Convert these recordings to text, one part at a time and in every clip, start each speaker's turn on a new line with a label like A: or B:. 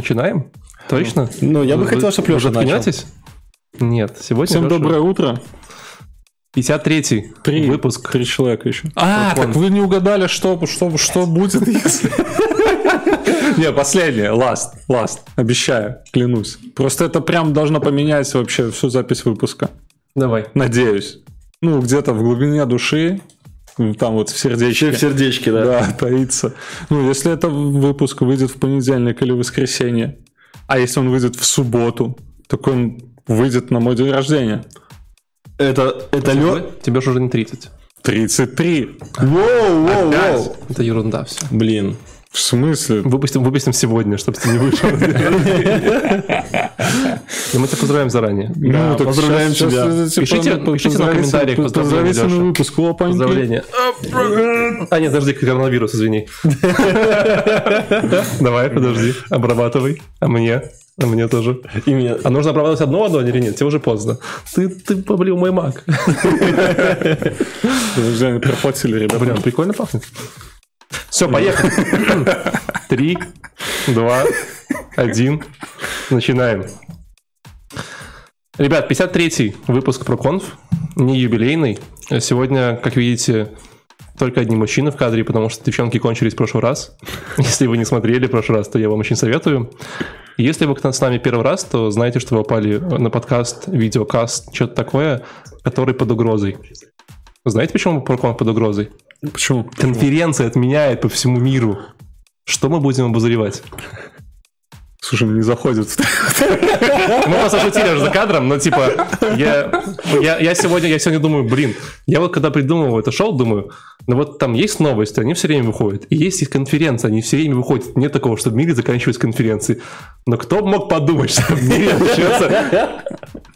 A: Начинаем? Точно?
B: Ну, я бы хотел, чтобы Леша
A: Уже
B: начал.
A: откинетесь? Нет, сегодня
C: Всем
A: Лёша.
C: доброе утро.
A: 53-й
C: Три.
A: выпуск.
C: Три человека еще.
A: А, так
C: вы не угадали, что, что, что будет, если... Не, последнее, last, last, обещаю, клянусь. Просто это прям должно поменять вообще всю запись выпуска.
A: Давай.
C: Надеюсь. Ну, где-то в глубине души, ну, там вот в сердечке.
B: В сердечке, да.
C: Да, таится. Ну, если это выпуск выйдет в понедельник или воскресенье, а если он выйдет в субботу, так он выйдет на мой день рождения.
B: Это, это Лё...
A: Тебе же уже не 30.
C: 33.
B: Воу, воу,
C: Опять?
B: воу.
A: Это ерунда все.
B: Блин.
C: В смысле?
A: Выпустим, выпустим сегодня, чтобы ты не вышел. И мы тебя поздравляем заранее.
C: Ну, так
B: поздравляем
C: щас-
B: тебя.
C: щас, типа,
A: Пишите-
C: ну,
A: пишите нам в
C: поздравительный-
A: комментариях поздравления,
C: Поздравительный
A: Лёша.
C: выпуск, лопаньки.
A: Поздравление. А, нет, подожди, коронавирус, извини. Давай, подожди, обрабатывай. А мне? А мне тоже.
B: И меня...
A: А нужно обрабатывать одно ладонь или нет? Тебе уже поздно. Ты, ты поблил мой маг.
C: Подожди, они перфотили, ребята.
A: Блин, ну прикольно пахнет. Все, поехали. Три, два, один. Начинаем. Ребят, 53-й выпуск про конф. Не юбилейный. Сегодня, как видите, только одни мужчины в кадре, потому что девчонки кончились в прошлый раз. Если вы не смотрели в прошлый раз, то я вам очень советую. Если вы к нам- с нами первый раз, то знаете, что вы попали на подкаст, видеокаст, что-то такое, который под угрозой. Знаете, почему Прокон под угрозой?
C: Почему?
A: Конференция отменяет по всему миру. Что мы будем обозревать?
C: Слушай, мне не заходит.
A: Мы вас шутили уже за кадром, но типа я, я, я сегодня, я сегодня думаю, блин, я вот когда придумывал это шоу, думаю, ну вот там есть новости, они все время выходят, и есть их конференции, они все время выходят. Нет такого, что в мире заканчиваются конференции. Но кто б мог подумать, что в мире начнется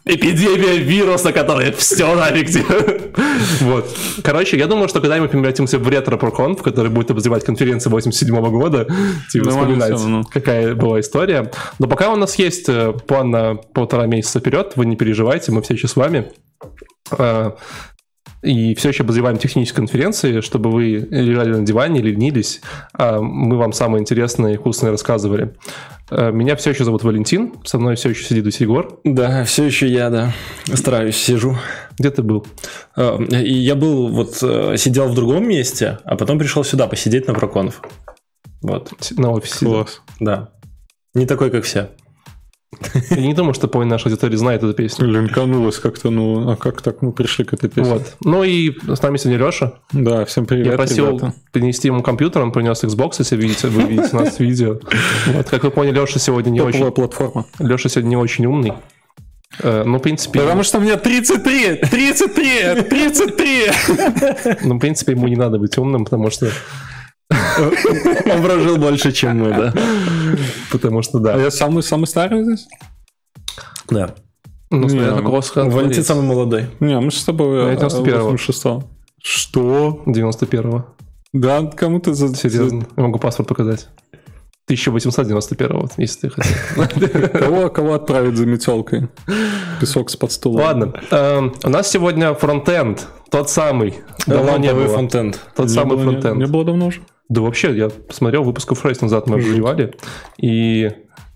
A: эпидемия вируса, которая все нафиг делает. Вот. Короче, я думаю, что когда мы превратимся в ретро проконф, который будет обозревать конференцию 87 года, типа
C: Нормально
A: вспоминать,
C: всё, ну.
A: какая была история. Но пока у нас есть э, план на полтора месяца вперед, вы не переживайте, мы все еще с вами. Э, И все еще обозреваем технические конференции, чтобы вы лежали на диване или ленились. а Мы вам самое интересное и вкусное рассказывали. Э, Меня все еще зовут Валентин, со мной все еще сидит Егор.
B: Да, все еще я, да. Стараюсь, сижу.
A: Где ты был?
B: Э, И я был, вот, э, сидел в другом месте, а потом пришел сюда посидеть на проконов. Вот,
A: С- На офисе.
C: Класс.
B: да. Не такой, как все.
A: Я не думаю, что половина нашей аудитории знает эту песню.
C: Линканулось как-то, ну, а как так мы пришли к этой песне?
A: Вот. Ну и с нами сегодня Леша.
C: Да, всем привет,
A: Я просил
C: ребята.
A: принести ему компьютер, он принес Xbox, если видите, вы видите нас в видео. Вот, как вы поняли, Леша сегодня не
C: Топовая
A: очень...
C: платформа.
A: Леша сегодня не очень умный. Э, Ну, в принципе,
C: Потому что мне 33, 33, 33.
A: ну, в принципе, ему не надо быть умным, потому что,
B: Он прожил больше, чем мы, да.
A: потому что
C: А
A: да.
C: я самый, самый старый здесь?
B: Да.
A: Ну,
C: Не,
A: смотря
C: ну,
A: какого скажем,
B: Валентин самый молодой.
C: Не, мы же с
A: Я
C: тобой э,
A: 91-го.
C: 86-го. Что?
A: 91-го.
C: Да, кому ты за...
A: Серьезно. Я могу паспорт показать. 1891-го, если ты хотел.
C: Кого, кого отправить за метелкой? Песок с под стула.
A: Ладно. эм, У нас сегодня фронтенд. Тот самый.
B: ну,
A: Давно не
B: Ламповый
A: было.
B: фронтенд.
A: Тот
C: Не
A: самый
C: было- не- Не
A: фронтенд.
C: было давно уже.
A: Да вообще, я посмотрел выпусков 6 назад мы обсуждали. И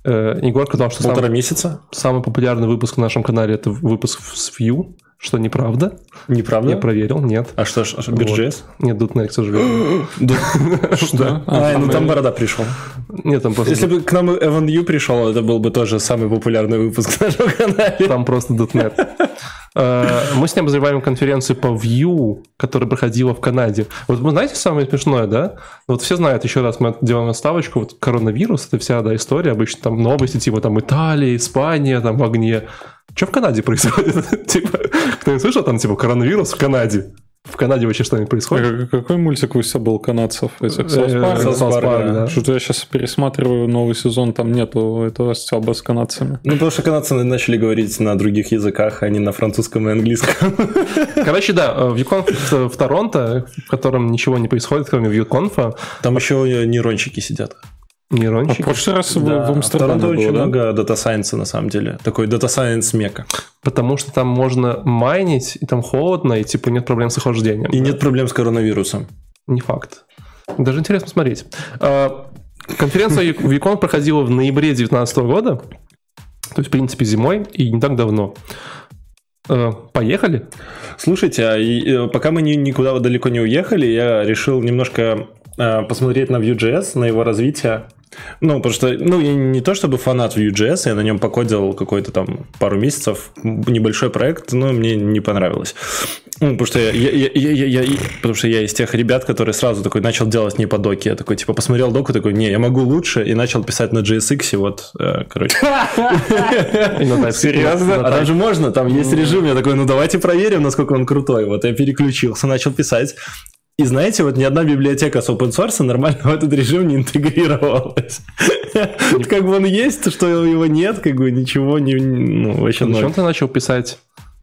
A: э, Егор сказал, что
B: Полтора
A: самый-
B: месяца.
A: самый популярный выпуск на нашем канале это выпуск с View, что неправда. Я
B: Неправда?
A: проверил, нет.
B: А что ж, а что, BGS?
A: Нет, Дутнель, к сожалению.
B: Да. А, ну там борода пришел.
A: Нет, там просто,
B: Если бы к нам Эван Ю пришел, это был бы тоже самый популярный выпуск нашего канале.
A: там просто Дутнет. Э, Мы с ним обозреваем конференцию по View, которая проходила в Канаде. Вот вы знаете самое смешное, да? Вот все знают, еще раз мы делаем ставочку, вот коронавирус, это вся да, история, обычно там новости, типа там Италия, Испания, там в огне. Что в Канаде происходит? Типа, кто не слышал, там типа коронавирус в Канаде. В Канаде вообще что-нибудь происходит?
C: А как- Какой мультик у себя был канадцев? Этих Саус
A: Э,
C: Парк?
A: Саус
B: Саус
A: Парк,
B: Парк,
A: да.
C: Что-то я сейчас пересматриваю новый сезон, там нету этого стёба с канадцами.
B: Ну, потому что канадцы начали говорить на других языках, а не на французском и английском.
A: Короче, да, э, в Юконф в Торонто, в котором ничего не происходит, кроме Вьюконфа,
B: Там еще нейрончики сидят.
C: А в
A: нейрончики.
C: прошлый раз в-
B: Да,
C: в Амстердаме
B: Торонто очень
C: было, да?
B: много дата-сайенса на самом деле. Такой дата-сайенс мека.
A: Потому что там можно майнить, и там холодно, и типа нет проблем с охлаждением.
B: И нет проблем с коронавирусом.
A: Не факт. Даже интересно смотреть. А, Конференция Викон проходила в ноябре 2019 года, то есть, в принципе, зимой и не так давно. Э, Поехали?
B: Слушайте, а и, э, пока мы ни- никуда вот далеко не уехали, я решил немножко э, посмотреть на Vue.js, на его развитие. Ну, потому что, ну, я не то чтобы фанат Vue.js, я на нем покодил какой-то там пару месяцев, м, небольшой проект, но мне не понравилось. Ну, потому что я, я- я- я- я- я- потому что я из тех ребят, которые сразу такой начал делать не по доке. Я такой, типа, посмотрел доку, такой, не, я могу лучше, и начал писать на JSX, и вот, э, короче.
A: И на Type-
B: Серьезно?
A: на-
B: А
A: на
B: там же можно, там есть режим. Я такой, ну давайте проверим, насколько он крутой. Вот я переключился, начал писать. И знаете, вот ни одна библиотека с open source нормально в этот режим не интегрировалась. Вот Как бы он есть, что его нет, как бы ничего не... Ну, вообще
A: Type- Зачем
B: ноль.
A: ты начал писать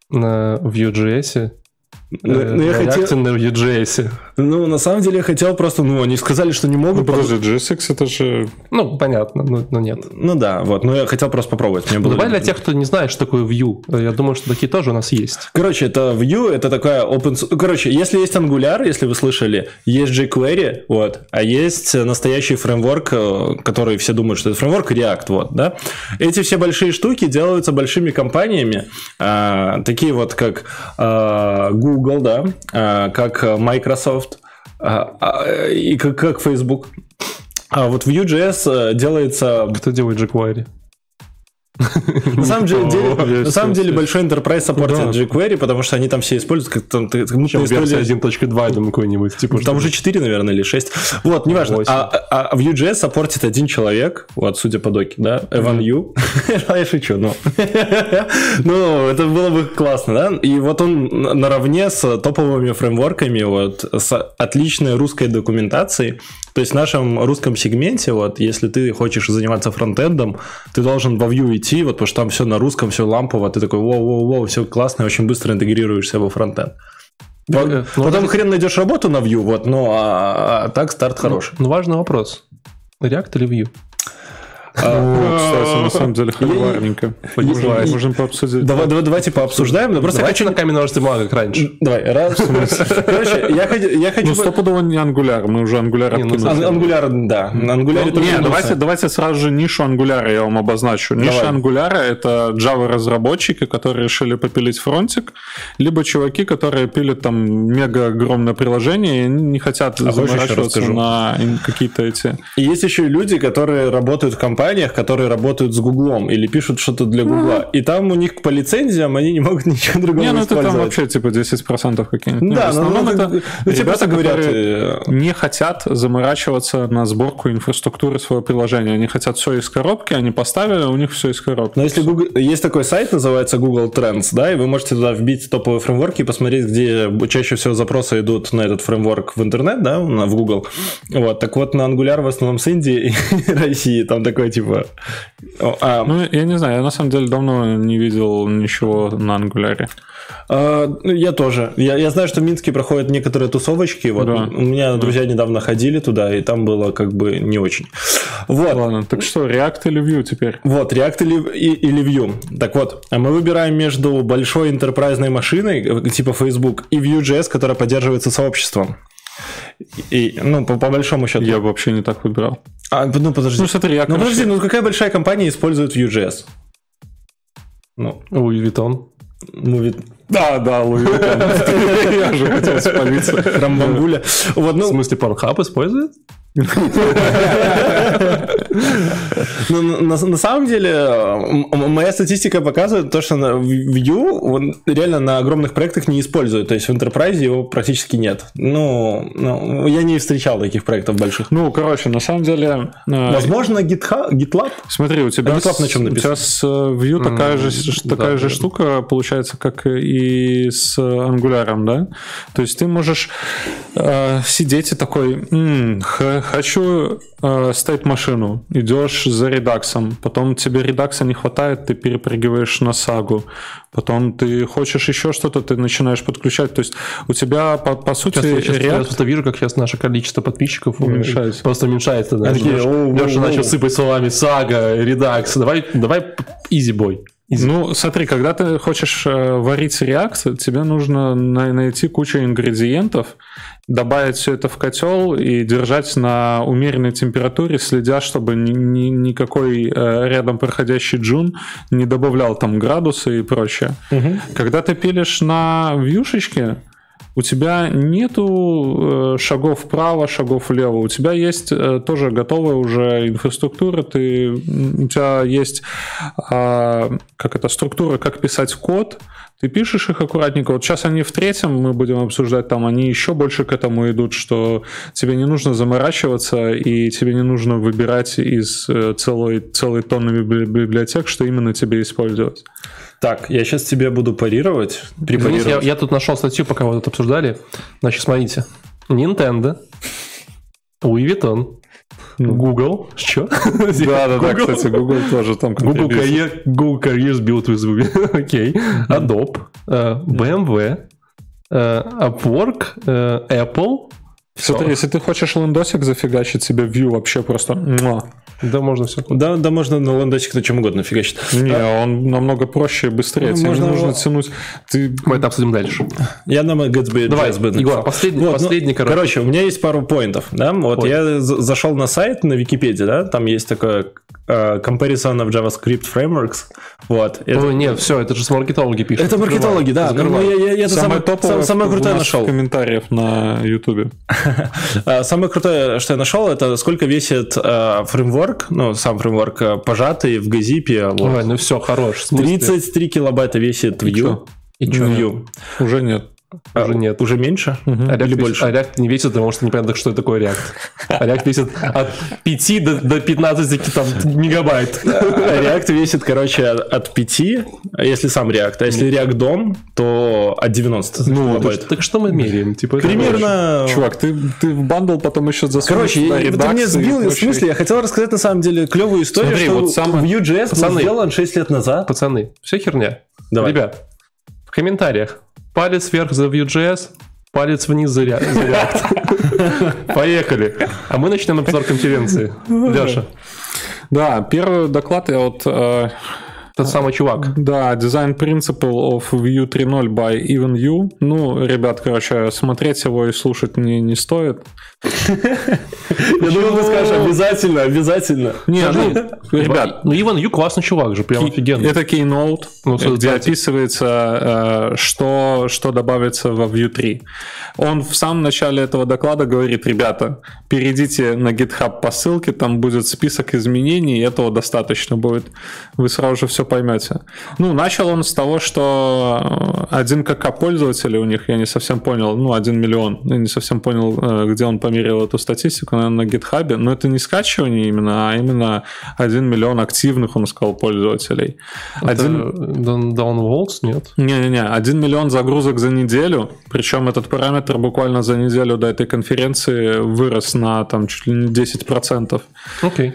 A: на Vue.js?
B: Ну,
A: Э,
B: ну, я
A: на
B: хотел-
A: React и на Vue.js.
B: Ну, на самом деле, я хотел просто... Ну, они сказали, что не
C: Ну
B: могут...
C: подожди, GSX это же...
A: Ну, понятно, но, но нет.
B: Ну да, вот. Но я хотел просто попробовать. Мне было
A: Давай для
B: любопытно.
A: тех, кто не знает, что такое Vue. э, Я думаю, что такие тоже у нас есть.
B: Короче, это Vue, это такая open... source- Короче, если есть Angular, если вы слышали, есть jQuery, вот, а есть э, настоящий фреймворк, э, который все думают, что это фреймворк, React, вот, да. Эти все большие штуки делаются большими компаниями, а, такие вот как а, Google, да, а, как э, Microsoft а, а, и как, как Facebook. А вот Vue.js э, делается
A: Кто делает jQuery?
B: На самом деле, деле-
C: я
B: на самом
C: всё,
B: деле
C: всё.
B: большой enterprise
C: Да.
B: саппортит jQuery, потому что они там все используют, как там ты- мы
A: Чем
B: поискали-
A: версия 1.2, думаю, какой-нибудь. Типа,
B: Ну, там
A: чтобы-
B: уже 4, наверное, или 6. Вот, неважно.
A: Восемь.
B: А, а- а Vue.js саппортит один человек, вот, судя по доке, да, Эван Ю. А Я шучу, но... Ну, это было бы классно, да? И вот он на- наравне с топовыми фреймворками, вот, с отличной русской документацией. То есть в нашем русском сегменте, вот, если ты хочешь заниматься фронтендом, ты должен во Vue идти, вот, потому что там все на русском, все лампово, ты такой, воу-воу-воу, все классно, и очень быстро интегрируешься во фронтенд.
A: Э, э, ну,
B: Потом хрен найдешь работу на Vue, вот, но а, а так старт хороший.
A: Ну, важный вопрос. React или Vue?
B: А,
C: Ну, кстати, на самом деле холиварненько.
A: Понимаю.
C: Можем можем пообсудить.
B: Давай, давай- давайте пообсуждаем. да, Просто
A: Давайте на камень, ножницы, бумага, как раньше.
B: хочу... Давай, раз. Короче, я хочу... Я хочу
C: Ну, стопудово не ангуляр, мы уже ангуляр
A: Не, ну,
C: откинули.
B: типа- Ан- Ангуляр, да. На ангуляре тоже
C: Ну, Не,
B: минусы.
C: давайте, давайте сразу же нишу ангуляра я вам обозначу. Ниша
B: Давай.
C: ангуляра это Java разработчики, которые решили попилить фронтик, либо чуваки, которые пилят там мега огромное приложение и они не хотят
B: А хочешь, я
C: заморачиваться
B: расскажу?
C: на ин- какие-то эти.
B: И есть еще люди, которые работают в компаниях, которые работают с Гуглом или пишут что-то для Гугла. И там у них по лицензиям они не могут ничего другого
C: Ну. не, ну это там
B: использовать.
C: вообще типа 10% какие-нибудь. Не,
B: Да,
C: в основном
B: ну, ну,
C: это
B: ну, ну, тебе
C: ребята,
B: просто говорят...
C: которые
B: э,
C: не хотят заморачиваться на сборку инфраструктуры своего приложения. Они хотят все из коробки, они поставили, а у них все из коробки.
B: Но если Google... Есть такой сайт, называется Google Trends, да, и вы можете туда вбить топовые фреймворки и посмотреть, где чаще всего запросы идут на этот фреймворк в интернет, да, на- в Google. Вот, так вот, на Angular в основном с Индии и России, там такое типа... О, а,
C: Ну, я не знаю, я на самом деле давно не видел ничего на ангуляре.
B: а, ну, я тоже. Я, я знаю, что в Минске проходят некоторые тусовочки, вот,
C: Да.
B: у меня друзья недавно ходили туда, и там было как бы не очень. Вот,
C: Ладно, так что, React или Vue теперь?
B: Вот, React или, и- или Vue. Так вот, а мы выбираем между большой интерпрайзной машиной, э, типа Facebook, и Vue.js, которая поддерживается сообществом. И, ну, по, по большому счету.
C: Я бы вообще не так выбирал.
B: А, ну, подожди.
C: Ну, смотри, React
B: Ну, подожди,
C: вообще-
B: ну, какая большая компания использует Vue.js? Ну,
A: Louis Vuitton.
B: ну, ведь...
C: Да, да, Луи. Я же хотел спалиться.
B: Рамбамбуля. Вот,
A: В
B: ну,
A: смысле, Pornhub использует?
B: Ну, на, на самом деле, м- м- моя статистика показывает то, что на Vue он реально на огромных проектах не используют. То есть в Enterprise его практически нет. Ну, ну, я не встречал таких проектов больших.
C: Ну, короче, на самом деле...
B: А,
C: э,
B: Возможно, GitHub, GitLab?
C: Смотри, у тебя,
B: А GitLab
C: с,
B: на чем
C: у тебя
B: написано?
C: с э, Vue такая же, ш-
A: да,
C: такая
A: да.
C: же штука получается, как и с э, Angular, да? То есть ты можешь э, сидеть и такой, «М, х- хочу стейт машину, идешь за редаксом, потом тебе редакса не хватает, ты перепрыгиваешь на сагу, потом ты хочешь еще что-то, ты начинаешь подключать, то есть у тебя по, по сути
A: Сейчас, я, сейчас, я
C: React
A: просто вижу, как сейчас наше количество подписчиков
C: Уменьшается.
A: э, Просто уменьшается. Да.
B: Ну, такие,
A: Леша-
B: «Оу,
A: Леша
B: оу,
A: начал
B: оу».
A: сыпать словами Сага, Редакс. Давай, давай изи бой.
C: Ну, смотри, когда ты хочешь э, варить реакцию, тебе нужно на- найти кучу ингредиентов, добавить все это в котел и держать на умеренной температуре, следя, чтобы ни- ни- никакой э, рядом проходящий джун не добавлял там градусы и прочее. Когда ты пилишь на вьюшечке, у тебя нету э, шагов вправо, шагов влево. У тебя есть э, тоже готовая уже инфраструктура. Ты, м, у тебя есть а, как это структура, как писать код. Ты пишешь их аккуратненько. Вот сейчас они в третьем, мы будем обсуждать, там они еще больше к этому идут, что тебе не нужно заморачиваться и тебе не нужно выбирать из э, целой, целой тонны библи- библиотек, что именно тебе использовать.
B: Так, я сейчас тебе буду парировать.
A: Извините, я,
B: Препарировать.
A: я тут нашел статью, пока вы тут обсуждали. Значит, смотрите. Nintendo, Louis Vuitton, Google. Что?
C: Да, да, да, кстати, Google тоже там
A: Google
C: контрибьютит.
A: Career, Google Careers built with Ruby. Окей. Adobe, э, BMW, э, Upwork, э, Apple.
C: Если ты- Если ты хочешь лендосик зафигачить себе вью вообще просто... муа.
A: Да, можно все.
B: Да, да, можно на ландочек на чем угодно фигачить.
C: Не, он намного проще и быстрее.
B: Ну,
C: Тебе не
B: можно
C: нужно
B: его-
C: тянуть... Ты...
A: Мы это обсудим дальше.
B: Я на Gatsby
A: Давай,
B: JS бы
A: Егор,
B: написал.
A: последний-
B: ну,
A: последний, короче.
B: у меня есть пару поинтов. Да? Вот
A: Ой.
B: я за- зашел на сайт на Википедии, да, там есть такое э, comparison of JavaScript frameworks. Вот. Это,
A: Ой, нет, все, это же с маркетологи пишут.
B: это маркетологи, да. Ну,
A: Закрывай.
B: я, я- я это самое,
C: топовое
B: сам- самое
C: у
B: крутое
C: нас
B: нашел.
C: в комментариях на Ютубе.
B: А, Самое крутое, что я нашел, это сколько весит э, фреймворк, ну, сам фреймворк э, пожатый в Газипе. вот.
A: Ой, ну все, хорош. в смысле?
B: 33 килобайта весит Vue.
A: И чё?
B: Vue.
C: Уже нет.
B: А,
A: Уже нет.
B: Уже меньше?
A: А React
B: Ну, Или
A: весит-
B: больше?
A: а React не весит, потому что непонятно, что такое React. А React весит от 5 до, до 15 там, мегабайт.
B: А React весит, короче, от 5, если сам React, а если React дом, то от 90
A: Ну, так,
B: килобайт.
A: что- так что мы меряем? Типа, это больше.
B: Примерно...
C: Чувак, ты, ты в бандл потом еще засунешь
B: Э, Короче,
C: туда
B: я- ты
C: редакции
B: меня
C: и
B: сбил из
C: прочее.
B: смысла. Я хотел рассказать, на самом деле, клевую историю,
A: Смотри,
B: что
A: вот самое-
B: Vue.js был
A: Пацаны.
B: сделан 6 лет назад.
A: Пацаны, все херня.
B: Давай.
A: Ребят, в комментариях палец вверх за Vue.js, палец вниз за Rea- за React. Поехали. А мы начнем обзор конференции. Леша,
C: Да, первый доклад я вот... э,
A: тот самый чувак.
C: Да, Design Principle of View 3.0 by EvenU. Ну, ребят, короче, смотреть его и слушать мне не стоит.
B: Я думал, ты скажешь, обязательно, обязательно.
C: Не, ну, ребят,
A: Ну, Иван Ю классный чувак же, прям офигенно.
C: Это Keynote,
A: Ну, что
C: где
A: это?
C: описывается, э, что, что добавится во Vue 3. Он в самом начале этого доклада говорит, ребята, перейдите на GitHub по ссылке, там будет список изменений, и этого достаточно будет. Вы сразу же все поймете. Ну, начал он с того, что э, один КК пользователей у них, я не совсем понял, ну, один миллион, я не совсем понял, э, где он померил эту статистику, наверное, на GitHub, но это не скачивание именно, а именно 1 миллион активных, он сказал, пользователей. Один...
A: Downwalls, нет?
C: Не-не-не, 1 миллион загрузок за неделю, причем этот параметр буквально за неделю до этой конференции вырос на там чуть ли не 10%.
A: Окей.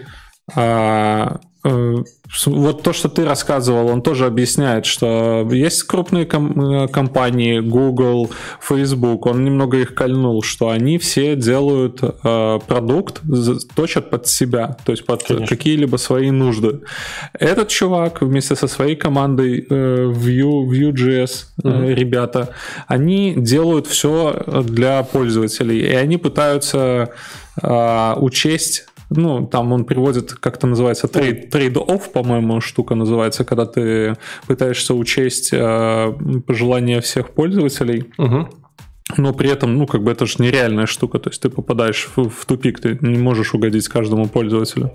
C: А, э, с- Вот то, что ты рассказывал, он тоже объясняет, что есть крупные ком- э, компании, Google, Facebook, он немного их кольнул, что они все делают э, продукт, за- точат под себя, то есть под
B: Конечно.
C: какие-либо свои нужды. Этот чувак вместе со своей командой э, Vue, Vue.js, э, ребята, они делают все для пользователей, и они пытаются а, учесть ну, там он приводит, как это называется, трейд, трейд-офф, по-моему, штука называется, когда ты пытаешься учесть э, пожелания всех пользователей,
A: Мгм.
C: но при этом, ну, как бы это же нереальная штука, то есть ты попадаешь в, в тупик, ты не можешь угодить каждому пользователю.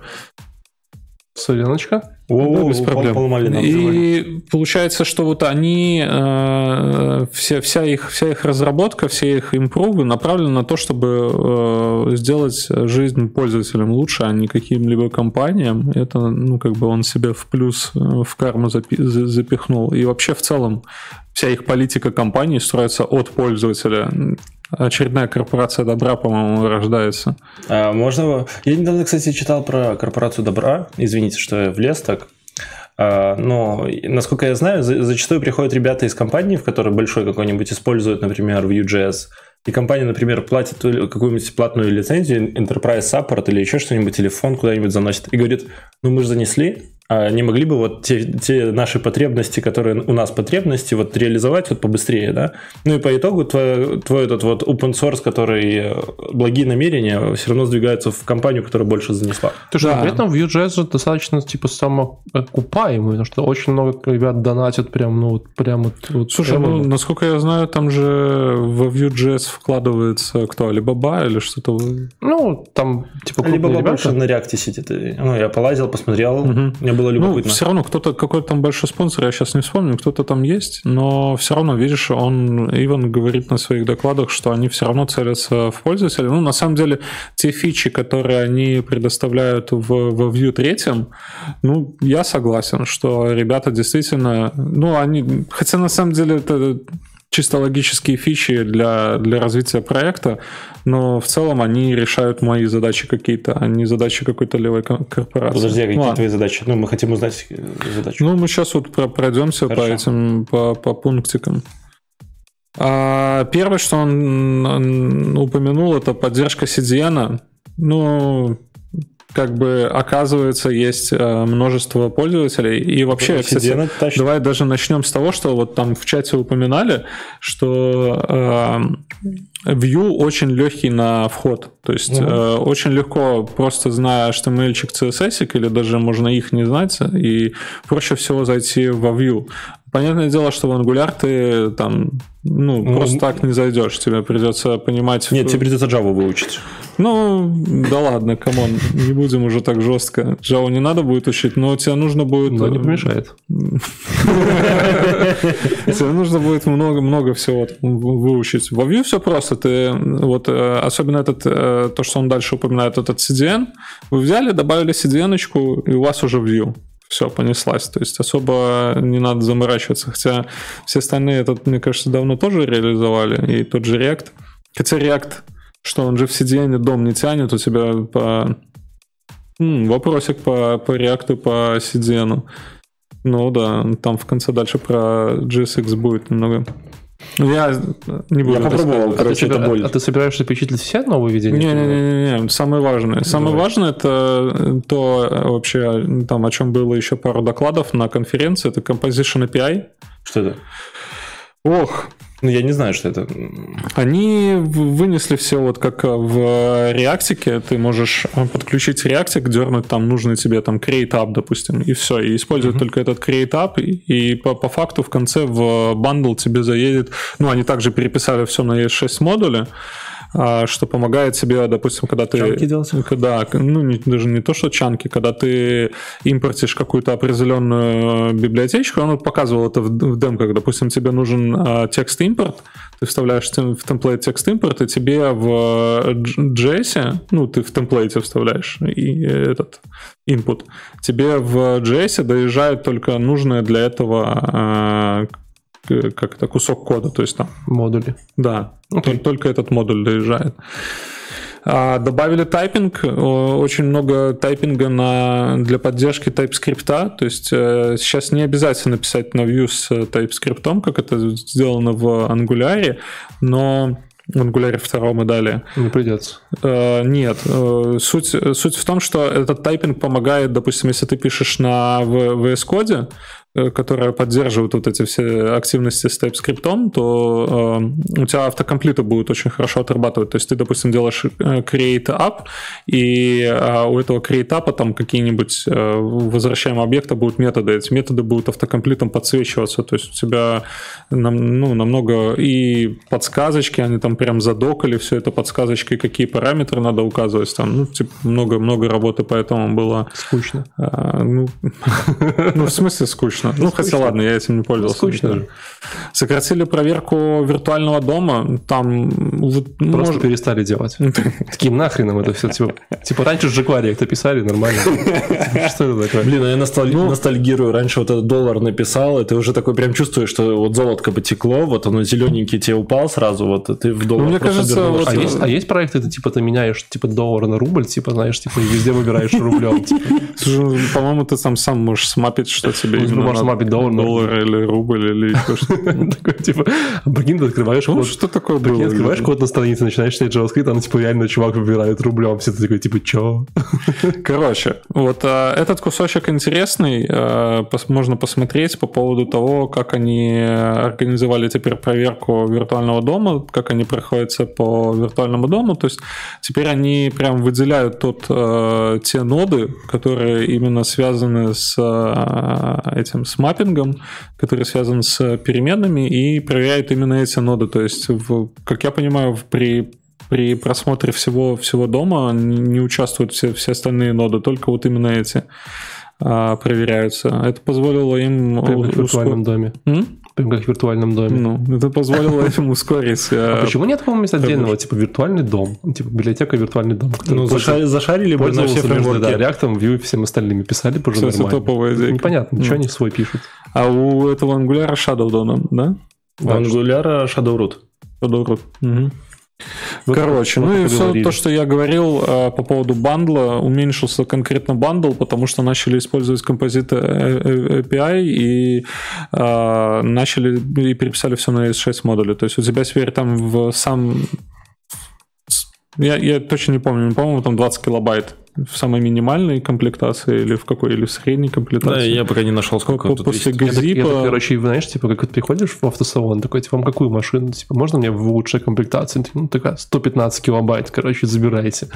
A: Соленочка.
C: Да, без
B: Пол-
C: проблем.
B: полмали нам завалили.
C: И получается, что вот они, э, все, вся, их, вся их разработка, все их импровы направлены на то, чтобы э, сделать жизнь пользователям лучше, а не каким-либо компаниям. Это, ну, как бы он себе в плюс, э, в карму запи- за- запихнул. И вообще в целом вся их политика компании строится от пользователя. Очередная корпорация добра, по-моему, рождается.
B: А, можно... Я недавно, кстати, читал про корпорацию добра. Извините, что я влез так. А, Но, и, насколько я знаю, за- зачастую приходят ребята из компании, в которой большой какой-нибудь используют, например, Vue.js, и компания, например, платит или какую-нибудь платную лицензию, Enterprise Support или еще что-нибудь, телефон куда-нибудь заносит, и говорит, ну мы же занесли, а не могли бы вот те, те наши потребности, которые у нас потребности, вот реализовать вот побыстрее, да? Ну и по итогу твой, твой этот вот open source, который э, благие намерения, все равно сдвигается в компанию, которая больше занесла.
C: А
A: Ты же при этом Vue.js же достаточно типа самоокупаемый, потому что очень много ребят донатят прям, ну вот прям вот. вот
C: Слушай,
A: прямо.
C: ну, насколько я знаю, там же в Vue.js вкладывается кто, Alibaba или что-то? вы-
A: Ну, там типа
B: Либо
A: крупные
B: больше
A: ребята.
B: на реакте сидит. И, Ну, я полазил, посмотрел,
C: Мгм.
B: мне было
C: Ну,
B: любопытно.
C: все равно кто-то, какой-то там большой спонсор, я сейчас не вспомню, кто-то там есть, но все равно, видишь, он, Иван говорит на своих докладах, что они все равно целятся в пользователя. Ну, на самом деле, те фичи, которые они предоставляют в, во Vue 3, ну, я согласен, что ребята действительно, ну, они, хотя на самом деле это чисто логические фичи для, для развития проекта, но в целом они решают мои задачи какие-то, а не задачи какой-то левой кор- корпорации.
B: Подожди, а какие
C: Ладно.
B: твои задачи? Ну, мы хотим узнать э, задачу.
C: Ну, мы сейчас вот про- пройдемся по
B: Хорошо.
C: этим, по, по пунктикам. А, первое, что он, м, упомянул, это поддержка CDN. Ну, как бы оказывается, есть э, множество пользователей. И вообще, я, кстати,
B: CDN тащит.
C: Давай даже начнем с того, что вот там в чате упоминали, что э, Vue очень легкий на вход. То есть
B: Мгм.
C: э, очень легко, просто зная HTML, CSS, или даже можно их не знать, и проще всего зайти во Vue. Понятное дело, что в Angular ты там ну,
B: Ну,
C: просто так не зайдешь. Тебе придется понимать...
B: Нет, тебе придется Java выучить.
C: Ну, да ладно, камон, не будем уже так жестко. Java не надо будет учить, но тебе нужно будет...
B: Ну,
A: Но ну, не
C: э,
A: помешает.
C: Тебе нужно будет много-много всего там вы- выучить. Во Vue все просто. Ты вот э, особенно этот э, то, что он дальше упоминает, этот CDN. Вы взяли, добавили CDN, -очку, и у вас уже Vue. Все, понеслась. То есть особо не надо заморачиваться. Хотя все остальные этот, мне кажется, давно тоже реализовали. И тот же React. Хотя React, что он же в CDN дом не тянет, у тебя по... М, вопросик по, по React, по CDN. -у. Ну да, там в конце дальше про GSX будет немного. Я не буду.
B: Я попробовал,
A: А ты,
B: короче,
A: тебя-
B: это боль.
A: а ты собираешься перечислить все нововведения?
C: Не-не-не, самое важное. Самое важное это то э, вообще, э, там, о чем было еще пару докладов на конференции, это Composition API.
B: Что это?
C: Ох,
B: Ну, я не знаю, что это. М,
C: Они в- вынесли все вот как э, в реактике, ты можешь э, подключить реактик, дернуть там нужный тебе там create app, допустим, и все, и использовать только этот create app, и, и по, по факту в конце в э, бандл тебе заедет, ну, они также переписали все на ES6 модуле, а, что помогает тебе, допустим, когда ты...
B: Чанки делать?
C: Когда, ну, не- даже не то, что чанки, когда ты импортишь какую-то определенную э, библиотечку, он вот показывал это в, в демках, допустим, тебе нужен а, текст импорт, ты вставляешь тем- в темплейт текст импорт, и тебе в э, дж- JS, ну, ты в темплейте вставляешь и э, этот input, тебе в JS доезжает только нужное для этого а, к- как это, кусок кода, то есть там
A: Модули.
C: да,
A: Окей.
C: тол- Ну, только этот модуль доезжает. А, добавили тайпинг, о, очень много тайпинга на, для поддержки TypeScript. То есть э, сейчас не обязательно писать на Vue с э, TypeScript, как это сделано в Angular, но в Angular 2 и далее.
A: Не придется.
C: Э, Нет, Э, суть, э, суть в том, что этот тайпинг помогает, допустим, если ты пишешь на В- VS Code, э, которая поддерживает вот эти все активности с TypeScript, то э, у тебя автокомплиты будут очень хорошо отрабатывать. То есть ты, допустим, делаешь э, create app, и э, у этого create app там какие-нибудь э, возвращаемые объекты будут методы. Эти методы будут автокомплитом подсвечиваться. То есть у тебя нам- ну, намного и подсказочки, они там прям задокали все это подсказочки, какие параметры надо указывать там, ну, типа, много-много работы поэтому было.
A: Скучно.
C: А, ну, ну, в смысле скучно. Ну, хотя
A: Скучно.
C: ладно, я этим не пользовался.
A: Скучно
C: Да.
A: же.
C: Сократили проверку виртуального дома, там... вот, ну,
A: Просто
C: может- Ну,
A: перестали делать. Таким нахрен им это все. Типа, типа раньше в Жекваре это писали нормально. Типа, Что это такое?
B: Блин, а я носталь-
C: Ну.
B: ностальгирую. Раньше вот этот доллар написал, и ты уже такой прям чувствуешь, что вот золотко потекло, вот оно зелененький тебе упал сразу, вот и ты в доллар.
C: Ну, мне
B: просто
C: кажется,
B: вернулся.
C: вот-
A: А есть, а есть проекты, ты типа ты меняешь типа доллар на рубль, типа знаешь, типа и везде выбираешь рублем. типа.
C: Слушай, ну, По-моему, ты сам сам можешь смапить, что тебе
A: Ну,
C: именно
A: можно может, может быть, доллар.
C: доллар или рубль или еще что-то.
A: Такой, типа, Брин, открываешь
C: Ну,
A: код.
C: что такое
A: Прикинь,
C: было?
A: открываешь код на странице, начинаешь читать JavaScript, там, типа, реально чувак выбирает рублем. Все такой, типа, чё?
C: Короче, вот а, этот кусочек интересный, а, пос- можно посмотреть по поводу того, как они организовали теперь проверку виртуального дома, как они проходятся по виртуальному дому, то есть теперь они прям выделяют тот, а, те ноды, которые именно связаны с а, этим, с маппингом, которые связаны с переменными и проверяют именно эти ноды, то есть, в- как я понимаю, в- при при просмотре всего, всего дома не не участвуют все, все остальные ноды, только вот именно эти а, проверяются. Это позволило им
A: Прям как в
C: у- ускор-
A: виртуальном доме.
C: М?
A: Прям как в виртуальном доме.
C: Ну, это позволило им ускорить.
A: А
B: э,
C: а,
A: почему нет, по-моему, места
C: как
A: отдельного, типа, виртуальный дом? Типа, библиотека и виртуальный дом.
C: э,
A: который
B: Ну,
A: пользуется-
B: заша- зашарили бы на все
A: Пользовался между да,
B: фреймворки.
A: React, Vue и всем остальными. Писали бы уже
C: Кстати,
A: нормально. Ну,
C: топовая идея.
A: Непонятно,
B: Ну.
A: что
C: М.
A: они свой пишут.
C: А у этого ангуляра Shadow Dom, да?
B: У Angular Shadowroot.
C: Shadow Root. Мгм.
A: Вот
C: Короче,
A: вот
C: ну
A: и
C: и все
A: поговорили.
C: то, что я говорил э, по поводу бандла, уменьшился конкретно бандл, потому что начали использовать композиты э, э, API и э, начали и переписали все на S6 модули. То есть у тебя теперь там в сам... Я, я точно не помню, по-моему, там 20 килобайт в самой минимальной комплектации или в какой, или в средней
B: Да,
C: комплектации.
B: я пока не нашел, сколько
C: По-
B: тут
C: После
B: есть.
A: Я так- я так,
C: Газипа...
A: короче, знаешь, типа, как вот приходишь в автосалон, такой, типа, вам какую машину? Типа, можно мне в лучшей комплектации? Ну, такая, 115 килобайт, короче, забирайте.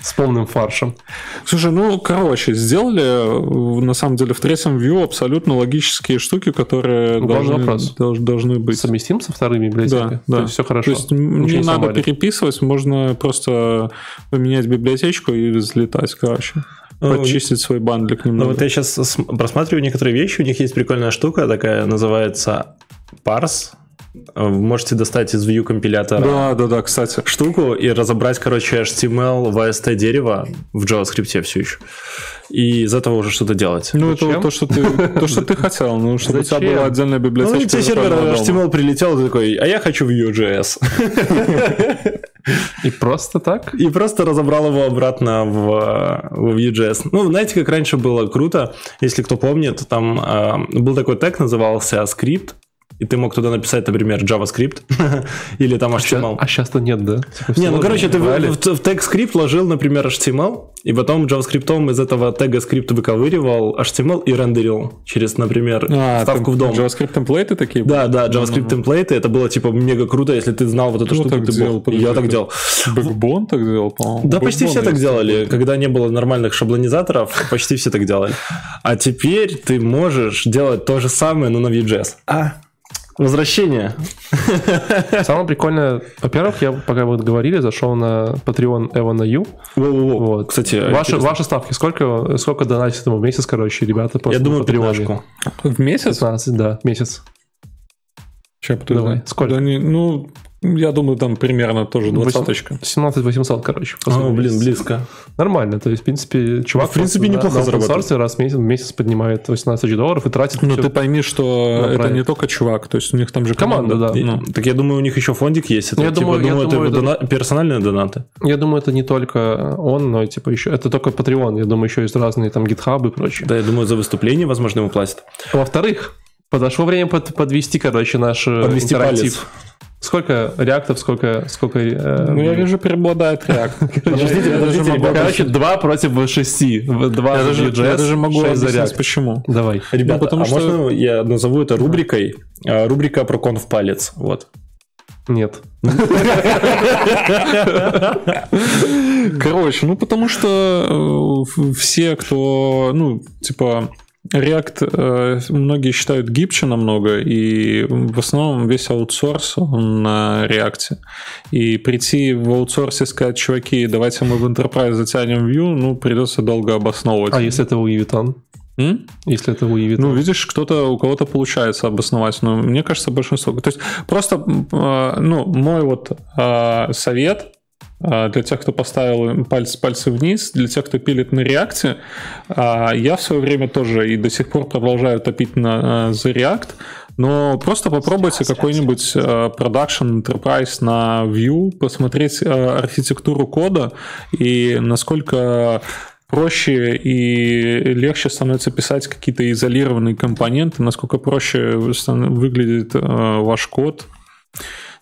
A: С полным фаршем.
C: Слушай, ну, короче, сделали э, на самом деле в третьем вью абсолютно логические штуки, которые
A: Главный
C: должны,
A: вопрос.
C: долж- должны быть.
A: Совместим со вторыми библиотекой?
C: Да, да.
A: То есть все хорошо.
C: То есть
A: Ничего
C: м- не
A: не
C: надо
A: сломали.
C: переписывать, можно просто поменять библиотечку и взлетать, короче.
B: Ну,
C: Почистить свой бандлик
B: Ну
C: немного.
B: вот я сейчас просматриваю некоторые вещи, у них есть прикольная штука такая, называется парс. Э, Можете достать из view компилятора
C: да, да, да, кстати.
B: штуку и разобрать, короче, HTML, VST дерево в JavaScript все еще. И из этого уже что-то делать.
C: Ну, это
A: Зачем?
C: вот то, что ты, то, что ты хотел, ну, чтобы у тебя
A: Зачем?
C: была отдельная
B: Ну,
C: библиотечка.
B: тебе сервер
C: виртуального дома.
B: HTML прилетел, ты такой, а я хочу Vue.js.
A: И просто так?
B: И просто разобрал его обратно в, в Vue.js. Ну, знаете, как раньше было круто, если кто помнит, там э, был такой тег, назывался скрипт, и ты мог туда написать, например, JavaScript или там HTML.
A: А сейчас-то нет, да? Типа,
B: Не,
A: всё
B: ну короче, ты в,
A: убрали.
B: в- в тег скрипт ложил, например, HTML, и потом JavaScript из этого тега скрипт выковыривал HTML и рендерил через, например,
C: А,
B: ставку в
C: там
B: дом.
C: JavaScript темплейты такие?
B: Да, да, JavaScript темплейты, это было типа мега круто, если ты знал вот эту
C: Кто
B: штуку.
C: так
B: ты
C: делал?
B: мог-
C: Подожди,
B: Я так
C: как-
B: делал.
C: Бэкбон так делал, по-моему.
B: Да, почти
C: Backbone
B: все так
C: есть.
B: делали. Когда не было нормальных шаблонизаторов, почти все так делали. А теперь ты можешь делать то же самое, но на Vue.js. А, возвращение.
A: Самое прикольное, во-первых, я, пока вы говорили, зашел на Patreon Эвана Ю.
B: Во-во-во.
A: Вот.
B: Кстати, а
A: Ваши,
B: интересно.
A: ваши ставки, сколько, сколько донатит ему в месяц, короче, ребята?
B: я
A: просто на
B: думаю, А,
A: Патреоне?
B: пятнашку.
C: В месяц?
A: 15, да, месяц.
C: Ща подожди.
A: Давай, сколько?
C: Да не- ну, я думаю, там примерно тоже двадцаточка.
A: 17 800, короче. в
B: А,
A: последний
B: блин,
A: месяц.
B: близко.
A: Нормально, то есть, в принципе, чувак...
B: В принципе,
A: просто на-
B: неплохо
A: на open
B: зарабатывает.
A: source раз в месяц, в месяц поднимает 18 тысяч долларов и тратит...
C: Ну,
A: всё.
C: ты пойми, что
A: На
C: это
A: проект.
C: не только чувак, то есть у них там же
A: Команда,
C: команда.
A: да.
C: Ну,
B: Так я думаю, у них еще фондик есть. Это,
A: Я
B: типа,
A: думаю- я
B: думаю, это
A: думаю,
B: его дона- персональные донаты.
A: Я думаю, это не только он, но и, типа еще... Это только Patreon, я думаю, еще есть разные там гитхабы и прочее.
B: Да, я думаю, за выступление, возможно, ему платят.
A: Во-вторых, подошло время под- подвести, короче, наш э,
B: Подвести
A: интерактив.
B: палец.
A: Сколько реактов, сколько... сколько э,
C: ну, я вижу, преобладает React.
B: Подождите, подождите,
C: даже
B: ребята.
C: могу-
A: Короче, 2 против 6. 2
C: я даже- я даже могу объяснить, почему.
A: Давай.
B: Ребята,
C: потому
B: а
C: что-
B: можно я назову это рубрикой? А, Рубрика про конф палец. Вот.
A: Нет.
C: Короче, ну потому что э, в- все, кто, ну, типа, React э, многие считают гибче намного, и в основном весь аутсорс он на React. И прийти в аутсорс и сказать, чуваки, давайте мы в Enterprise затянем Vue, ну, придется долго обосновывать.
A: А если это Луи Витон?
C: М?
A: Если это Луи Витон?
C: Ну, видишь, кто-то, у кого-то получается обосновать, но мне кажется, большинство. То есть просто, м, э, ну, мой вот э, совет э, для тех, кто поставил пальцы, пальцы вниз, для тех, кто пилит на реакте, а, я в свое время тоже и до сих пор продолжаю топить на, э, за React, но Ну, просто попробуйте какой-нибудь э, Production Enterprise на Vue, посмотреть э, архитектуру кода и насколько проще и легче становится писать какие-то изолированные компоненты, насколько проще стан- выглядит э, ваш код.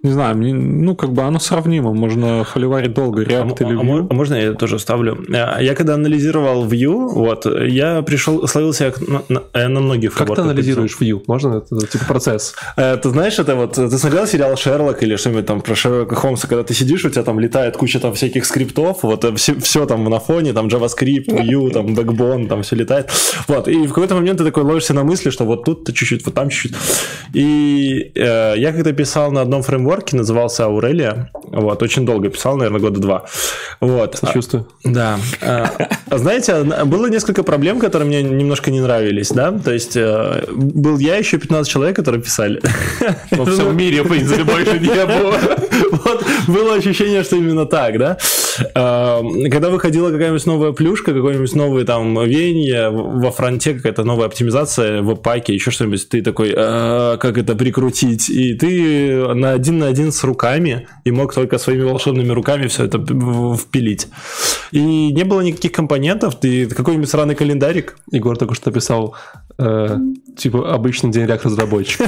C: Не знаю, мне- ну как бы оно сравнимо, можно холиварить долго, React
B: а,
C: или
B: а мо-
C: Vue.
B: а можно я тоже вставлю? А, Я когда анализировал Vue, вот, я пришел, словился как на, на- э, на
A: Как
B: многих
A: ты
B: фреймворках.
A: анализируешь Vue? Можно это, типа, процесс?
B: Э, Ты знаешь, это вот, э, ты смотрел сериал «Шерлок» или что-нибудь там про Шерлока Холмса, когда ты сидишь, у тебя там летает куча там всяких скриптов, вот э, все, там на фоне, там JavaScript, Vue, там Backbone, там все летает. Вот, и в какой-то момент ты такой ловишься на мысли, что вот тут-то чуть-чуть, вот там чуть-чуть. И э, я когда писал на одном фреймворке, назывался Аурелия, вот, очень долго писал, наверное, года два. Вот. А-
A: Чувствую.
B: да. А, Знаете, одна- было несколько проблем, которые мне немножко не нравились, да? То есть э, был я и еще 15 человек, которые писали. Ну,
A: Во всем мире, в принципе, больше не было.
B: Вот было ощущение, что именно так, да? А, Когда выходила какая-нибудь новая плюшка, какой-нибудь новый там веяние во фронте, какая-то новая оптимизация в паке, еще что-нибудь, ты такой, «А, как это прикрутить? И ты на один на один с руками и мог только своими волшебными руками все это в- впилить. И не было никаких компонентов, ты какой-нибудь сраный календарик.
A: Егор только что писал, э, типа, обычный день React-разработчика.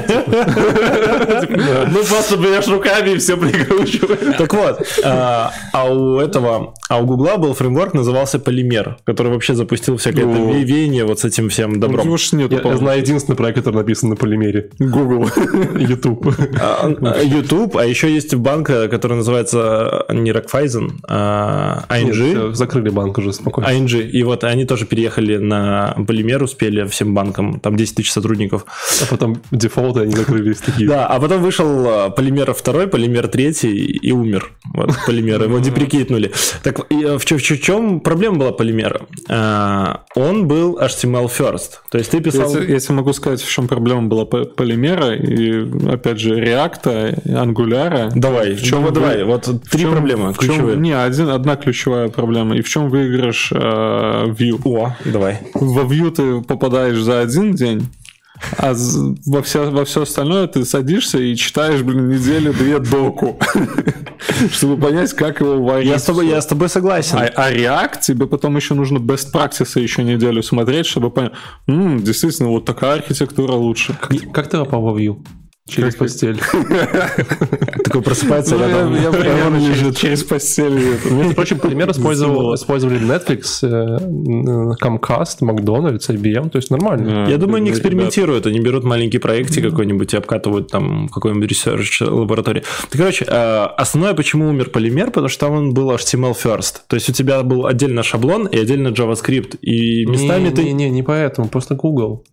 B: Ну, просто берешь руками и все прикручиваешь. Так вот, а а у этого, а у Гугла был фреймворк, назывался Полимер, который вообще запустил всякое это
A: Ну.
C: О.
B: ве- веяние вот с этим всем добром.
C: Уж нету,
A: Я, я
C: по-моему.
A: знаю единственный проект, который написан на полимере. Google. YouTube.
B: А,
A: ну,
B: а, YouTube, а еще есть банк, э, который называется э, не Рокфайзен, а
A: Нет,
B: ING.
A: всё, Закрыли банк уже, спокойно.
B: ING. И вот они тоже переехали на Полимер, успели всем банкам, там 10 тысяч сотрудников.
A: А потом дефолты они закрылись такие.
B: Да, а потом вышел э, полимер второй, полимер третий и умер. Вот, полимер, его деприкейтнули. Так и, э, в, чё- в чё- в чем проблема была полимера? А, он был HTML first. То есть э, ты
C: Я
B: писал...
C: те- я тебе могу сказать, в чем проблема была по- полимера и, опять же, реакта, ангуляра.
B: Давай, в
C: чём
B: чем,
C: вы-
B: давай, вот три
C: В чём-
B: проблемы
C: в чём-
B: ключевые.
C: не, один, одна ключевая проблема. И в чем выигрыш э, Vue?
B: О, давай.
C: Во Vue ты попадаешь за один день, а з- во все, во все остальное ты садишься и читаешь, блин, неделю две доку, чтобы понять, как его варить.
B: Я с тобой, я с тобой согласен.
C: А, а React тебе потом еще нужно best practices еще неделю смотреть, чтобы понять, «М, действительно, вот такая архитектура лучше.
A: Как- Как ты попал во Vue? Через постель.
B: Такой просыпается
C: Ну,
B: рядом.
C: я- я
B: Он
C: примерно
B: лежит.
C: через, через постель. это.
A: Между прочим, пример использовал,
C: Заснула.
A: использовали Netflix, э, м, Comcast, Макдональдс, IBM, то есть нормально.
B: Я
C: Э,
B: думаю, они
C: ребят,
B: экспериментируют, они берут маленький проектик какой-нибудь и обкатывают там в какой-нибудь research лаборатории. Так, короче, э, основное, почему умер полимер, потому что там он был HTML first. То есть у тебя был отдельно шаблон и отдельно JavaScript. И местами
A: не,
B: ты...
A: не, не, не поэтому, просто Google.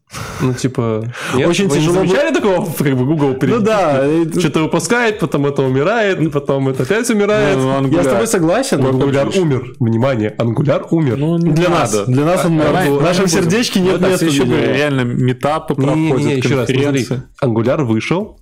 A: Ну, типа...
B: Очень
A: вы не
B: тяжело бы-
A: замечали такого, как бы Google
B: Ну да, и-
A: Что-то выпускает, потом это умирает, потом это опять умирает.
C: Ну,
B: я с тобой
C: Angular.
B: согласен. но
A: Ангуляр
B: как же.
A: умер. Внимание, ангуляр умер.
C: Ну, не
B: Для нас,
C: надо. А,
B: для нас он мертв.
C: давай,
B: В
C: давай
B: нашем
C: не будем.
B: сердечке
C: Ну,
B: нет
C: так,
B: места
C: еще
B: для
C: бы
B: него.
C: реально метапы проходят,
A: Не-не-не, еще раз, смотри.
C: конференции.
A: Angular вышел,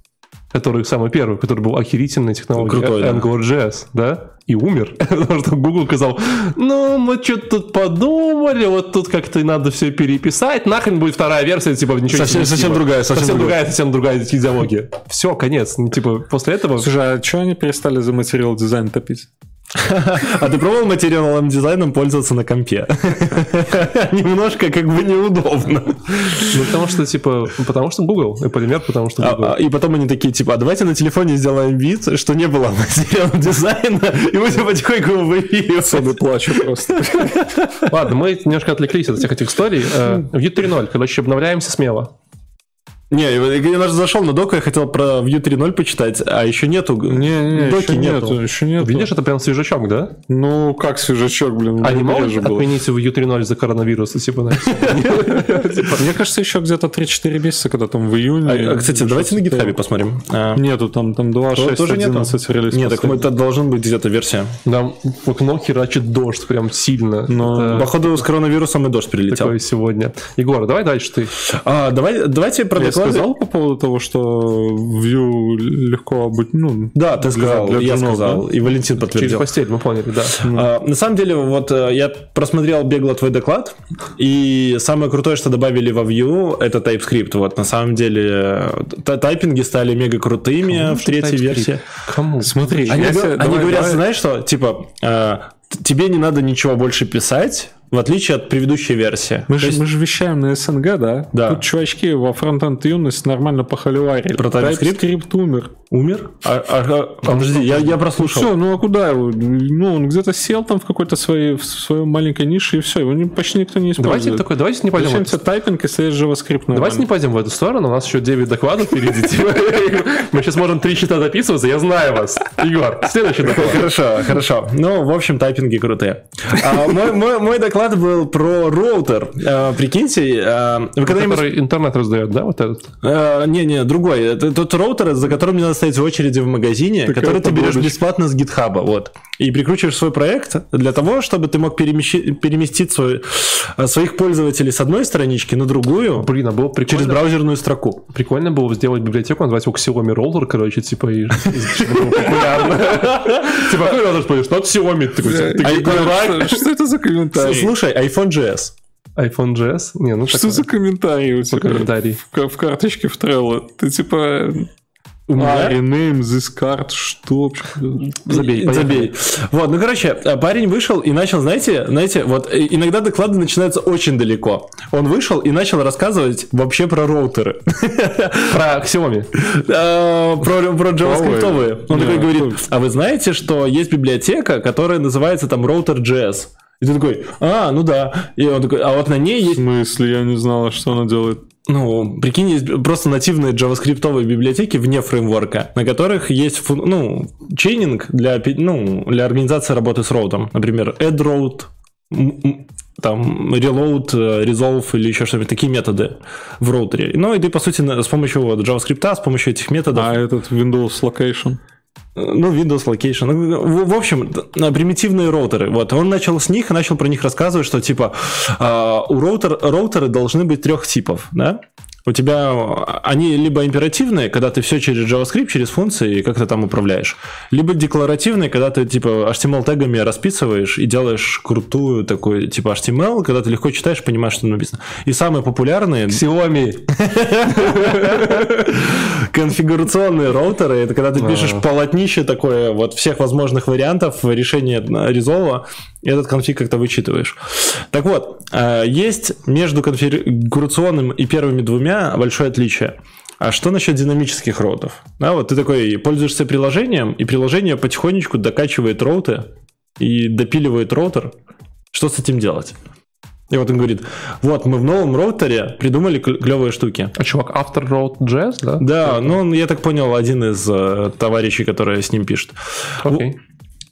A: который самый первый, который был охерительной технологией
B: Крутой, да.
A: AngularJS, да, и умер, потому что Google сказал, ну, мы что-то тут подумали, вот тут как-то надо все переписать, нахрен будет вторая версия, типа, ничего
B: Совсем-
A: не
B: совсем
A: совместимо.
B: другая, совсем
A: совсем другая, совсем другая идеология. Все, конец, ну, типа, после этого...
C: Слушай, а что они перестали за материал дизайн топить?
B: А ты пробовал материалом дизайном пользоваться на компе? Немножко как бы неудобно.
A: Ну, потому что, типа, потому что Google, и пример, потому что Google.
B: А, а, и потом они такие, типа, а давайте на телефоне сделаем вид, что не было материала дизайна, и будем потихоньку его выпиливать.
C: плачу просто.
A: Ладно, мы немножко отвлеклись от всех этих историй. Э, Vue 3.0, короче, обновляемся смело.
B: Не, я я даже зашел на доку, я хотел про Vue 3.0 почитать, а еще нету.
C: Не-не,
B: доки
C: еще
B: нету.
C: нету, еще
B: Ну,
C: нету.
A: Видишь, это прям свежачок, да?
C: Ну, как свежачок, блин.
A: А не
C: в ноябре
A: могут
C: же было.
A: отменить в U3.0 за коронавируса, типа, на всё?
C: Мне кажется, еще где-то 3-4 месяца, когда там в июне.
B: А, а, кстати,
C: или
B: давайте на
C: что-то
B: гитхабе посмотрим. А,
C: такое. Нету, там, там
B: то-
C: 2.6.11
B: тоже нету?
C: релиз.
B: Не, так
C: последний.
B: это должен быть где-то версия.
A: Нам в окно херачит дождь прям сильно.
C: Но-
A: Это
B: Походу, с коронавирусом и дождь прилетел.
A: такое сегодня. Егор, давай дальше ты.
B: А, давай, давайте про
C: Я
B: доклады.
C: сказал по поводу того, что Vue легко обуть... Ну,
B: Да, ты сказал,
C: для
B: я
C: джунов,
B: сказал, и Валентин
A: Через
B: подтвердил.
A: постель, мы поняли, да.
C: Ну,
B: А, На самом деле, вот э, я просмотрел бегло твой доклад, и самое крутое, что добавили во Vue, это TypeScript. Вот, на самом деле, э, та- тайпинги стали мега крутыми в третьей
A: TypeScript?
B: версии.
A: Ну, Кому? А
C: смотри,
B: Они,
C: я
B: го-
C: тебе-
B: они
C: давай,
B: говорят,
C: давай.
B: знаешь что, типа, э, т- тебе не надо ничего больше писать, в отличие от предыдущей версии.
C: Мы же,
B: То
C: мы же вещаем на СНГ, да?
B: Да.
C: Тут чуваки во фронтенд юность нормально похоливарили.
B: Про TypeScript?
C: TypeScript умер.
B: Умер? А, а- а- подожди, я, я прослушал.
C: Все, ну а куда его? Ну, он где-то сел там в какой-то своей, в своей маленькой нише, и все, его не- почти никто не использует.
A: Давайте такой, давайте не пойдем. в
C: Зачем
A: эту
C: тебе тайпинг, если есть JavaScript?
A: Давайте не
C: нормально?
A: пойдем в эту сторону, у нас еще 9 докладов впереди. типа. Мы сейчас можем три счета дописываться, я знаю вас. Егор, следующий доклад.
B: Хорошо, хорошо. Ну, в общем, тайпинги крутые. А, мой, мой- мой доклад был про роутер. А, прикиньте, а, вы когда-нибудь...
A: Который интернет раздает, да, вот этот?
B: А, Не-не, другой. Это тот роутер, за которым не надо стоять в очереди в магазине, который ты берешь
C: подложечка.
B: бесплатно с гитхаба, вот. И прикручиваешь свой проект для того, чтобы ты мог перемещи- переместить свой- а, своих пользователей с одной странички на другую
A: Блин, а было
B: через
A: прикольно.
B: браузерную строку.
A: Прикольно было сделать библиотеку, назвать его Xiaomi Roller, короче, типа, и... и- чтобы было популярно. Типа, какой Roller, что ли? Что от Xiaomi? Ты такой, ты
B: А-
A: такой,
C: Что- Что это за комментарий?
B: Слушай, iPhone.js.
A: iPhone JS? Не, ну
C: Что
A: такое.
C: за комментарий у
A: По
C: тебя?
A: комментарий.
C: В ка- в карточке в Trello. Ты типа...
B: меня?
C: I rename this card. Что вообще?
A: Забей, поехали.
B: Забей. Вот, ну короче, э, парень вышел и начал, знаете, знаете, вот э, иногда доклады начинаются очень далеко. Он вышел и начал рассказывать вообще про роутеры.
A: Про Xiaomi.
B: Э, Про про JavaScript. Он
C: Да.
B: такой говорит, а вы знаете, что есть библиотека, которая называется там router.js? И ты такой, а, ну да. И он такой, а вот на ней
C: В
B: есть,
C: смысле? Я не знала, что она делает.
B: ну, прикинь, есть просто нативные JavaScript библиотеки вне фреймворка, на которых есть, фун- ну, чейнинг для, пи- ну, для организации работы с роутом. Например, add route, м- м- там, reload, э, resolve или еще что-нибудь, такие методы в роутере. Ну, и ты, по сути, на- с помощью вот, JavaScript, с помощью этих методов...
C: А этот Windows Location?
B: Ну, Windows Location. Ну, В, в общем, т- примитивные роутеры. Вот, он начал с них, и начал про них рассказывать, что типа а, у роутер, роутеры должны быть трех типов, да? У тебя а, они либо императивные, когда ты все через JavaScript, через функции и как-то там управляешь, либо декларативные, когда ты типа HTML тегами расписываешь и делаешь крутую такую типа HTML, когда ты легко читаешь, понимаешь, что там написано. И самые популярные
A: Xiaomi.
B: конфигурационные роутеры, это когда ты пишешь полотнище такое, вот всех возможных вариантов решения э, резолва, и этот конфиг как-то вычитываешь. Так вот, э, есть между конфигурационным и первыми двумя большое отличие. А что насчет динамических роутов? Да, вот ты такой пользуешься приложением, и приложение потихонечку докачивает роуты и допиливает роутер. Что с этим делать? И вот он говорит, вот мы в новом роутере придумали клевые штуки.
A: А чувак, автор Road JS, да?
B: Да, ну он, я так понял, один из э, товарищей, которые с ним пишет.
A: Окей.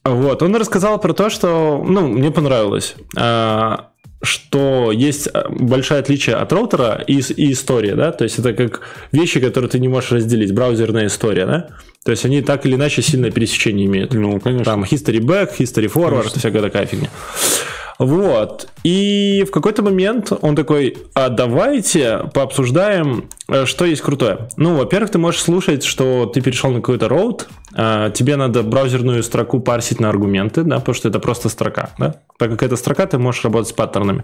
B: Вот, он рассказал про то, что, ну, мне понравилось, а, что есть а, большое отличие от роутера и, с- и истории, да, то есть это как вещи, которые ты не можешь разделить, браузерная история, да, то есть они так или иначе сильное пересечение имеют.
C: Ну, конечно.
B: Там history back, history forward, всякая такая фигня. Вот. И в какой-то момент он такой, а давайте пообсуждаем, э, что есть крутое. Ну, во-первых, ты можешь слушать, что ты перешел на какой-то роут, а, тебе надо браузерную строку парсить на аргументы, да, потому что это просто строка, да. Так как это строка, ты можешь работать с паттернами.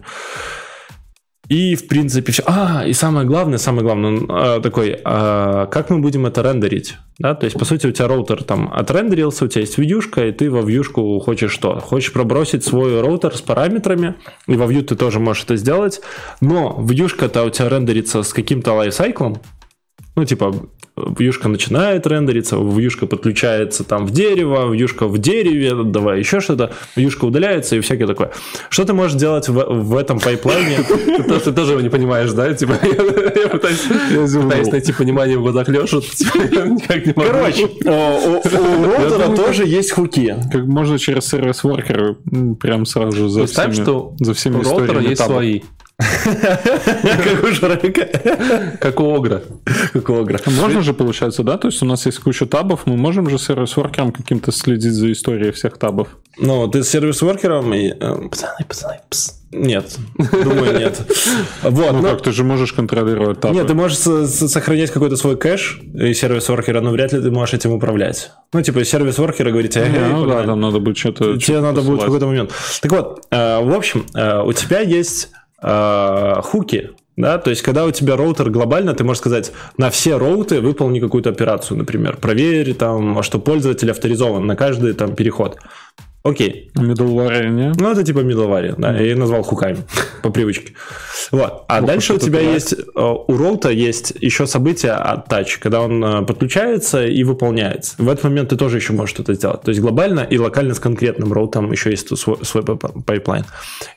B: И, в принципе, все. А, и самое главное, самое главное, он э, такой, а, как мы будем это рендерить? Да, то есть, по сути, у тебя роутер там отрендерился, у тебя есть вьюшка, и ты во вьюшку хочешь что? Хочешь пробросить свой роутер с параметрами, и во вью ты тоже можешь это сделать, но вьюшка-то у тебя рендерится с каким-то лайфсайклом, ну, типа, вьюшка начинает рендериться, вьюшка подключается там в дерево, вьюшка в дереве, давай еще что-то, вьюшка удаляется и всякое такое. Что ты можешь делать в, в этом пайплайне?
A: Ты тоже- ты тоже его не понимаешь, да? Типа, я я пытаюсь пытаюсь найти понимание в глазах Леши, никак не могу.
B: Короче, у, у- у роутера тоже есть хуки.
C: Как можно через сервис-воркеры м, прям сразу же за
A: Представь,
C: всеми,
A: что
C: за всеми
A: у роутера
C: историями
A: есть
C: таба.
A: свои,
B: Как у Шрека.
A: как у Огра.
B: Как у Огра.
C: А Можно же, получается, да? То есть у нас есть куча табов, мы можем же сервис-воркером каким-то следить за историей всех табов.
B: Ну, ты с сервис-воркером и... э,
A: Пацаны, пацаны, пс.
B: Нет, думаю, нет. Вот,
C: Ну,
B: ну,
C: как, ты же можешь контролировать табы.
B: Нет, ты можешь со- со- сохранять какой-то свой кэш и сервис-воркера, но вряд ли ты можешь этим управлять. Ну, типа, сервис-воркера говорит, «Эй,
C: Не,
B: эй,
C: ну да,
B: погнали».
C: там надо будет что-то...
B: тебе
C: что-то
B: надо будет в
C: посылать.
B: какой-то момент. Так вот, э, в общем, э, у тебя есть э, хуки, да, то есть, когда у тебя роутер глобально, ты можешь сказать, на все роуты выполни какую-то операцию, например, проверь там, что пользователь авторизован на каждый там переход. Окей.
C: Middleware, не?
B: Ну, это типа middleware, да. Я ее назвал хуками по привычке. Вот. А
C: Ну,
B: дальше у
C: просто
B: тебя
C: туда.
B: есть... э, У роута есть еще событие от Touch, когда он э, подключается и выполняется. В этот момент ты тоже еще можешь что-то сделать. То есть глобально и локально с конкретным роутом еще есть ту- свой, свой пап- пайплайн.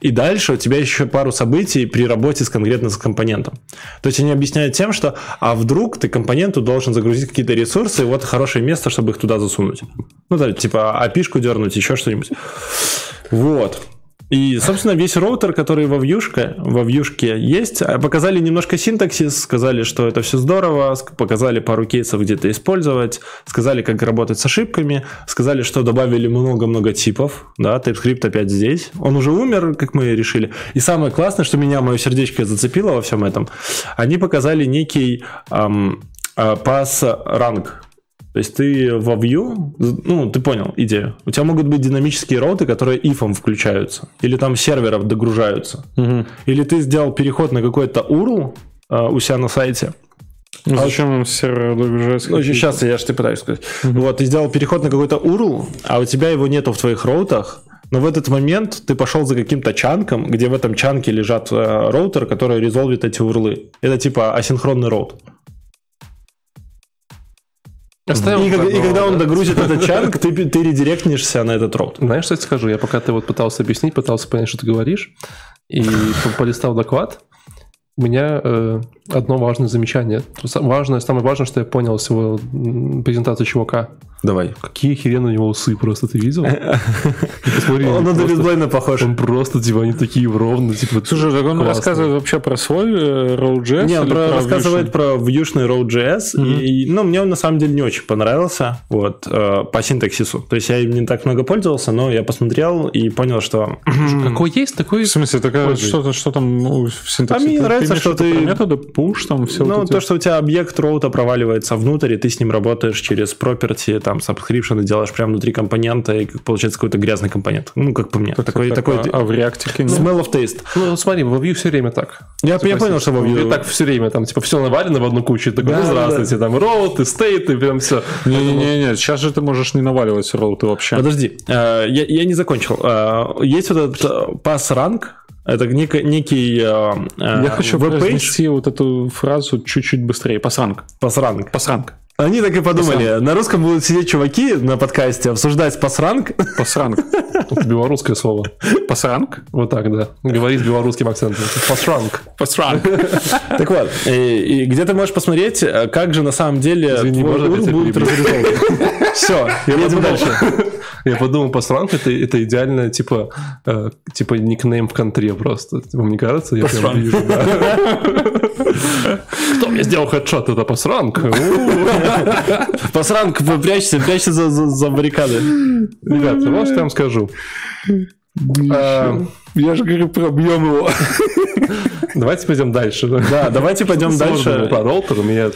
B: И дальше у тебя еще пару событий при работе с конкретно с компонентом. То есть они объясняют тем, что а вдруг ты компоненту должен загрузить какие-то ресурсы, и вот хорошее место, чтобы их туда засунуть. Ну, да, типа API-шку дернуть, еще что-нибудь. Вот. И, собственно, весь роутер, который во вьюшке, во вьюшке есть, а показали немножко синтаксис, сказали, что это все здорово, ск- показали пару кейсов где-то использовать, сказали, как работать с ошибками, сказали, что добавили много-много типов, да, TypeScript опять здесь, он уже умер, как мы решили. И самое классное, что меня мое сердечко зацепило во всем этом, они показали некий а, пас ранг, то есть ты во view, ну, ты понял идею. У тебя могут быть динамические роуты, которые ифом включаются. Или там серверов догружаются. Или ты сделал переход на какой-то URL э, у себя на сайте.
C: Ну, Зачем им сервер догружается?
B: А Ну, сейчас я же тебе пытаюсь сказать. Вот, ты сделал переход на какой-то URL, а у тебя его нету в твоих роутах. Но в этот момент ты пошел за каким-то чанком, где в этом чанке лежат э, роутер, который резолвит эти урлы. Это типа асинхронный роут.
A: Оставим
B: и, как- и
A: одного,
B: когда он
A: да.
B: догрузит этот чанк, ты, ты редиректнешься на этот роут.
A: Знаешь, что я тебе скажу? Я пока ты вот пытался объяснить, пытался понять, что ты говоришь, и по- полистал доклад, у меня э, одно важное замечание. Са- Важное, самое важное, что я понял с его м, презентации чувака.
B: Давай.
A: Какие херенные у него усы, просто ты видел? Ты посмотри,
B: Он
A: они
B: на Дэвид
A: просто-
B: Блейна похож.
A: он просто, типа, они такие ровно, типа...
C: Слушай, так он
A: классно.
C: рассказывает вообще про свой э, Road.js?
B: Не, он
C: или
B: про-
C: про
B: рассказывает про вьюшный Road.js, и, ну, мне он на самом деле не очень понравился, вот, э, по синтаксису. То есть я им не так много пользовался, но я посмотрел и понял, что
A: Какой есть, такой...
C: В смысле, так а что, то- что там у- в синтаксисе?
B: А мне
C: Ты
B: нравится,
C: имеешь
B: что
C: в виду
B: ты-
C: про методы, push, там все
B: ну,
C: вот эти-
B: то, что у тебя объект роута проваливается внутрь, и ты с ним работаешь через property, там, subscription, и делаешь прямо внутри компонента, и как получается какой-то грязный компонент. Ну, как по мне.
C: Так,
B: такой,
C: так,
B: такой...
C: а- а в реактике нет?
B: Smell of taste.
A: Ну, смотри, во Vue все время так.
B: Я, я
A: Типа,
B: понял, что во
A: и
B: Vue...
A: так все время, там, типа, все навалено в одну кучу, и такой,
B: Ну, Да,
A: ну,
B: да,
A: здравствуйте, там, роут, и стейт, и прям все.
C: Не-не-не, сейчас же ты можешь не наваливать роуты вообще.
B: Подожди, э, я, я не закончил. Э, Есть вот этот пас ранг. Это неко- некий э,
C: Я хочу произнести вот эту фразу чуть-чуть быстрее. Пасранг.
B: пасранг.
C: Пасранг.
B: Они так и подумали. На русском будут сидеть чуваки на подкасте, обсуждать пасранг.
C: Пасранг.
A: Это белорусское слово.
C: Пасранг.
A: Вот так, да. Говори с белорусским акцентом. Пошранг.
C: Пасранг.
B: Так вот, и, и где ты можешь посмотреть, э, как же на самом деле
A: Извини,
B: твой
A: можно
B: URL
A: опять тебя
B: будет
A: перебью?
B: разрезован? Все, едем дальше.
A: Я подумал, пасранг это, это идеально, типа, э, типа никнейм в контре просто. Типа, мне кажется, я прям
B: Пасранг.
A: вижу, да. Кто мне сделал хедшот? Это пасранг. У-у-у.
B: Пасранг, вы прячься, прячься за, за- за баррикады.
A: Ребят, вот что Ну, я вам скажу. Э,
C: Я же говорю, пробьем его.
A: Давайте пойдем дальше.
B: Да, давайте пойдем
A: Сложно было
B: дальше.
A: Про роутер у меня...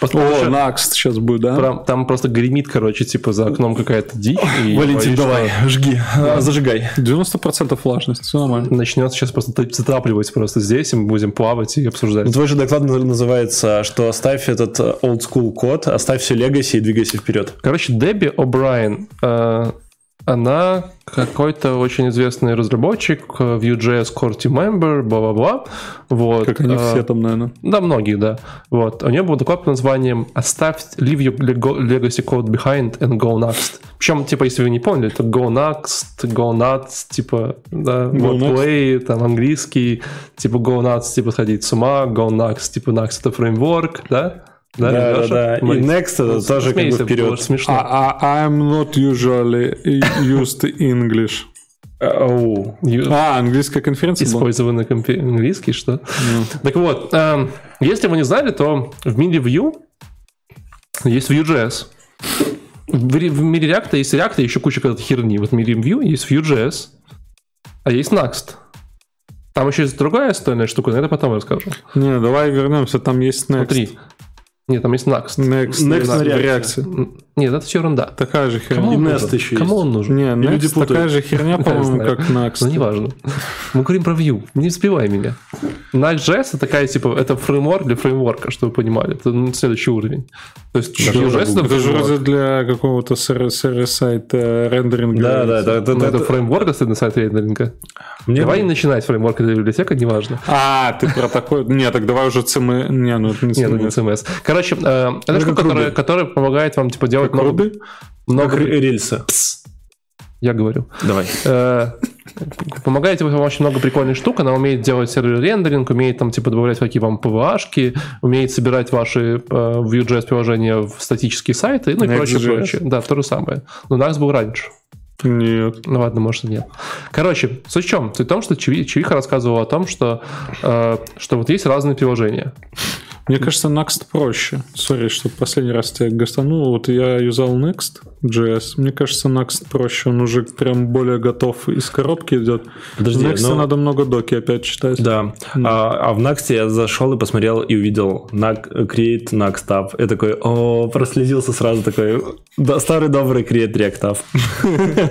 A: потому
C: О,
A: что
C: Накст сейчас будет, да?
A: прям- Там просто гремит, короче, типа за окном какая-то дичь. и боюсь,
B: Валентин,
A: что
B: давай, жги, а, зажигай.
C: 90% влажность, все нормально.
A: Начнется сейчас просто т- затапливать просто здесь, и мы будем плавать и
B: Ну,
A: обсуждать.
B: Твой же доклад наз- называется, что оставь этот э, old school код, оставь все легаси и двигайся вперед.
A: Короче, Дебби О'Брайен, э, она какой-то очень известный разработчик, э, Vue.js Core Team Member, бла-бла-бла. Вот.
C: Как а, они
A: Э,
C: все там, наверное.
A: Да, многие, да. Вот. У нее был доклад под названием «Оставь leave your lego- legacy code behind and go next». Причем, типа, если вы не поняли, то go next, go nuts, типа, да,
C: Go
A: вот
C: nuts.
A: play, там, английский, типа, go nuts, типа, сходить с ума, go next, типа, next это фреймворк, да?
B: Да, да,
A: Лёша?
B: да. И
A: Смотри.
B: next это тоже как бы
A: Смейся, было
B: вперед.
A: же смешно.
C: А, а- I'm not usually used English.
B: Оу.
A: Ю-
C: А, английская конференция была?
A: Использованный компи- английский, что? Так вот, эм, если вы не знали, то в мире Vue есть Vue.js. В, ри- в мире React есть React и еще куча какой-то херни. Вот в мире Vue есть Vue.js, а есть Next. Там еще есть другая остальная штука, но это потом я расскажу.
C: Не, давай вернемся, там есть next.
A: Смотри. Нет, там есть Next.
C: Next,
B: Next на
C: в
B: React.
C: реакции.
A: М, Нет, это все ерунда.
C: Такая же
A: Кому
C: херня.
A: он
B: Nest
A: нужен?
B: еще
A: Кому
B: есть.
A: он нужен?
C: Не,
B: И люди
C: Next такая
B: путают.
C: же херня,
A: Я
C: по-моему,
A: знаю.
C: как Next.
A: Ну, неважно. Мы говорим про Vue. Не сбивай меня. Next.js это такая, типа, это фреймворк для фреймворка, чтобы вы понимали. Это ну, следующий уровень. То есть Vue.js это
C: Это же
A: фреймворк.
C: вроде для какого-то сервер-сайта э, рендеринга.
B: Да, да, да.
A: Ну, это фреймворк, а стыдно сайт рендеринга.
B: Мне-
A: Давай не начинать фреймворк или библиотека, неважно.
C: А, ты про такой... Не, так давай уже CM... Не, ну это не
A: Не, ну не
C: CM.
A: CMS. Короче, э, это
C: как
A: штука,
C: Ruby.
A: которая, которая помогает вам, типа, делать много-
C: Руби?
B: Как
A: много...
B: ре- рельсы.
A: Я говорю.
B: ну, Давай.
A: Э, п- Помогает вам очень много прикольных штук. Она умеет делать сервер рендеринг, умеет там типа добавлять какие вам PVA-шки, умеет собирать ваши э, Vue.js приложения в статические сайты, ну и
C: Next.js.
A: прочее, прочее. Да, то же самое. Но Next был раньше.
C: Нет.
A: Ну ладно, может и нет. Короче, суть в чем? Суть в том, что Чеви- Чевиха рассказывала о том, что, э, что вот есть разные приложения.
C: Мне кажется, Next проще. Сори, что последний раз тебя гастанул. Вот я юзал Next JS. Мне кажется, Next проще. Он уже прям более готов из коробки идет.
B: Подожди,
C: Next
B: но-
C: надо много доки опять читать.
B: Да. А, а в Next я зашел и посмотрел и увидел Nag- Create Next App. Я такой, о, прослезился сразу такой. Да, старый добрый Create React App.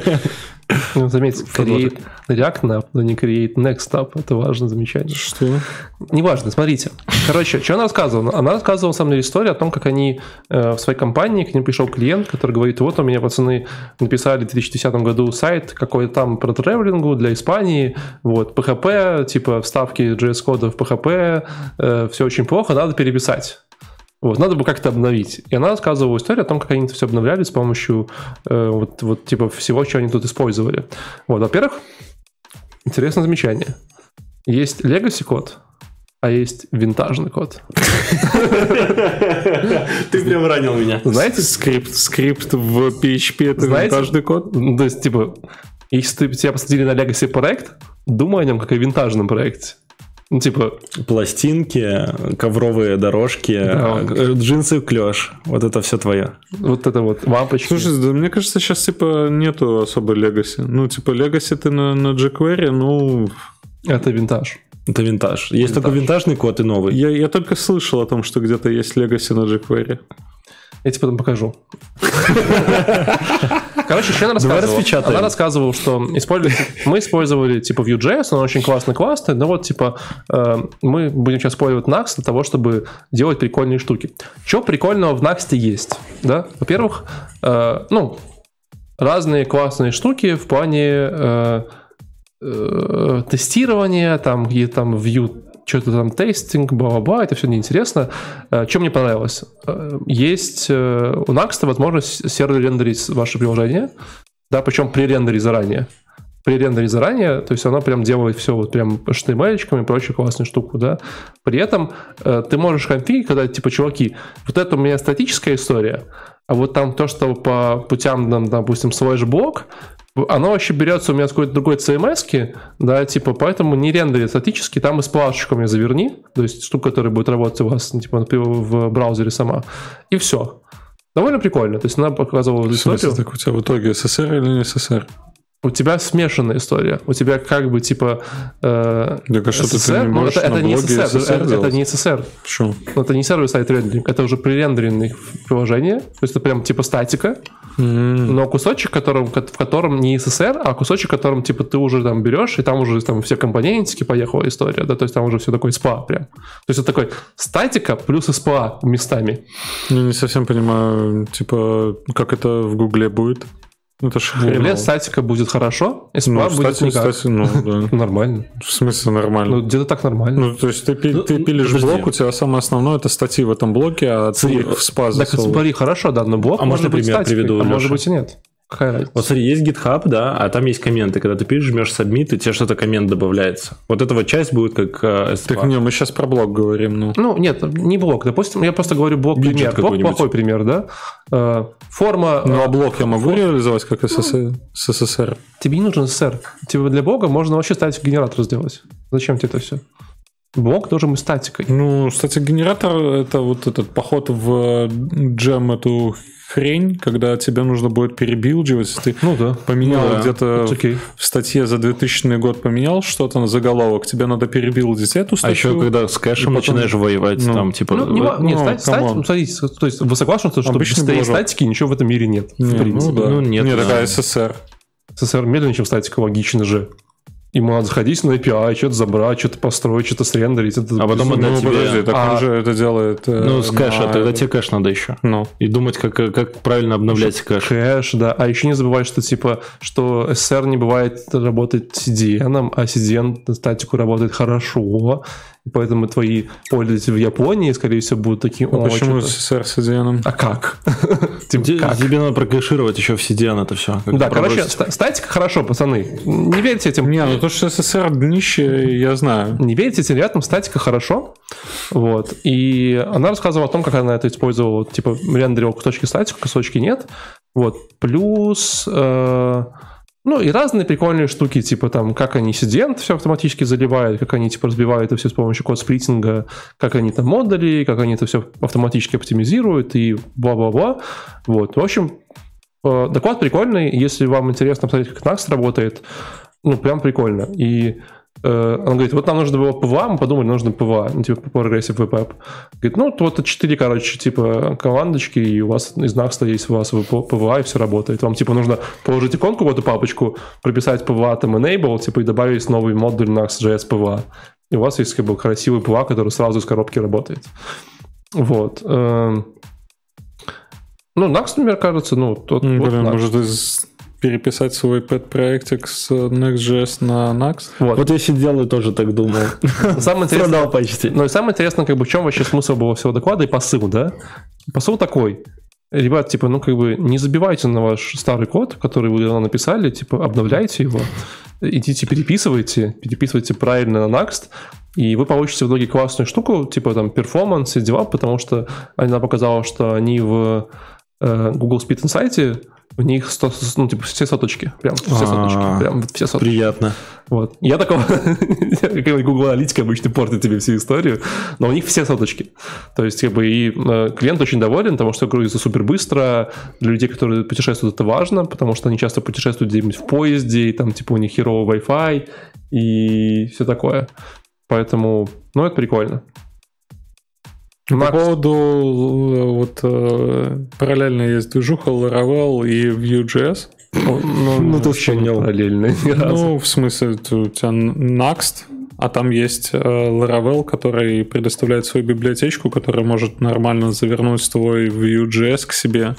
A: Ну, заметьте,
B: Фреймворк.
A: create React App, но не create Next App. Это важное замечание.
C: Что?
A: Неважно, смотрите. Короче, что она рассказывала? Ну, Она рассказывала, на самом деле, историю о том, как они э, в своей компании, к ним пришел клиент, который говорит, вот у меня пацаны написали в 2010 году сайт какой-то там про тревелингу для Испании, вот, PHP, типа вставки JS-кода в PHP, все э, очень плохо, надо переписать. Вот, надо бы как-то обновить. И она рассказывала историю о том, как они это все обновляли с помощью э, вот, вот типа всего, что они тут использовали. Вот, во-первых, интересное замечание. Есть legacy код, а есть винтажный код.
B: Ты прям ранил меня.
A: Знаете,
C: Скрипт, скрипт в PHP это
A: Знаете-
C: винтажный код.
A: ну, то есть, типа, если ты, тебя посадили на Legacy проект, думай о нем как о винтажном проекте. Ну, типа,
B: Пластинки, ковровые дорожки,
A: Да.
B: э, джинсы клеш. Вот это все твое.
A: вот это вот, лампочки.
C: Слушай, да мне кажется, сейчас типа нету особо легаси. Ну, типа легаси ты на, на jQuery, ну,
A: это винтаж.
B: Это винтаж. Есть только винтажный код и новый.
C: я, я только слышал о том, что где-то есть легаси на jQuery.
A: Я тебе потом покажу. Короче, еще она рассказывала.
B: распечатаем.
A: Она рассказывала, что использовали- мы использовали типа Vue.js, он очень классный, классный, но вот типа э, мы будем сейчас использовать Next для того, чтобы делать прикольные штуки. Что прикольного в Next есть? Да? Во-первых, э, ну, разные классные штуки в плане э, э, тестирования, там, и там view, что-то там тестинг, бла-бла-бла, это все неинтересно. Чем мне понравилось? Э, Есть э, у Next возможность сервер рендерить ваше приложение, да, причем при рендере заранее. При рендере заранее, то есть она прям делает все вот прям HTML-очками и прочую классную штуку, да. При этом э, ты можешь конфигить, когда типа, чуваки, вот это у меня статическая история, а вот там то, что по путям, там, допустим, слэш-блок, оно вообще берется у меня с какой-то другой CMS, да, типа, поэтому не рендери статически, там и с плашечками заверни, то есть штука, которая будет работать у вас, ну, типа, например, в браузере сама, и все. Довольно прикольно, то есть она показывала
C: В смысле,
A: историю.
C: так у тебя в итоге СССР или не СССР?
A: У тебя смешанная история, у тебя как бы, типа, э,
C: Так а что ты, ты
A: SSR,
C: не
A: ну,
C: можешь
A: это, это
C: на
A: не
C: блоге
A: SSR,
C: SSR
A: это, это
C: делать?
A: не SSR,
C: Почему?
A: ну, это не сервер-сайт рендеринг, это уже пререндеренные приложения, то есть это прям типа статика, но кусочек, которым, в котором не СССР, а кусочек, в котором типа ты уже там берешь, и там уже там все компонентики, поехала история, да, то есть там уже все такое спа прям. То есть это такой статика плюс спа местами.
C: Я ну, не совсем понимаю, типа, как это в Гугле будет. Это ж
A: В Гугле
C: хреново.
A: статика будет хорошо, и
C: Ну,
A: спа будет
C: кстати,
A: никак.
C: кстати, ну, да.
A: Нормально.
C: В смысле нормально.
A: Ну,
C: Ну,
A: где-то так нормально.
C: то есть ты, пи-
B: Ну,
C: ты пилишь
B: подожди.
C: блок, у тебя самое основное это статьи в этом блоке, а ты
B: Смотри,
C: их в спа
A: так,
C: засовываешь.
A: смотри, хорошо, да, но блок
B: А
A: может
B: можно
A: быть
B: пример
A: статикой,
B: приведу,
A: а может
B: Лёша?
A: быть и нет. Какая разница?
B: Вот смотри, есть GitHub, да, а там есть комменты. Когда ты пишешь, жмешь submit, и тебе что-то коммент добавляется. Вот эта вот часть будет как э, SPA.
C: Так не, мы сейчас про блок говорим, ну.
A: Ну, нет, не блок. Допустим, я просто говорю блок
B: Бюджет
A: пример. Блок
B: какой-нибудь.
A: плохой пример, да? Э, Форма...
C: Ну а Ну. блок я могу реализовать как СССР? СССР?
A: Тебе не нужен СССР. Тебе для бога можно вообще статику генератор сделать. Зачем тебе это все? Блок должен быть статикой.
C: Ну, кстати, генератор это вот этот поход в э, джем эту хрень, когда тебе нужно будет перебилдживать. Ты
A: Ну да.
C: поменял
A: Ну да,
B: Э,
C: где-то
A: it's okay.
C: в статье за 2000 год поменял что-то на заголовок, тебе надо перебилдить эту
B: А
C: статью.
B: еще когда с кэшем
C: и потом-
B: начинаешь воевать,
C: Ну,
B: там типа...
A: Ну, не, ва- нет,
C: ну,
A: стать- стать-
C: камон.
A: ну, смотрите, то есть вы согласны, что
C: Обычный
A: быстрее
C: бложок.
A: статики ничего в этом мире нет,
C: Не,
A: в принципе.
C: ну, да.
B: ну, нет,
C: не
B: да.
C: такая СССР.
A: СССР медленнее, чем статика, логично же. Ему надо заходить на API, что-то забрать, что-то построить, что-то срендерить. Это
B: А потом
A: безумно.
B: отдать
C: ну,
B: тебе-
C: подожди, так
A: А-
C: он же это делает. э,
B: Ну, с кэша,
C: на-
B: тогда тебе кэш надо еще.
C: Ну,
B: И думать, как, э, как правильно обновлять кэш.
A: кэш, да. А еще не забывай, что типа, что СССР не бывает работать CDN, а CDN на статику работает хорошо. И поэтому твои пользователи в Японии, скорее всего, будут такие...
C: а
A: «О,
C: почему
A: чё-то-
C: СССР с Адианом?
A: А как? Типа,
B: Те-
A: как?
B: Тебе надо прокэшировать еще в CDN это все.
A: Да, короче, ста- статика хорошо, пацаны. Не верьте этим
C: Не, ну то, что СССР днище, я знаю.
A: не верите этим ребятам, статика хорошо. Вот. И она рассказывала о том, как она это использовала. Вот, Типа, рендерила кусочки статику, кусочки нет. Вот. Плюс... э, ну, и разные прикольные штуки, типа там, как они сидент все автоматически заливают, как они типа разбивают это все с помощью код сплитинга, как они там модули, как они это все автоматически оптимизируют и бла-бла-бла. Вот. В общем, э, доклад прикольный. Если вам интересно посмотреть, как Накс работает, ну, прям прикольно. И э, он говорит, вот нам нужно было ПВА, мы подумали, нужно ПВА, ну, типа по Progressive VPAP. Говорит, ну, вот это 4, короче, типа командочки, и у вас из Накста есть у вас VP ПВА, и все работает. Вам, типа, нужно положить иконку в эту папочку, прописать ПВА там enable, типа, и добавить новый модуль Next.js ПВА. И у вас есть, как бы, красивый ПВА, который сразу из коробки работает. Вот. эм. Ну, Next, мне кажется, ну, тот...
C: М,
A: вот
C: Блин,
A: Next.
C: может из- переписать свой пэт-проектик с Next.js на Next?
A: Вот.
B: Вот я сидел и тоже так думал.
A: Самое интересное,
B: Продал почти.
A: Ну и самое интересное, как бы, в чем вообще смысл было всего доклада и посыл, да? Посыл такой. Ребят, типа, ну как бы не забивайте на ваш старый код, который вы давно написали, типа, обновляйте его, идите переписывайте, переписывайте правильно на Next, и вы получите в итоге классную штуку, типа там перформанс и дела, потому что она показала, что они в э, Google Speed Insight, у них 100, ну, типа, все соточки, прям все
B: А.
A: соточки, прям вот все соточки.
B: Приятно.
A: Вот. Я такого... Какой-нибудь Google Аналитик обычно портит тебе всю историю, но у них все соточки. То есть, как бы, и э, клиент очень доволен, потому что грузится супер быстро. Для людей, которые путешествуют, это важно, потому что они часто путешествуют где-нибудь в поезде, и там, типа, у них херовый Wi-Fi и все такое. Поэтому, ну, это прикольно.
C: По
A: Макс,
C: поводу э, вот э, параллельно есть движуха Laravel и Vue.js.
A: ну, ну,
B: ты
A: вообще
B: вспомнил.
A: не параллельно ни разу.
C: Ну, в смысле, т- у тебя Next, а там есть э, Laravel, который предоставляет свою библиотечку, которая может нормально завернуть твой Vue.js к себе.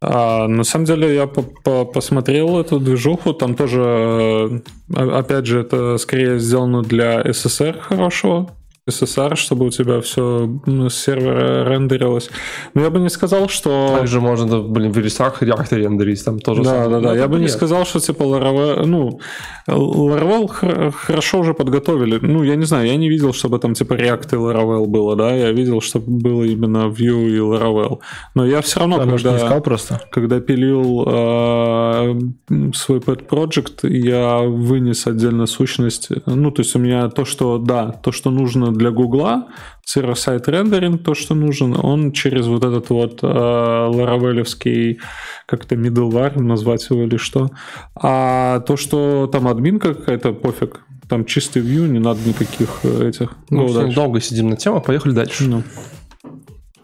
C: А, на самом деле я по- по- посмотрел эту движуху, там тоже, э, а- опять же, это скорее сделано для SSR хорошего, SSR, чтобы у тебя все с сервера рендерилось. Но я бы не сказал, что...
A: Также можно, блин, в рисах React рендерить, там тоже Ну,
C: Да, да, да. Я бы не
A: сказал.
C: сказал, что типа Laravel, ну, Laravel хр- хорошо уже подготовили. Ну, я не знаю, я не видел, чтобы там типа React и Laravel было, да. Я видел, что было именно Vue и Laravel. Но я все равно,
B: Потому что А не
C: когда,
B: искал просто.
C: когда пилил э, м, свой pet project, я вынес отдельно сущность. Ну, то есть у меня то, что да, то, что нужно для Гугла, сервер-сайт рендеринг, то, что нужен, он через вот этот вот э, ларавелевский как-то middleware назвать его или что. А то, что там админка какая-то, пофиг. Там чистый view, не надо никаких э, этих.
A: Ну,
C: Ну,
A: сегодня
C: дальше.
A: долго сидим на тему, поехали дальше.
C: Ну.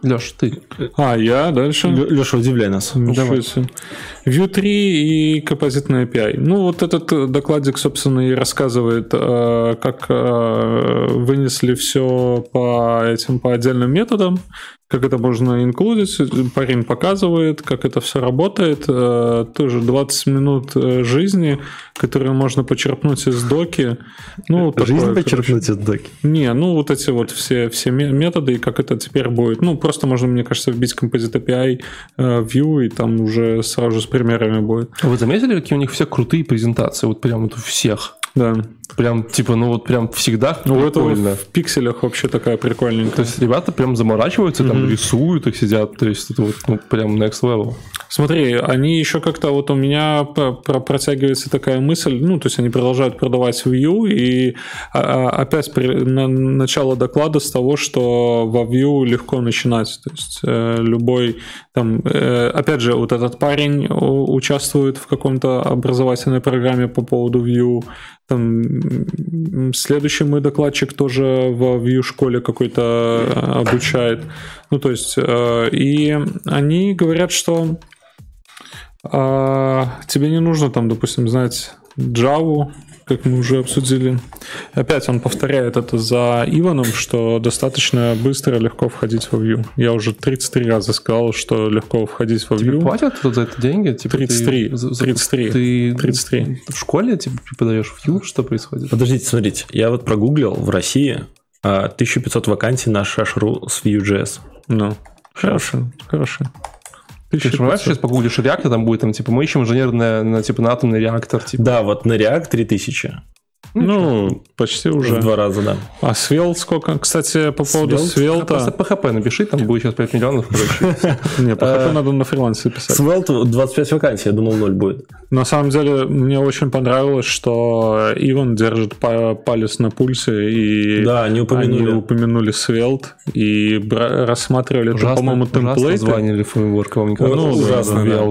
A: Леш, ты.
C: А, я дальше?
B: Леша, удивляй нас.
C: Ничего себе. Vue 3 и композитный API. Ну, вот этот э, докладик, собственно, и рассказывает, э, как э, вынесли все по этим по отдельным методам, как это можно инклюдить. Парень показывает, как это все работает. Э, Тоже 20 минут э, жизни, которые можно почерпнуть из доки. Ну, такое,
B: Жизнь
C: короче.
B: почерпнуть от доки.
C: Не, ну вот эти вот все, все ме- методы и как это теперь будет. Ну, просто можно, мне кажется, вбить Composite API э, View, и там уже сразу с примерами будет.
A: Вы заметили, какие у них все крутые презентации? Вот прям вот у всех.
C: Да.
A: Прям, типа, ну вот прям всегда
C: Ну, у этого
A: прикольно.
C: в пикселях вообще такая прикольненькая.
A: То есть ребята прям заморачиваются, там рисуют их, сидят. То есть это вот ну, прям next level.
C: Смотри, они еще как-то вот у меня про- про- протягивается такая мысль, ну, то есть они продолжают продавать Vue, и а, а, опять при- на- начало доклада с того, что во Vue легко начинать, то есть э, любой там, э, опять же, вот этот парень у- участвует в каком-то образовательной программе по поводу Vue, там м, следующий мой докладчик тоже во Vue школе какой-то э, обучает. Ну, то есть, э, и они говорят, что а, тебе не нужно там, допустим, знать Java, как мы уже обсудили. Опять он повторяет это за Иваном, что достаточно быстро, легко входить во Vue. Я уже 33 раза сказал, что легко входить во
A: Тебе
C: Vue.
A: платят за это деньги? Типа
C: 33,
A: Ты, за- за-
C: 33,
A: ты
C: 33.
A: в школе типа преподаешь Vue? Что происходит?
B: Подождите, смотрите, я вот прогуглил в России а, 1500 вакансий на шашру с Vue.js.
C: Ну, хорошо, хорошо.
A: Ты же понимаешь, сейчас погуглишь реактор, там будет там, типа, мы ищем инженер на, на, типа, на атомный реактор, типа.
B: Да, вот на React 3000.
C: Ну, почти
B: Уже
C: уже.
B: в два раза, да.
C: А свел сколько? Кстати, по поводу
B: Svelte?
A: Просто
C: свелта...
A: PHP напиши, там будет сейчас 5 миллионов, короче.
C: Не, по
B: Э,
C: PHP надо на фрилансе писать.
B: Svelte 25 вакансий, я думал, ноль будет.
C: На самом деле, мне очень понравилось, что Иван держит па- палец на пульсе, и
B: Да, не
C: они
B: упомянули.
C: упомянули свелт, и бра- рассматривали, там, по-моему, темплейты.
A: звание фреймворка, вам не кажется?
B: Ну, ужасно, да.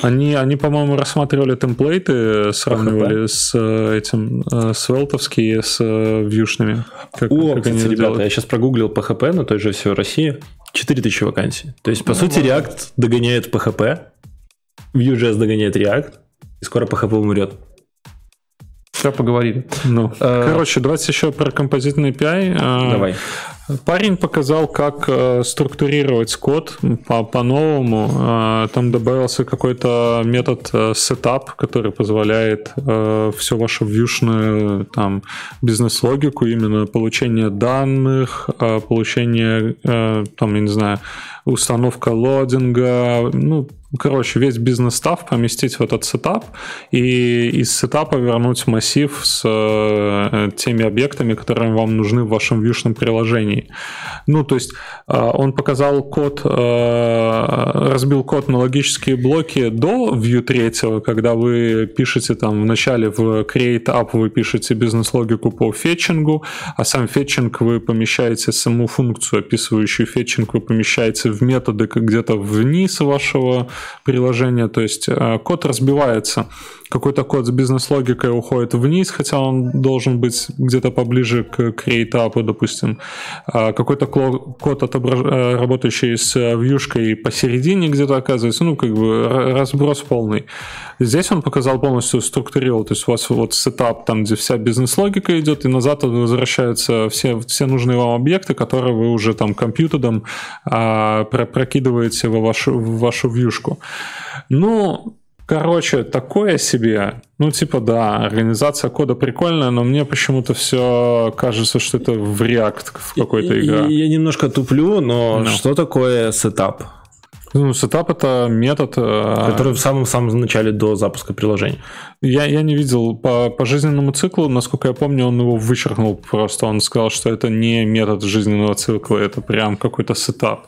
C: Они, они, по-моему, рассматривали темплейты, э, сравнивали с э, этим э, свелтовские с э, вьюшными. Как,
B: О,
C: как
B: кстати,
C: это
B: ребята,
C: делают.
B: я сейчас прогуглил PHP на той же всей России. 4000 вакансий. То есть, по
C: Ну,
B: сути, React догоняет PHP, Vue.js догоняет React, и скоро PHP умрет.
A: Все поговорили.
C: Ну,
A: Э,
C: Короче, давайте еще про композитный API. Э,
B: Давай.
C: Парень показал, как э, структурировать код по- по-новому. Э, там добавился какой-то метод э, setup, который позволяет э, всю вашу вьюшную там, бизнес-логику, именно получение данных, э, получение, э, там, я не знаю, установка лодинга, ну, короче, весь бизнес-став поместить в этот сетап и из сетапа вернуть массив с э, теми объектами, которые вам нужны в вашем вьюшном приложении. Ну, то есть э, он показал код, э, разбил код на логические блоки до Vue 3, когда вы пишете там вначале в Create App вы пишете бизнес-логику по фетчингу, а сам фетчинг вы помещаете саму функцию, описывающую фетчинг, вы помещаете в методы как где-то вниз вашего приложения, то есть э, код разбивается. Какой-то код с бизнес-логикой уходит вниз, хотя он должен быть где-то поближе к Create App, допустим. А какой-то кло- код, отображ- э, работающий с э, вьюшкой посередине где-то оказывается, ну, как бы ра- разброс полный. Здесь он показал полностью структурировал, то есть у вас вот сетап, там, где вся бизнес-логика идет, и назад возвращаются все, все нужные вам объекты, которые вы уже там компьютером а, про- прокидываете во вашу, в вашу вьюшку. Ну, короче, такое себе. Ну, типа, да, организация кода прикольная, но мне почему-то все кажется, что это в React в какой-то
B: И-
C: игре.
B: и Я немножко туплю, но
C: Ну.
B: что такое сетап?
C: Ну, сетап это метод, э,
B: Который в самом-самом начале до запуска приложения.
C: Я, я не видел по, по жизненному циклу, насколько я помню, он его вычеркнул просто. Он сказал, что это не метод жизненного цикла, это прям какой-то сетап.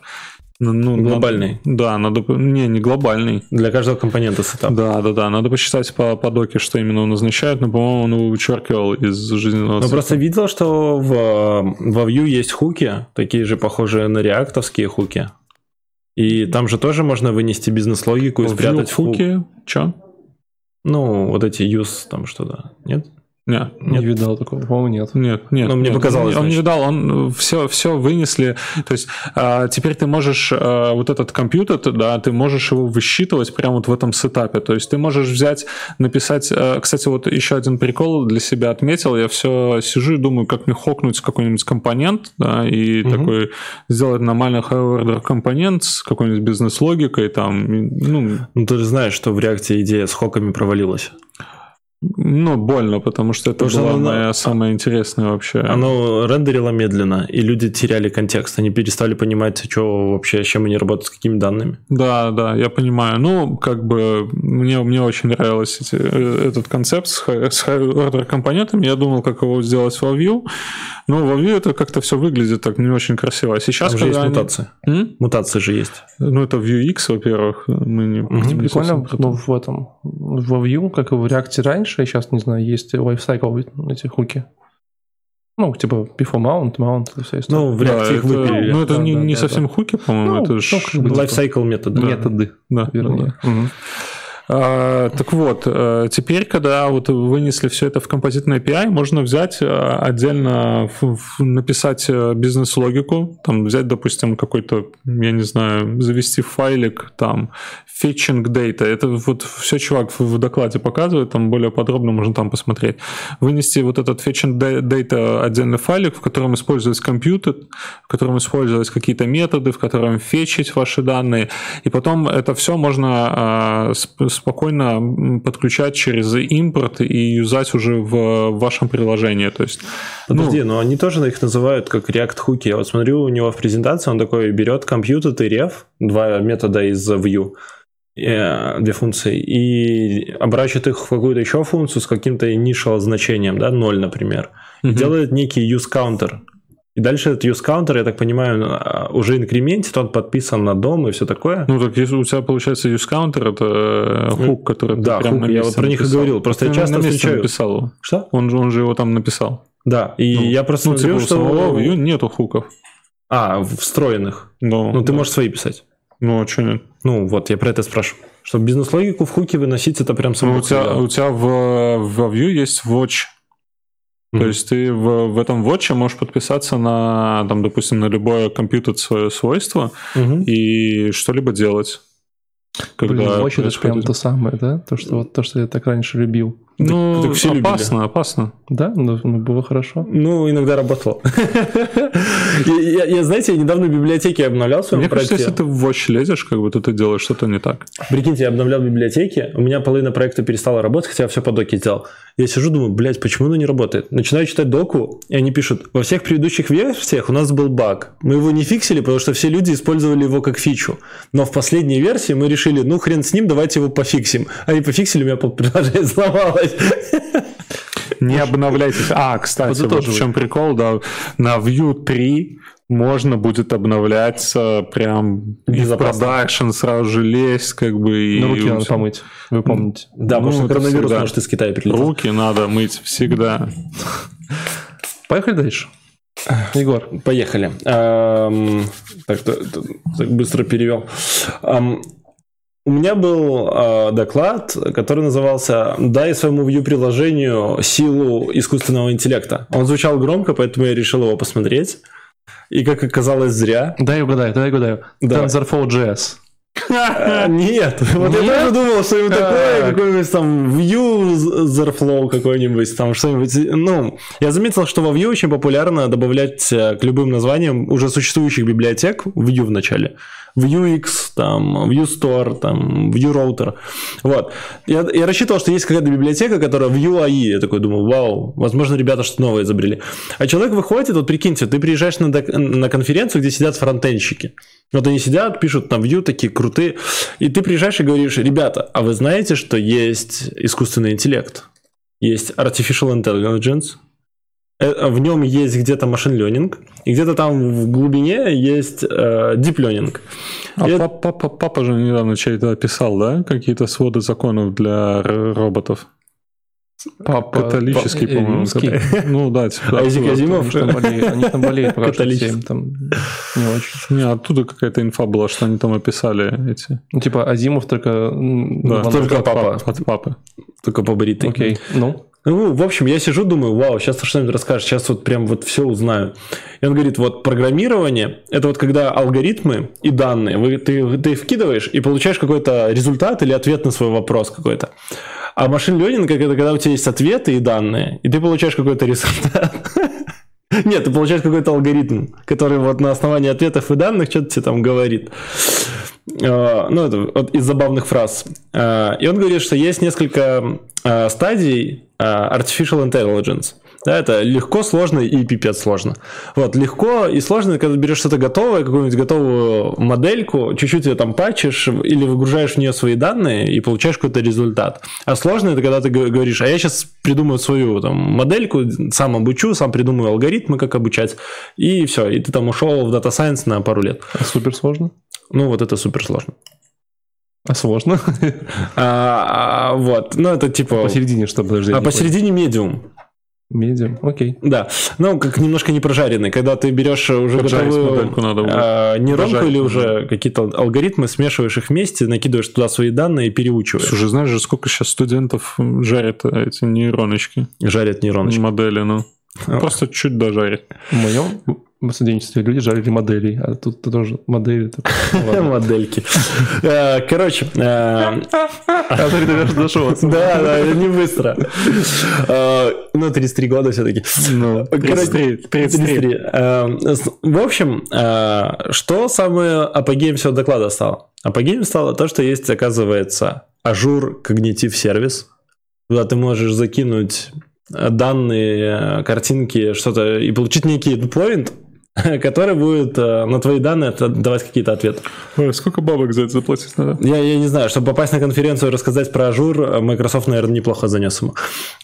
C: Ну, ну,
B: Глобальный.
C: надо- да, надо... по- Не, не глобальный.
B: Для каждого компонента сетап.
C: Да, да, да. Надо почитать по, по доке, что именно он означает, но, по-моему, он его вычеркивал из жизненного
B: Но
C: цикла.
B: просто видел, что в, э, во Vue есть хуки, такие же похожие на реактовские хуки. И там же тоже можно вынести бизнес-логику и
C: View,
B: спрятать хук.
C: хуки. Че?
B: Ну, вот эти use там что-то, нет?
C: Не,
A: Не видал такого, по-моему, нет.
C: Нет, нет.
B: Ну, мне
C: нет.
B: показалось,
C: Он, не- он не
B: значит.
C: видал, он все, все вынесли. То есть а, теперь ты можешь а, вот этот компьютер, ты- да, ты можешь его высчитывать прямо вот в этом сетапе. То есть ты можешь взять, написать... а, кстати, вот еще один прикол для себя отметил. Я все сижу и думаю, как мне хокнуть какой-нибудь компонент, да, и
A: Мгм.
C: такой сделать нормальный high-order компонент с какой-нибудь бизнес-логикой, там, и, ну,
B: Ну, ты же знаешь, что в реакте идея с хоками провалилась.
C: Ну, больно, потому что это
B: Потому что а
C: была
B: оно-
C: моя самая интересная вообще.
B: Оно рендерило медленно, и люди теряли контекст, они перестали понимать, что вообще, с чем они работают, с какими данными.
C: Да, да, я понимаю. Ну, как бы мне, мне очень нравилось эти- э, этот концепт с, хай- с order компонентами. Я думал, как его сделать во Vue. Но во Vue это как-то все выглядит так не очень красиво. А сейчас,
B: Там же есть
C: когда они-
B: мутации.
C: М?
B: Мутации же есть.
C: Ну, это Vue X, во-первых. Мы не
B: Мгм,
C: собственно,
A: Прикольно,
C: про
A: ну,
C: то.
A: в этом, во Vue, как и в React раньше, я сейчас не знаю, есть lifecycle эти хуки. Ну, типа before mount, mount, это вся история.
B: Ну, в
C: Да,
B: реакте их
C: это-
B: выпилили.
C: Ну, это
A: Да,
C: не,
A: да,
C: не
A: да,
C: совсем хуки, по-моему,
A: Ну,
C: это ж...
A: ну, как бы,
B: Lifecycle метод. да.
A: методы,
C: да, да.
A: вернее. Мгм.
C: А, Так вот, э, теперь, когда вот вынесли все это в композитный API, можно взять э, отдельно, ф- ф- написать э, бизнес-логику, там взять, допустим, какой-то, я не знаю, завести файлик, там, фетчинг data. Это вот все чувак в- в докладе показывает, там более подробно можно там посмотреть. Вынести вот этот fetching da- data отдельный файлик, в котором использовать компьютер, в котором использовать какие-то методы, в котором фетчить ваши данные. И потом это все можно а, сп- спокойно м, подключать через импорт и юзать уже в вашем приложении. То есть, ну,
B: Подожди, но они тоже их называют как React хуки. Я вот смотрю у него в презентации, он такой берет компьютер и реф, два метода из view, э, две функции, и обращает их в какую-то еще функцию с каким-то initial значением, да, 0, например. И
C: мгм.
B: делает некий use counter. И дальше этот use counter, я так понимаю, а, уже инкрементит, он подписан на дом и все такое.
C: Ну, так если у тебя получается use counter, это э, хук, который ты
B: Ну, да,
C: прям
B: хук,
C: на
B: я
C: месте
B: вот про них и
C: написал.
B: говорил, просто я
C: Ты на-
B: часто
C: на месте
B: встречаю.
C: написал его.
B: Что?
C: Он же, он же его там написал.
B: Да, и
C: Ну,
B: я просто
C: Ну, типа,
B: смотрю,
C: у
B: что...
C: самого Vue нету хуков.
B: А, встроенных.
C: Ну,
B: Ну, ты можешь свои писать.
C: Ну, а что нет?
B: Ну вот, я про это спрашиваю. Что бизнес-логику в хуке выносить, это прям
C: Ну,
B: само
C: у, тебя, у тебя в, во Vue есть watch. То
B: Мгм.
C: есть ты в, в этом watch можешь подписаться на, там, допустим, на любое компьютер свое свойство
B: Мгм.
C: и что-либо делать.
A: Блин,
C: Когда
A: мощь это ж прям
C: происходит.
A: то самое, да? То, что, вот, то, что я так раньше любил.
C: Ну,
B: так все любили.
C: опасно, опасно.
A: Да? Ну, ну, было хорошо.
B: Ну, иногда работало. Я- Я, я, знаете, я недавно в библиотеке обновлял в своем
C: Мне кажется,
B: проекте.
C: если ты в watch лезешь, как бы то ты делаешь что-то не так.
B: Прикиньте, я обновлял библиотеки, у меня половина проекта перестала работать, хотя я все по доке делал. Я сижу, думаю, блядь, почему оно не работает? Начинаю читать доку, и они пишут, во всех предыдущих версиях у нас был баг. Мы его не фиксили, потому что все люди использовали его как фичу. Но в последней версии мы решили, ну хрен с ним, давайте его пофиксим. Они пофиксили, у меня приложение сломалось.
C: Не обновляйтесь. А, кстати, вот в
A: Подытоживай.
C: чем прикол, да, на Vue 3 можно будет обновляться прям и в
B: Безопасно.
C: продакшн сразу же лезть, как бы. И
A: На руки надо
C: всё.
A: Ну, помыть. Вы помните.
B: Да,
C: Ну,
B: потому что
C: это
B: коронавирус
C: всегда.
B: может из Китая прилететь.
C: Руки надо мыть всегда.
A: Поехали дальше. Егор,
B: Поехали. Эм, Так, т- т- так быстро перевел. Эм, У меня был э, доклад, который назывался «Дай своему вью-приложению силу искусственного интеллекта». Он звучал громко, поэтому я решил его посмотреть. И, как оказалось, зря.
A: дай угадаю, дай угадаю.
B: Давай.
A: TensorFlow.js.
B: Э, Нет, вот я
A: Нет?
B: тоже думал, что-нибудь такое,
A: Так.
B: какой-нибудь там Vue Zerflow какой-нибудь, там что-нибудь. Ну, я заметил, что во Vue очень популярно добавлять э, к любым названиям уже существующих библиотек Vue в начале. Vuex, там, Vue Store, там, Vue Router. Вот. Я, я рассчитывал, что есть какая-то библиотека, которая Vue AI. Я такой думал, вау, возможно, ребята что-то новое изобрели. А человек выходит, вот прикиньте, ты приезжаешь на, док- на конференцию, где сидят фронтенщики. Вот они сидят, пишут там Vue такие крутые. И ты приезжаешь и говоришь, ребята, а вы знаете, что есть искусственный интеллект? Есть artificial intelligence, Э, в нем есть где-то машин ленинг, и где-то там в глубине есть э, дип ленинг.
C: А
B: Я-
C: пап- папа, папа же недавно чей-то писал, да? Какие-то своды законов для р- роботов.
A: Папа.
C: Католический,
A: Э, э, А
C: по-моему.
A: римский.
C: который- Ну да, типа.
B: Айзек
C: оттуда.
B: Азимов?
A: Потому что там болеют, они там болеют пока что
B: Католический.
A: всем, там не очень.
C: Не, оттуда какая-то инфа была, что они там описали эти.
A: Ну, типа Азимов только... м,
C: Да,
A: Лобанов.
B: только
C: от
B: папа.
C: пап- От папы.
B: Только побритый.
A: Окей, ну.
B: Ну, в общем, я сижу, думаю, вау, сейчас ты что-нибудь расскажешь, сейчас вот прям вот все узнаю. И он говорит, вот программирование, это вот когда алгоритмы и данные, вы, ты, ты их вкидываешь и получаешь какой-то результат или ответ на свой вопрос какой-то. А машин ленинг это когда у тебя есть ответы и данные, и ты получаешь какой-то результат. Нет, ты получаешь какой-то алгоритм, который вот на основании ответов и данных что-то тебе там говорит. Э, Ну, это вот из забавных фраз. Э, И он говорит, что есть несколько э, стадий э, artificial intelligence. Да, это легко, сложно и пипец сложно. Вот, легко и сложно, это когда ты берешь что-то готовое, какую-нибудь готовую модельку, чуть-чуть ее там пачешь или выгружаешь в нее свои данные и получаешь какой-то результат. А сложно это когда ты г- говоришь, а я сейчас придумаю свою там модельку, сам обучу, сам придумаю алгоритмы, как обучать, и все, и ты там ушел в Data Science на пару лет.
A: Супер сложно.
B: Ну, вот это супер сложно.
A: А сложно?
B: А, а, вот, ну это типа...
A: Посередине что, подожди. я
B: а
A: не
B: посередине медиум.
A: понял. Медиум, окей.
B: Да. Ну, как немножко не прожаренный, когда ты берешь уже
C: Поджарить
A: э,
B: готовую
C: модельку надо уже.
B: а, нейронку
C: Прожарить
B: или уже какие-то алгоритмы, смешиваешь их вместе, накидываешь туда свои данные и переучиваешь.
C: Слушай, знаешь же, сколько сейчас студентов м, жарят эти нейроночки,
B: Жарят нейроночки.
C: модели, ну.
B: А.
C: Просто чуть дожарят.
A: В моем студенчестве люди жарили моделей, а тут ты тоже модели. так, ладно.
B: Модельки. Э, Короче, э,
A: А ты даже дошел отсюда.
B: да, да, не быстро. Э, Ну, 33 года все-таки.
C: Ну,
B: Короче, 33. Эм, с- В общем, э, что самое апогеем всего доклада стало? Апогеем стало то, что есть, оказывается, ажур когнитив сервис, куда ты можешь закинуть э, данные, э, картинки, что-то и получить некий endpoint, который будет э, на твои данные от- давать какие-то ответы.
C: Ой, сколько бабок за это заплатить надо?
B: Я, я не знаю, чтобы попасть на конференцию и рассказать про ажур, э, Microsoft, наверное, неплохо занес ему.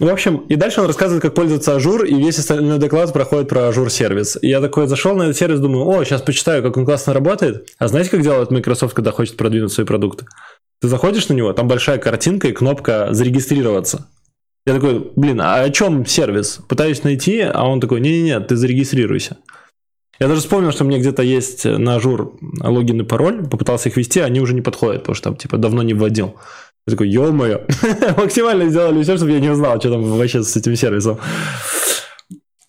B: В общем, и дальше он рассказывает, как пользоваться ажур, и весь остальной доклад проходит про ажур сервис. И я такой зашел на этот сервис, думаю, о, сейчас почитаю, как он классно работает. А знаете, как делает Microsoft, когда хочет продвинуть свои продукты? Ты заходишь на него, там большая картинка и кнопка «Зарегистрироваться». Я такой, блин, а о чем сервис? Пытаюсь найти, а он такой, не-не-не, ты зарегистрируйся. Я даже вспомнил, что у меня где-то есть на ажур логин и пароль, попытался их ввести, они уже не подходят, потому что там типа давно не вводил. Я такой, ё-моё, максимально сделали все, чтобы я не узнал, что там вообще с этим сервисом.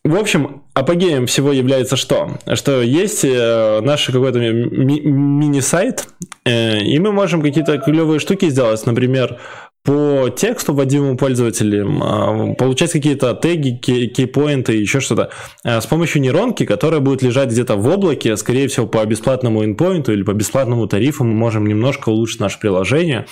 B: В общем, апогеем всего является что? Что есть э, наш какой-то ми- ми- мини-сайт, э, и мы можем какие-то клевые штуки сделать, например, по тексту, вводимому пользователям, а, получать какие-то теги, кей- кейпоинты и еще что-то а, с помощью нейронки, которая будет лежать где-то в облаке, скорее всего, по бесплатному endpoint или по бесплатному тарифу мы можем немножко улучшить наше приложение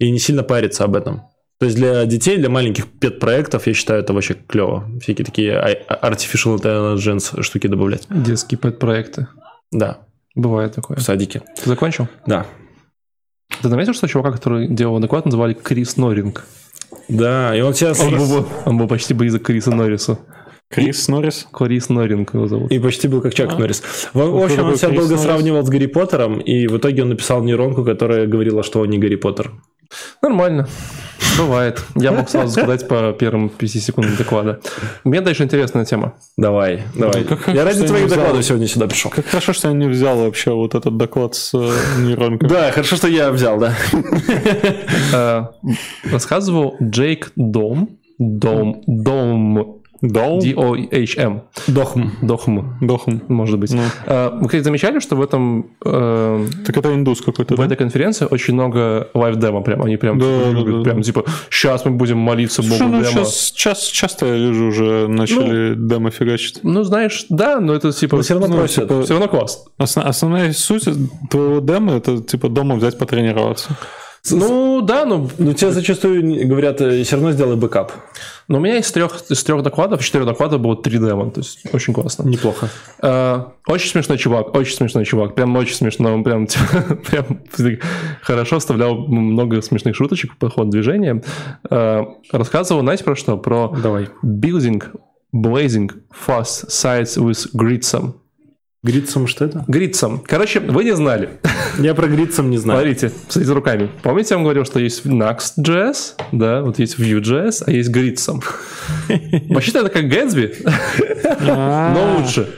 B: и не сильно париться об этом. То есть для детей, для маленьких педпроектов, я считаю, это вообще клево. Всякие такие ай- artificial intelligence штуки добавлять.
A: Детские пэт-проекты.
B: Да,
A: Бывает такое.
B: в садике.
A: Ты закончил?
B: Да.
A: Ты заметил, что чувака, который делал доклад, называли Крис Норинг?
B: Да, и он сейчас...
A: Он был, он был почти близок к Крису Норрису.
C: Крис Норрис?
A: Крис Норинг его зовут.
B: И почти был как Чак
C: А.
B: Норрис. В, в общем,
C: такой
B: он себя
C: Крис
B: долго
C: Норрис?
B: сравнивал с Гарри Поттером, и в итоге он написал нейронку, которая говорила, что он не Гарри Поттер.
A: Нормально. Бывает. Я мог сразу сказать по первым 50 секундам доклада. У меня дальше интересная тема.
B: Давай, давай.
C: Ну, как
B: Я
C: хорошо, что
B: ради
C: я
B: твоих
C: не взял.
B: докладов сегодня сюда пришел.
C: Как хорошо, что я не взял вообще вот этот доклад с э, нейронками.
B: Да, хорошо, что я взял, да.
A: Э, Рассказывал Джейк Дом. Дом. Дом.
C: Дал?
A: D-O-H-M.
B: Дохм.
A: Дохм,
C: Дохом.
A: может быть.
C: Ну.
A: Э, Вы, кстати, замечали, что в этом э,
C: Так это индус какой-то,
A: в
C: да?
A: этой конференции очень много лайв-демо прям. Они прям
C: Да,
A: типа,
C: да,
A: любят,
C: да,
A: прям
C: да.
A: типа, сейчас мы будем молиться Богу
C: Слушай, ну
A: демо».
C: сейчас, сейчас, часто я вижу уже начали демо фигачить.
A: Ну, знаешь, да, но это типа...
B: Но всё равно
A: ну,
B: просят.
A: типа, всё равно класс.
C: Осна- основная суть твоего демо это типа дома взять потренироваться.
A: Ну, да, но,
B: Ну, тебе зачастую не- говорят, э, все равно сделай бэкап.
A: но у меня из трех, из трех докладов, из четырех докладов было три демо, то есть очень классно.
B: Неплохо.
A: Э, очень смешной чувак, очень смешной чувак, прям очень смешно, он прям, типа, прям хорошо вставлял много смешных шуточек по ходу движения. Э, рассказывал, знаете, про что? Про
B: Давай.
A: building, blazing, fast sites with gridsum.
B: Гритсом что это?
A: Gridsum. Короче, вы не знали.
B: Я про Гритсом не знаю.
A: Смотрите, смотрите руками. Помните, я вам говорил, что есть Next.js, да, вот есть Vue.js, а есть Gridsum. Вообще-то это как Gatsby, но
C: Но
A: лучше.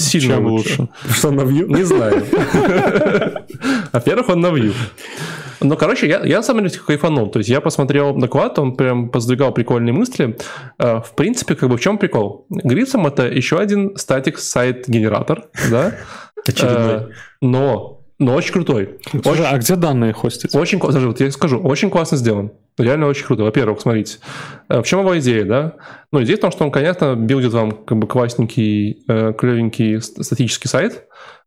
A: Сильно
C: Чем
A: лучше.
C: лучше?
B: Что на Vue?
A: Не знаю. Во-первых, он на Vue. Ну, короче, я, я на самом деле кайфанул. То есть я посмотрел доклад, он прям поздвигал прикольные мысли. Э, В принципе, как бы в чем прикол? Грицем это еще один статик сайт-генератор, да?
B: Очередной.
A: Э, Но но очень крутой.
C: Слушай, а где данные хостить?
A: Очень, кла- даже вот я скажу, очень классно сделан. Реально очень круто. Во-первых, смотрите, э, в чем его идея, да? Ну, идея в том, что он, конечно, билдит вам как бы классненький, э, клевенький ст- статический сайт,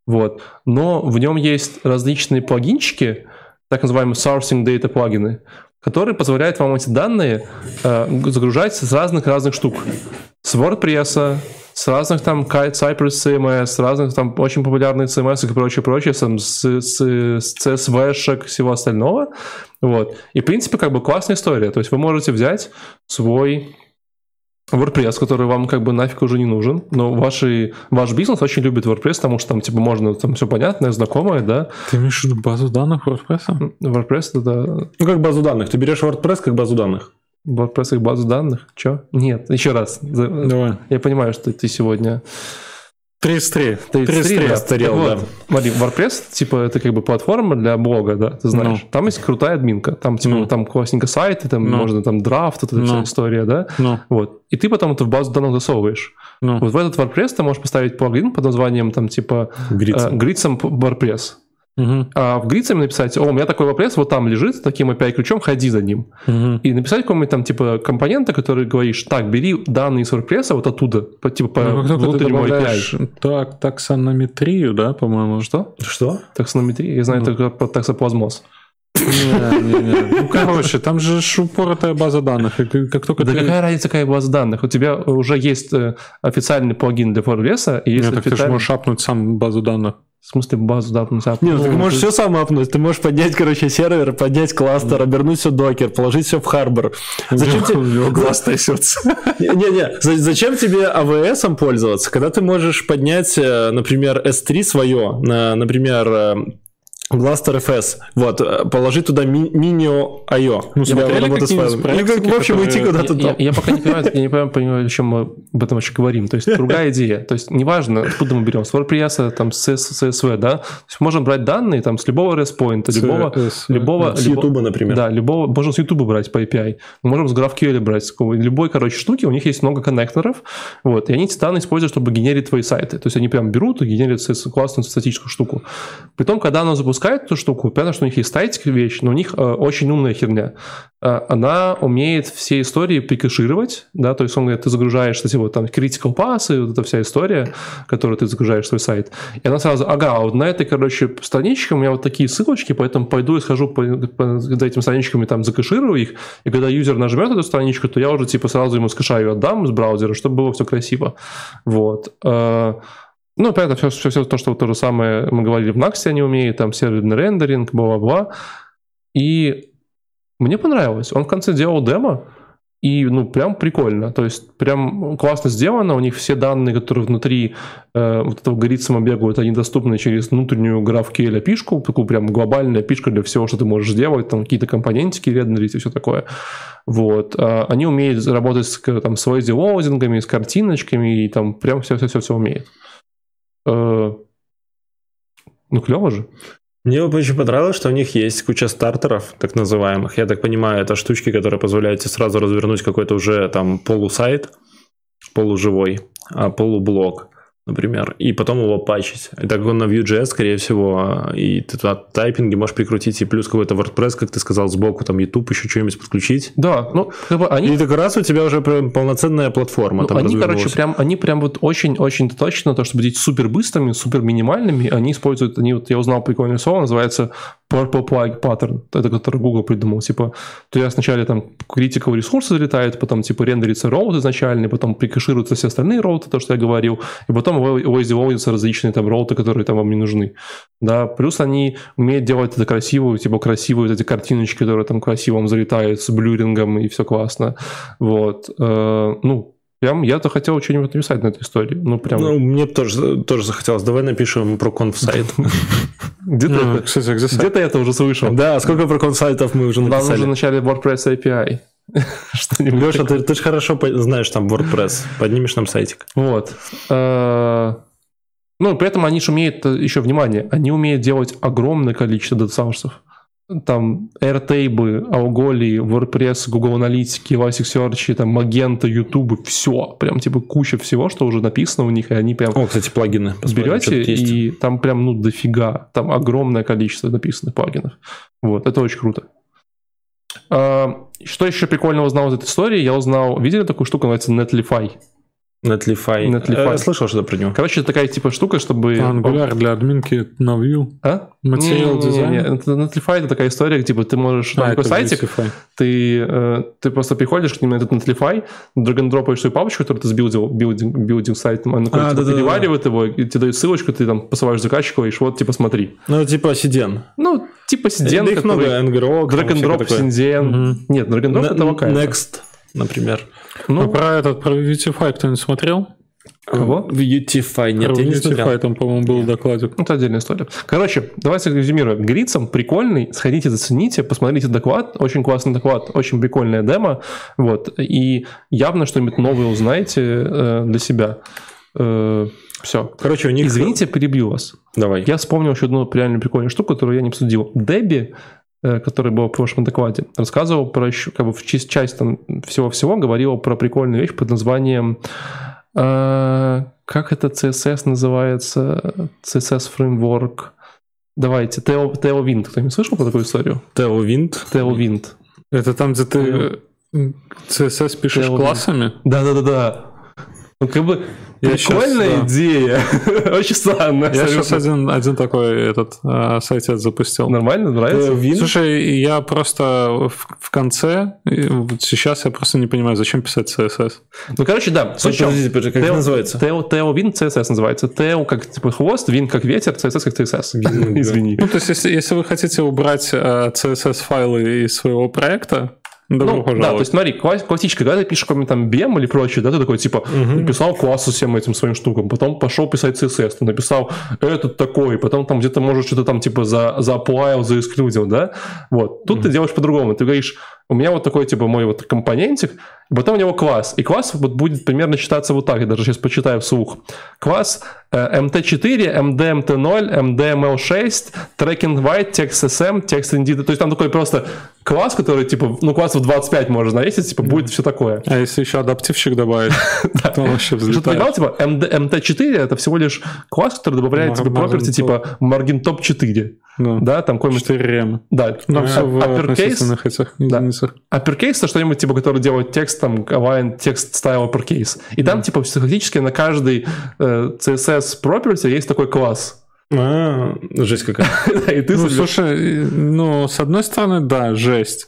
A: вот, но в нем есть различные плагинчики, так называемые sourcing data плагины, которые позволяют вам эти данные э, г- загружать с разных-разных штук. С WordPress, с разных там Ky- Cypress CMS, с разных там очень популярных CMS и прочее-прочее, с, с, с, с CSV-шек, всего остального. Вот. И, в принципе, как бы классная история. То есть вы можете взять свой WordPress, который вам как бы нафиг уже не нужен, но ваши, ваш бизнес очень любит WordPress, потому что там типа можно, там все понятное, знакомое, да.
C: Ты имеешь в виду базу данных WordPress?
A: WordPress это да,
B: Ну, как базу данных. Ты берешь WordPress как базу данных.
A: WordPress их базу данных. Че? Нет, еще раз. За-
C: Давай.
A: Я понимаю, что ты сегодня
C: 33.
A: Ты
C: 33
A: стример.
B: постарел,
A: Так
B: да.
A: вот, смотри, WordPress, типа, это как бы платформа для блога, да, ты знаешь. Там есть крутая админка. Там, типа,
C: Ну.
A: там классненько сайты, там
C: Ну.
A: можно там драфт, вот эта вся
C: Ну.
A: история, да.
C: Ну,
A: Вот. И ты потом это в базу данных засовываешь.
C: ну.
A: Вот в этот WordPress ты можешь поставить плагин под названием, там, типа,
B: Грица.
A: э, Грицам WordPress.
C: Мгм,
A: А в Грицам написать, о, у меня такой WordPress вот там лежит, с таким API-ключом, ходи за ним.
C: мгм.
A: И написать какого-нибудь там, типа, компонента, который говоришь, так, бери данные из WordPress вот оттуда, по- типа, по
C: Ну, как только ты
A: внутреннему
C: добавляешь
A: API.
C: так, таксонометрию, да, по-моему?
A: Что?
B: А, Что?
A: Таксонометрия? Я
C: Ну.
A: знаю только про таксоплазмоз.
C: Не, не, не. Ну, короче, там же ж упоротая база данных. И как как только
A: Да
C: ты-
A: какая разница, какая база данных? У тебя уже есть э, официальный плагин для WordPress, и
C: Не,
A: есть
C: так ты же
A: официальный-
C: можешь апнуть сам базу данных.
A: В смысле, базу данных? да.
B: Не, ну, ты
A: Ну,
B: можешь
A: ты-
B: все сам апнуть. Ты можешь поднять, короче, сервер, поднять кластер, обернуть все докер, положить все в харбор. Зачем тебе...
C: глаз трясется.
B: Не-не, за- зачем тебе AWS пользоваться, когда ты можешь поднять, э, например, S3 свое, на- например, э, GlusterFS, вот, э, положить туда ми- mini.io.
C: Ну,
B: для
C: смотрели
B: работы с
C: какие-нибудь
B: файлами.
C: проекты,
B: И Ну, как, в общем,
C: которые-
B: уйти
A: Я,
B: куда-то
A: я-
B: там.
A: я пока не понимаю, я не понимаю, понимаю, о чем мы об этом вообще говорим. То есть другая идея. То есть неважно, откуда мы берем, с WordPress, там, с CSV, да? То есть можем брать данные там с любого REST-поинта, любого... Любого,
B: С
A: любо-
B: Ютуба, например.
A: Да, любого, можно с YouTube брать по API, мы можем с GraphQL брать, с какого- любой, короче, штуки, у них есть много коннекторов, вот, и они эти данные используют, чтобы генерить твои сайты, то есть они прям берут и генерят с- классную статическую штуку. Притом, когда она запускает эту штуку, понятно, что у них есть статик вещь, но у них э, очень умная херня. Э, она умеет все истории прикэшировать, да, то есть он говорит, ты загружаешь, кстати, вот там critical pass, и вот эта вся история, которую ты загружаешь в свой сайт, и она сразу, ага, а вот на этой, короче, страничке у меня вот такие ссылочки, поэтому пойду и схожу по, по- за этими страничками, там, закэширую их, и когда юзер нажмет эту страничку, то я уже, типа, сразу ему скэшаю и отдам из браузера, чтобы было все красиво. Вот. Э, Ну, понятно, все, все, то, что то же самое мы говорили в Наксе, они умеют, там, серверный рендеринг, бла-бла-бла. И мне понравилось. Он в конце делал демо, и, ну, прям прикольно. То есть, прям классно сделано. У них все данные, которые внутри э, вот этого горицама бегают, они доступны через внутреннюю GraphQL пишку, такую прям глобальную пишку для всего, что ты можешь сделать, там какие-то компонентики рендерить и все такое. Вот. А Они умеют работать с к- там, с лоудингами, с картиночками, и там прям все-все-все-все умеет. Э, Ну, клево же.
B: Мне бы еще понравилось, что у них есть куча стартеров, так называемых. Я так понимаю, это штучки, которые позволяют тебе сразу развернуть какой-то уже там полусайт, полуживой, а, полублок, например, и потом его пачить. И так как он на Vue.js, скорее всего, а, и ты туда тайпинги можешь прикрутить, и плюс какой-то WordPress, как ты сказал, сбоку, там YouTube, еще что-нибудь подключить.
A: Да, ну, как бы они
B: И так раз у тебя уже прям полноценная платформа
A: Ну,
B: там
A: они, короче,
B: развернулась.
A: прям, они прям вот очень-очень точно, то, чтобы быть супер быстрыми, супер минимальными, они используют, они вот, я узнал прикольное слово, называется purple plug pattern, это который Google придумал, типа, то я сначала там critical ресурсы залетает, потом типа рендерится роут изначальный, потом прикашируются все остальные роуты, то, что я говорил, и потом лоизиваются различные там роуты, которые там вам не нужны, да, плюс они умеют делать это красивую, типа красивые вот эти картиночки, которые там красиво вам залетают с блюрингом и все классно, вот, Э, ну, Прям я-то хотел что-нибудь написать на этой истории. Ну, прям.
B: Ну, мне б тоже, тоже захотелось. Давай напишем про конфсайт.
A: где-то,
C: Ну,
A: это,
C: Кстати, а где сайт?
A: где-то я это уже слышал.
B: Да, сколько про конфсайтов мы уже
A: Нам
B: написали?
A: нужен вначале WordPress API. Что-нибудь.
B: Леша, ты, ты же хорошо по- знаешь там WordPress. Поднимешь нам сайтик.
A: Вот. Э, Ну, при этом они же умеют, э, еще внимание, они умеют делать огромное количество дата-саусов. там Airtable, Augoly, WordPress, Google Аналитики, Elasticsearch, там Magento, YouTube, все, прям типа куча всего, что уже написано у них, и они прям
B: О, кстати, плагины. Посмотрим, что
A: берете,
B: тут есть.
A: и там прям, ну, дофига, там огромное количество написанных плагинов. Вот, это очень круто. А, Что еще прикольного узнал из этой истории? Я узнал, видели такую штуку, называется Netlify?
B: Netlify.
A: Netlify.
B: Э, слышал что-то про него.
A: Короче, это такая типа штука, чтобы...
C: Angular для админки на Vue.
A: А?
C: Материал
A: Не-не-не-не,
C: А, дизайн?
A: это Netlify это такая история, где типа ты можешь
B: А,
A: на какой сайтик,
C: Justify.
A: ты, э, ты просто приходишь к ним на этот Netlify, драгондропаешь свою папочку, которую ты сбилдил, билдинг, билдинг сайт, она
B: А,
A: типа,
B: да-да-да.
A: переваривает его, и тебе дают ссылочку, ты там посылаешь заказчику, и говоришь, вот, типа, смотри.
B: Ну, типа Сиден.
A: Ну, типа Сиден,
B: Да их много,
A: который...
B: NGRO.
A: Драгондроп, Синдиен.
C: Мгм.
A: Нет,
B: Ну,
A: Драгондроп это локально.
B: Next, например.
C: А
A: Ну,
C: про этот, про Utify кто-нибудь смотрел?
A: кого?
B: В Utify. Нет,
C: про
B: я не смотрел.
C: Utify там, по-моему, был докладик.
A: Ну, Это отдельная история. Короче, давайте резюмируем. Грицам прикольный, сходите, зацените, посмотрите доклад. Очень классный доклад, очень прикольная демо. Вот. И явно что-нибудь новое узнаете э, для себя. все.
B: Короче, у них...
A: Извините, перебью вас.
B: Давай.
A: Я вспомнил еще одну реально прикольную штуку, которую я не обсудил. Дебби, э, которая была в прошлом докладе, рассказывал про еще, как бы в часть, часть там всего-всего, говорила про прикольную вещь под названием... э, как это CSS называется? CSS фреймворк. Давайте, Teo- Tailwind. Кто-нибудь слышал про такую историю?
B: Tailwind.
A: Tailwind.
C: Это там, где
A: Ну.
C: ты э, CSS пишешь
A: Tailwind.
C: классами?
A: Да-да-да-да. Ну, как бы
C: Я
A: прикольная
C: щас, да.
A: идея. Очень странная.
C: Я
A: абсолютно.
C: сейчас один, один такой этот а, сайтец запустил.
A: Нормально, нравится?
C: Слушай, я просто в, в конце, и вот сейчас я просто не понимаю, зачем писать CSS.
A: Ну, короче, да. суть в чем?
B: Подождите, подождите, как
A: Тео-
B: это называется?
A: Тео, Тео Вин CSS называется. Тео как типа хвост, Вин как ветер, CSS как CSS.
B: Вин, да.
A: Извини.
C: Ну, то есть, если, если вы хотите убрать э, CSS-файлы из своего проекта, добро
A: Ну, да, то
C: пожаловать.
A: есть смотри, класс- классически, когда ты пишешь какой-нибудь там BM или прочее, да, ты такой, типа, написал классу всем этим своим штукам, потом пошел писать CSS, ты написал этот такой, потом там где-то, может, что-то там, типа, за, заапплавил, заэксклюдил, да, вот. Тут ты делаешь по-другому, ты говоришь, у меня вот такой, типа, мой вот компонентик, и потом у него класс, и класс вот будет примерно считаться вот так, я даже сейчас почитаю вслух. Класс э, MT4, MDMT0, MDML6, Tracking White, Text SM, Text ND, то есть там такой просто класс, который, типа, ну, класс в 25 можно навесить, типа, будет все такое.
C: А если еще адаптивщик добавить, то он вообще
A: Что ты
C: взлетает.
A: понимал, типа, MD, MT4 это всего лишь класс, который добавляет тебе
C: Маргин
A: property
C: топ.
A: типа маргинтоп 4.
C: Ну, Да.
A: Да, там какой-нибудь...
C: 4 рема.
A: Да,
C: Там все Ну, в
A: uppercase,
C: относительных этих единицах.
A: uppercase это что-нибудь, типа, который делает текст, там, align, текст style uppercase. И там, типа, фактически на каждый э, CSS property есть такой класс.
B: А, Жесть какая.
A: Да, И ты
C: Ну,
A: собираешь-
C: слушай, э, ну, с одной стороны, да, жесть.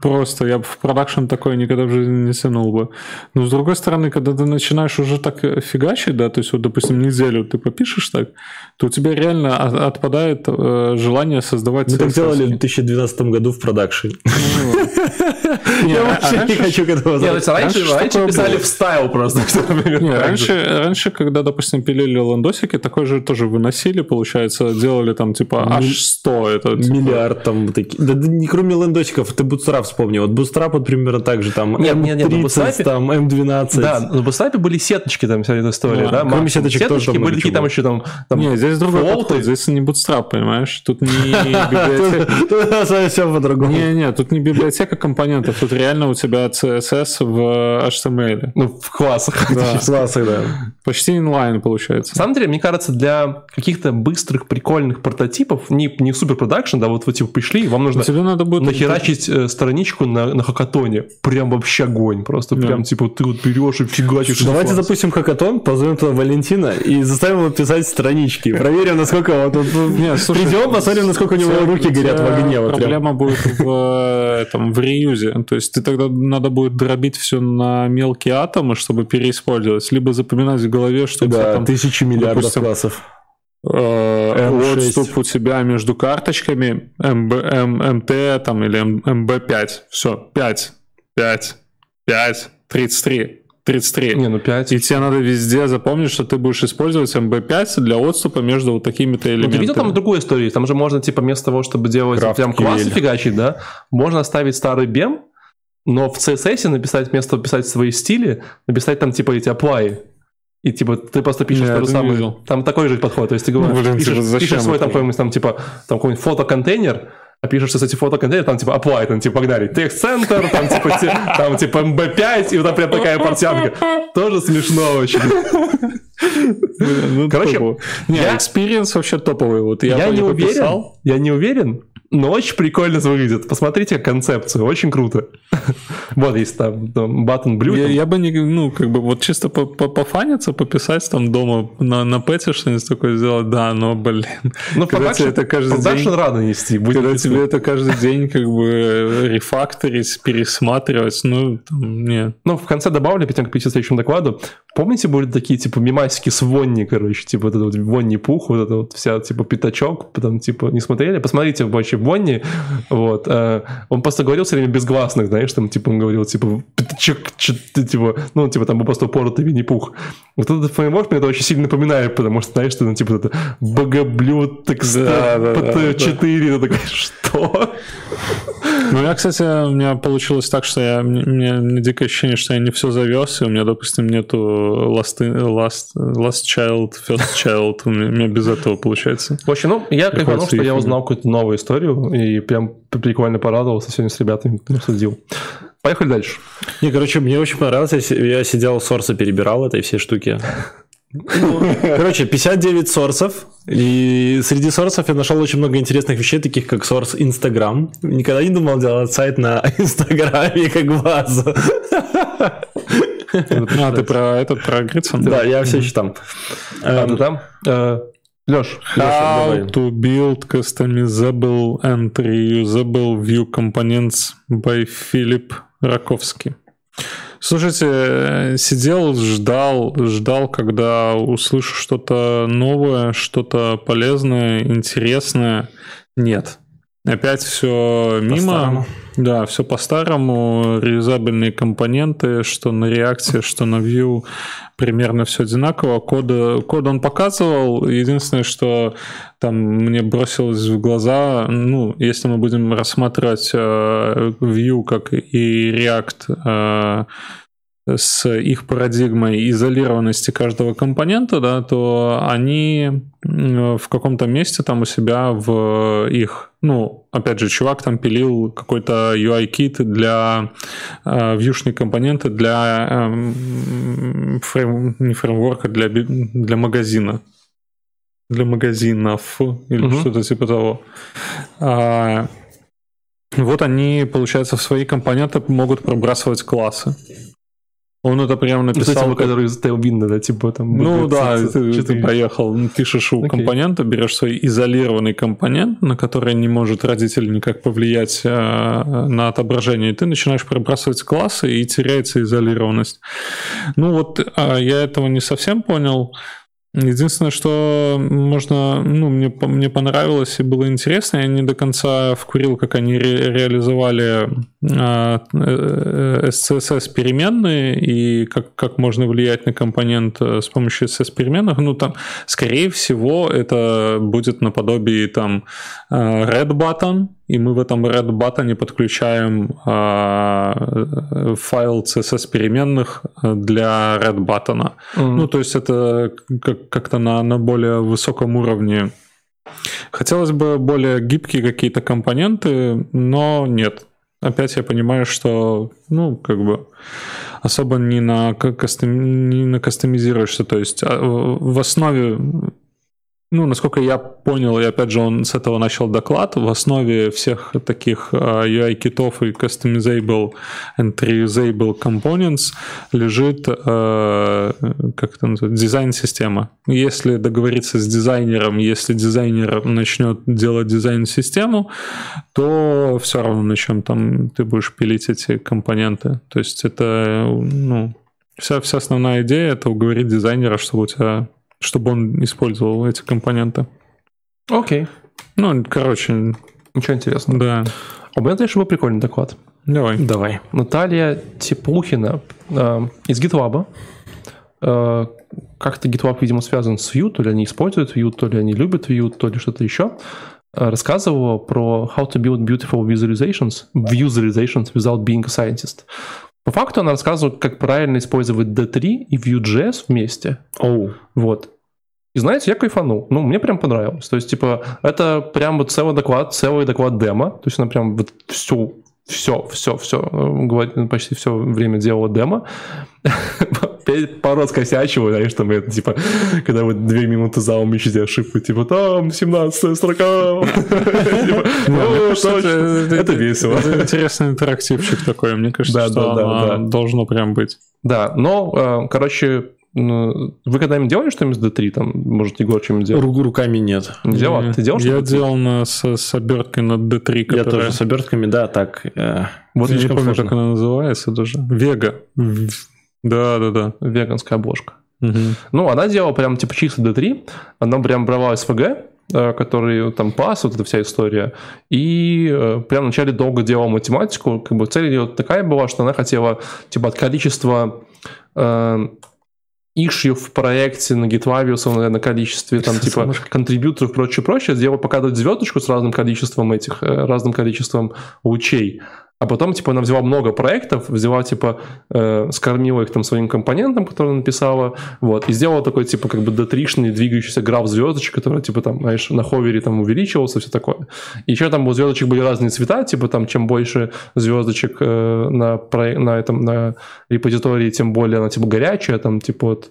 C: Просто я бы в продакшн такое никогда в жизни не тянул бы. Но с другой стороны, когда ты начинаешь уже так э, фигачить, да, то есть вот, допустим, неделю ты попишешь так, то у тебя реально о- отпадает э, желание создавать... Ну,
B: Мы так
C: CSS.
B: делали в 2012 году в продакшене.
C: Не, а- а раньше-
B: хочу к этому
A: Не, то есть раньше,
C: раньше
A: раньше
C: такое
A: писали
C: было.
A: в style просто. например,
C: Не,
A: так же.
C: раньше, раньше, когда, допустим, пилили ландосики, такое же тоже выносили, получается, делали там типа
B: Мгм.
C: аж 100. Это, типа,
B: Миллиард там вот такие. Да, да не кроме лендочков, ты Бутстрап вспомнил. Вот Бутстрап вот примерно так же там.
A: Нет,
B: М30,
A: нет, нет, на Bootstrap'е-
B: там М12.
A: Да, на Bootstrap'е были сеточки, там вся эта история,
C: Да,
A: да?
B: кроме
A: максимум.
B: сеточек тоже там много
A: были такие,
B: чего
A: там
B: было.
A: еще там... там
C: Не, здесь другой
A: флоуты.
C: подход, здесь не Bootstrap, понимаешь? Тут не библиотека.
B: Все по-другому.
C: Не-не, тут не библиотека компонентов, тут реально у тебя CSS в HTML.
A: Ну, в классах.
C: Да.
B: В классах, да.
C: Почти инлайн получается.
A: На самом деле, мне кажется, для каких-то быстрых, прикольных прототипов, не, не супер продакшн, да, вот вы типа пришли, и вам нужно
C: Тебе надо будет...
A: нахерачить э, страничку на, на хакатоне. Прям вообще огонь. Просто
C: Да.
A: прям типа ты вот берешь и фигачишь. из
B: Давайте
A: класса.
B: запустим хакатон, позовем туда Валентина и заставим его писать странички. Проверим, насколько он...
C: Не, слушай,
B: Придем, посмотрим, насколько у него
C: тебя-
B: руки
C: у
B: горят в
C: тебя
B: огне. вот прям.
C: Проблема будет в, э, этом, в реюзе. То есть ты тогда надо будет дробить все на мелкие атомы, чтобы переиспользовать. Либо запоминать в голове, что у тебя
B: Да,
C: там
B: тысячи миллиардов
C: допустим,
B: классов.
C: Э,
B: М6.
C: отступ у тебя между карточками МБ, М- МТ там, или М- МБ5. Все, 5, 5, 5, 33, 33.
A: Не, ну 5.
C: И тебе надо везде запомнить, что ты будешь использовать МБ5 для отступа между вот такими-то
A: Ну,
C: элементами.
A: ты видел там другую историю? Там же можно, типа, вместо того, чтобы делать
B: Крафт
A: прям классы
B: Кивель.
A: фигачить, да, можно оставить старый бем, но в CSS написать, вместо писать свои стили, написать там, типа, эти apply. И, типа, ты просто пишешь
C: Я
A: то же
C: это не
A: самое.
C: видел.
A: Там такой же подход. То есть ты
C: Ну,
A: говоришь,
C: блин,
A: пишешь,
C: типа, зачем
A: пишешь свой там
C: это?
A: какой-нибудь, там, типа, там какой-нибудь фотоконтейнер, пишешься с этих фотоконтейнер, там типа apply, там типа погнали, текст-центр, там типа, те- там, типа MB5, и вот там прям такая портянка. Тоже смешно очень.
C: Ну,
A: Короче,
C: топово. не,
A: я-
C: experience вообще топовый. Вот я,
A: Я,
C: по
A: не
C: нему
A: уверен,
C: писал.
A: я не уверен, но очень прикольно выглядит. Посмотрите концепцию, очень круто. Вот есть там, там button blue.
C: Я,
A: там.
C: я бы не, ну, как бы, вот чисто по- по- пофаниться, пописать там дома на, на пэте что-нибудь такое сделать, да, но, блин,
A: Ну,
C: когда
A: продакшн-
C: тебе это каждый
A: продакшн
C: день-
A: рано нести. Будет
C: когда
A: нести.
C: тебе это каждый день, как бы, э, рефакторить, пересматривать, ну, там, не.
A: Ну, в конце добавлю, перед тем, как перейти к следующему докладу. Помните, были такие, типа, мемасики с Вонни, короче, типа, вот это вот Вонни Пух, вот это вот вся, типа, пятачок, потом, типа, не смотрели? Посмотрите, вообще, Вонни, вот, э, он просто говорил все время безгласных, знаешь, там, типа, он говорил, типа, пятачок, чё ты, типа, ну, типа, там был просто упоротый Винни-Пух. Вот этот фреймворк мне это очень сильно напоминает, потому что, знаешь, ты, ну, типа, это богоблюд, так,
C: Да, да, да,
A: ПТ-4, ты такой, что?
C: Ну, я, кстати, у меня получилось так, что я, мне, мне- мне дикое ощущение, что я не все завез, и у меня, допустим, нету last, in- last, last child, first child, у меня, у меня без этого получается.
A: В общем, ну, я как
C: Приходится
A: потому, что
C: их
A: я
C: именно.
A: узнал какую-то новую историю и прям прикольно порадовался сегодня с ребятами обсудил. Поехали дальше.
B: Не, короче, мне очень понравилось, я си- я сидел сорсы перебирал этой всей штуки. Ну, Короче, 59 сорсов, и среди сорсов я нашел очень много интересных вещей, таких как сорс Инстаграм. Никогда не думал делать сайт на Инстаграме как базу.
C: А,
A: типа,
C: ты про этот, про Грицин?
B: Да, я все еще там.
A: А ты
B: Эм,
A: там? Леш,
B: Лёша, давай.
C: How to build customizable and reusable view components by Филипп Раковский. Слушайте, э, сидел, ждал, ждал, когда услышу что-то новое, что-то полезное, интересное. Нет. Опять все мимо.
B: По-старому.
C: Да, все по-старому. Реюзабельные компоненты, что на реакции, что на Vue, примерно все одинаково. Код, код он показывал. Единственное, что там мне бросилось в глаза, ну, если мы будем рассматривать э, Vue как и React э, с их парадигмой изолированности каждого компонента, да, то они м, в каком-то месте там у себя в их, ну, опять же, чувак там пилил какой-то UI-кит для э, вьюшные компоненты для эм, фрейм- не фреймворка, для, би- для магазина. Для магазинов или
A: Мгм.
C: что-то типа того. А, вот они, получается, в свои компоненты могут пробрасывать классы. Он это прямо написал.
A: писал,
C: как-
A: который из Tailwind, да, типа там...
C: ну
A: будет
C: да,
A: ц- ц-
C: ты, ты
A: четыре.
C: поехал, ну, пишешь у
A: Окей.
C: компонента, берешь свой изолированный компонент, на который не может родитель никак повлиять э, на отображение, и ты начинаешь пробрасывать классы, и теряется изолированность. Ну вот а, я этого не совсем понял. Единственное, что можно, ну, мне, по- мне понравилось и было интересно, я не до конца вкурил, как они ре- реализовали а, э, SCSS переменные и как, как можно влиять на компонент э, с помощью SCSS переменных. Ну, там, скорее всего, это будет наподобие там э, red button, и мы в этом red button подключаем а, э, файл CSS переменных э, для red button.
A: М.
C: Ну, то есть это как- как-то на, на более высоком уровне. Хотелось бы более гибкие какие-то компоненты, но нет. Опять я понимаю, что, ну, как бы особо не, на, ка- кастом- не накастомизируешься. То есть а, в в основе, ну, насколько я понял, и опять же он с этого начал доклад, в основе всех таких а, UI-китов и customizable and reusable components лежит, э, как это называется, дизайн-система. Если договориться с дизайнером, если дизайнер начнет делать дизайн-систему, то все равно на чем там ты будешь пилить эти компоненты. То есть это, ну, вся, вся основная идея это уговорить дизайнера, чтобы у тебя чтобы он использовал эти компоненты.
A: Окей,
C: Ну, короче,
A: ничего интересного.
C: да.
A: У меня, конечно, был прикольный доклад.
C: Давай.
B: Давай.
A: Наталья Теплухина э, из GitLab. Э, как-то GitLab, видимо, связан с Vue, то ли они используют Vue, то ли они любят Vue, то ли что-то еще. Э, Рассказывала про how to build beautiful visualizations, visualizations without being a scientist. По факту она рассказывает, как правильно использовать D3 и Vue.js вместе.
B: Оу.
A: Вот. И знаете, я кайфанул. Ну, мне прям понравилось. То есть, типа, это прям вот целый доклад, целый доклад демо. То есть, она прям вот всю все, все, все, ну, говорит, почти все время делала демо. Пару раз косячиваю, знаешь, там это, типа, когда вы две минуты за ум ищете ошибку, типа, там 17 строка. ну, Типа, Это весело.
C: Это интересный интерактивчик такой, мне кажется,
A: Да, да,
C: что
A: да,
C: оно
A: да.
C: должно прям быть.
A: Да, но, э, короче, ну, вы когда-нибудь делали что-нибудь с D3? Там, может, Егор что-нибудь делал?
B: Ру- Руками нет.
A: Не Делал? Ты делал
C: Э, Я
A: что-то?
C: делал на, с, с оберткой на D3,
B: Я
C: которая...
B: тоже с обертками, да, так. э,
A: Вот
C: я не
A: слишком
C: помню,
A: сложно.
C: как она называется даже. Вега. Да-да-да.
A: Веганская обложка. Ну, она делала прям типа чисто D3, она прям брала СВГ, э, который там пас, вот эта вся история, и э, прям вначале долго делала математику, как бы цель ее такая была, что она хотела типа от количества э, issue в проекте на GitLab, условно, на количестве там типа контрибьюторов, прочее, прочее, сделала показывать звездочку с разным количеством этих, э, разным количеством лучей. А потом, типа, она взяла много проектов, взяла, типа, э, скормила их там своим компонентом, который написала, вот, и сделала такой, типа, как бы d двигающийся граф звездочек, который, типа, там, знаешь, на ховере там увеличивался, все такое. И еще там у звездочек были разные цвета, типа, там, чем больше звездочек э, на, про- на этом, на репозитории, тем более она, типа, горячая, там, типа, вот,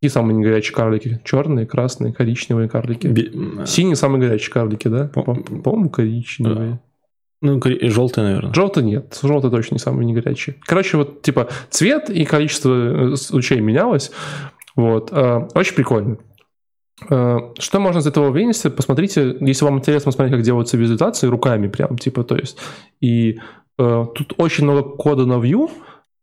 A: какие самые не горячие карлики? Черные, красные, коричневые карлики.
B: би- м,
A: Синие самые горячие карлики, да?
B: По-
A: По- По-моему, коричневые.
B: Ну, кри- желтый, наверное.
A: Желтый нет, желтый точно не самый не горячий. Короче, вот типа цвет и количество э, с- лучей менялось. Вот, э, очень прикольно. Э, Что можно из этого вынести? Посмотрите, если вам интересно смотреть, как делаются визуализации руками прям, типа, то есть. И э, тут очень много кода на Vue,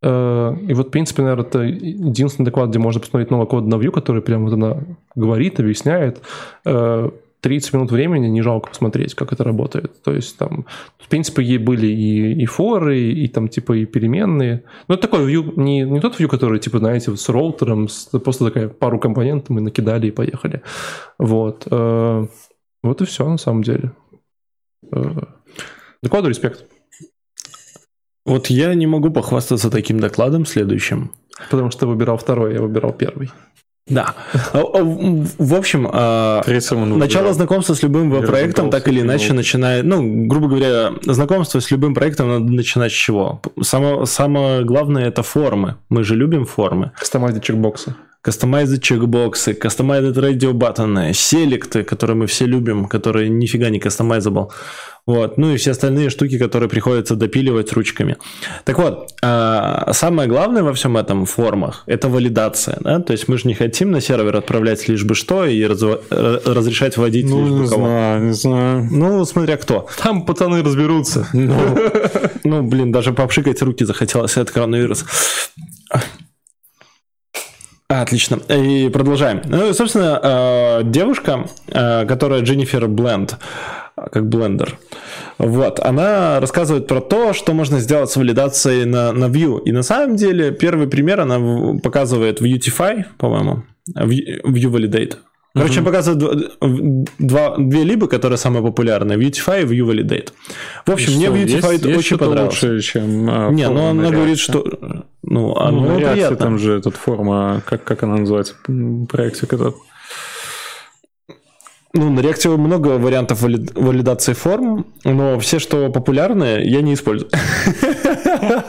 A: э, и вот, в принципе, наверное, это единственный доклад, где можно посмотреть много кода на Vue, который прям вот она говорит, объясняет. Э, 30 минут времени не жалко посмотреть, как это работает. То есть там, в принципе, ей были и, и форы, и, там типа и переменные. Но это такой view, не, не тот view, который, типа, знаете, вот с роутером, с- просто такая пару компонентов мы накидали и поехали. Вот. Э, Вот и все, на самом деле. Э, Докладу респект.
B: Вот я не могу похвастаться таким докладом следующим.
A: Потому что выбирал второй, я выбирал первый.
B: Да. А, а, В в общем, а,
C: Ну,
B: Начало знакомства с любым
C: Я
B: веб-проектом так
C: разбирался,
B: или иначе
C: выбирал.
B: начинает, ну, грубо говоря, знакомство с любым проектом надо начинать с чего? Само, самое главное это формы. Мы же любим формы.
A: Кастомайзе чекбоксы.
B: Кастомайзы чекбоксы, кастомайзы радиобаттоны, селекты, которые мы все любим, которые нифига не кастомайзабл. Вот. Ну и все остальные штуки, которые приходится допиливать ручками. Так вот, а, самое главное во всем этом формах – это валидация. Да? То есть мы же не хотим на сервер отправлять лишь бы что и разва- э, разрешать вводить лишь
C: Ну,
B: бы
C: не
B: кого.
C: знаю, не знаю.
B: Ну, смотря кто.
A: Там пацаны разберутся.
B: Ну, ну, блин, даже попшикать руки захотелось от коронавируса. А, Отлично. И продолжаем. Ну, и, собственно, э, девушка, э, которая Дженнифер Бленд, э, как блендер, вот, она рассказывает про то, что можно сделать с валидацией на, на Vue. И на самом деле, первый пример она в- показывает в Utify, по-моему, в Vue Validate. Короче, она показывает два, два- две либы, которые самые популярные, в Utify и Vue Validate. В
C: И
B: общем, мне
C: что,
B: в
C: есть-
B: Utify
C: есть
B: очень
C: что-то
B: понравилось.
C: лучше, чем... а,
B: Не,
C: форма
B: ну она
C: на
B: говорит,
C: реакции?
B: что... Ну,
C: Ну,
B: оно
C: на реакции
B: приятно.
C: там же этот форма, а как, как она называется, м, проектик этот.
B: Ну, на React много вариантов вали- валидации форм, но все, что популярные, я не использую.
A: Я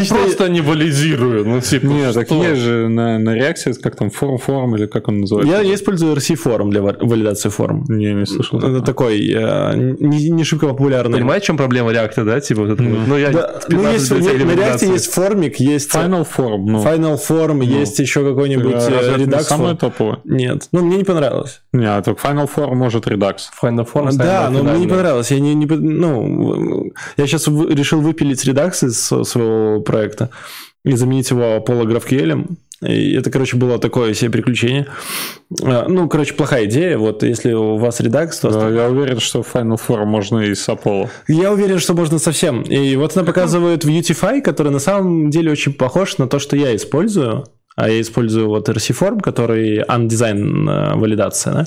B: Лично я-
A: просто не валидирую. Ну, типа,
C: Нет, так
A: что?
C: есть же на, на реакции, как там, форум, форум или как он называется?
B: Я я использую RC форм для ва- валидации форм.
C: Не, не слышал.
B: Это такой э, не не шибко популярный.
A: Понимаете, в чем проблема реакта, да? Типа, вот это вот. Ну, я
B: Да,
A: 15
B: Ну, есть, на
A: лет
B: React
A: валидации.
B: есть формик, есть
C: Final Form, ну.
B: Final Form, есть еще какой-нибудь
C: Разве это
B: э,
C: не
B: Redux.
C: самое
B: форм.
C: топовое?
B: Нет, ну мне не понравилось.
C: Не, так Final Form может Redux.
A: Final Form,
B: да,
A: Final
B: но мне не
A: Final.
B: понравилось. Я не, не по- ну, я сейчас решил выпилить редакс из со- своего проекта и заменить его Пола GraphQL. И это, короче, было такое себе приключение. А, Ну, короче, плохая идея. Вот если у вас редакс, то...
C: Да, я уверен, что Final Form можно и с Apollo.
B: Я уверен, что можно совсем. И вот она показывает Utify, который на самом деле очень похож на то, что я использую. А я использую вот RC-форм, который undesigned э, валидация. Да?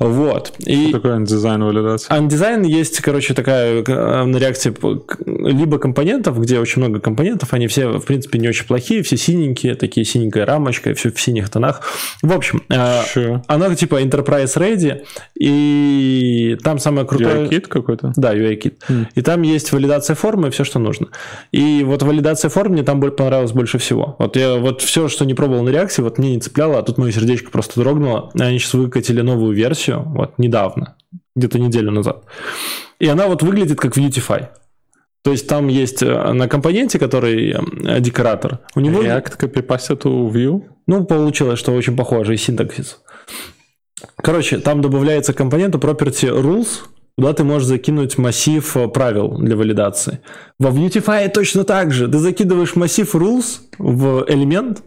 B: Вот. И
C: Такой дизайн валидации.
B: Андизайн есть, короче, такая э, на реакции п- к- либо компонентов, где очень много компонентов, они все, в принципе, не очень плохие, все синенькие, такие синенькая рамочка, все в синих тонах. В общем, э,
C: Чё?
B: она типа Enterprise Ready, и там самое крутое...
C: UI-кит какой-то?
B: Да, UIKit.
C: М.
B: И там есть валидация формы, все, что нужно. И вот валидация форм мне там бо- понравилась больше всего. Вот я вот все, что не пробовал на реакции, вот мне не цепляло, а тут мое сердечко просто дрогнуло. Они сейчас выкатили новую версию, вот недавно, где-то неделю назад. И она вот выглядит как в Utify. То есть там есть э, на компоненте, который э, декоратор, у него...
C: React копипастят у Vue?
B: Ну, получилось, что очень похожий синтаксис. Короче, там добавляется компонента property rules, куда ты можешь закинуть массив э, правил для валидации. Во Beautify точно так же. Ты закидываешь массив rules в элемент,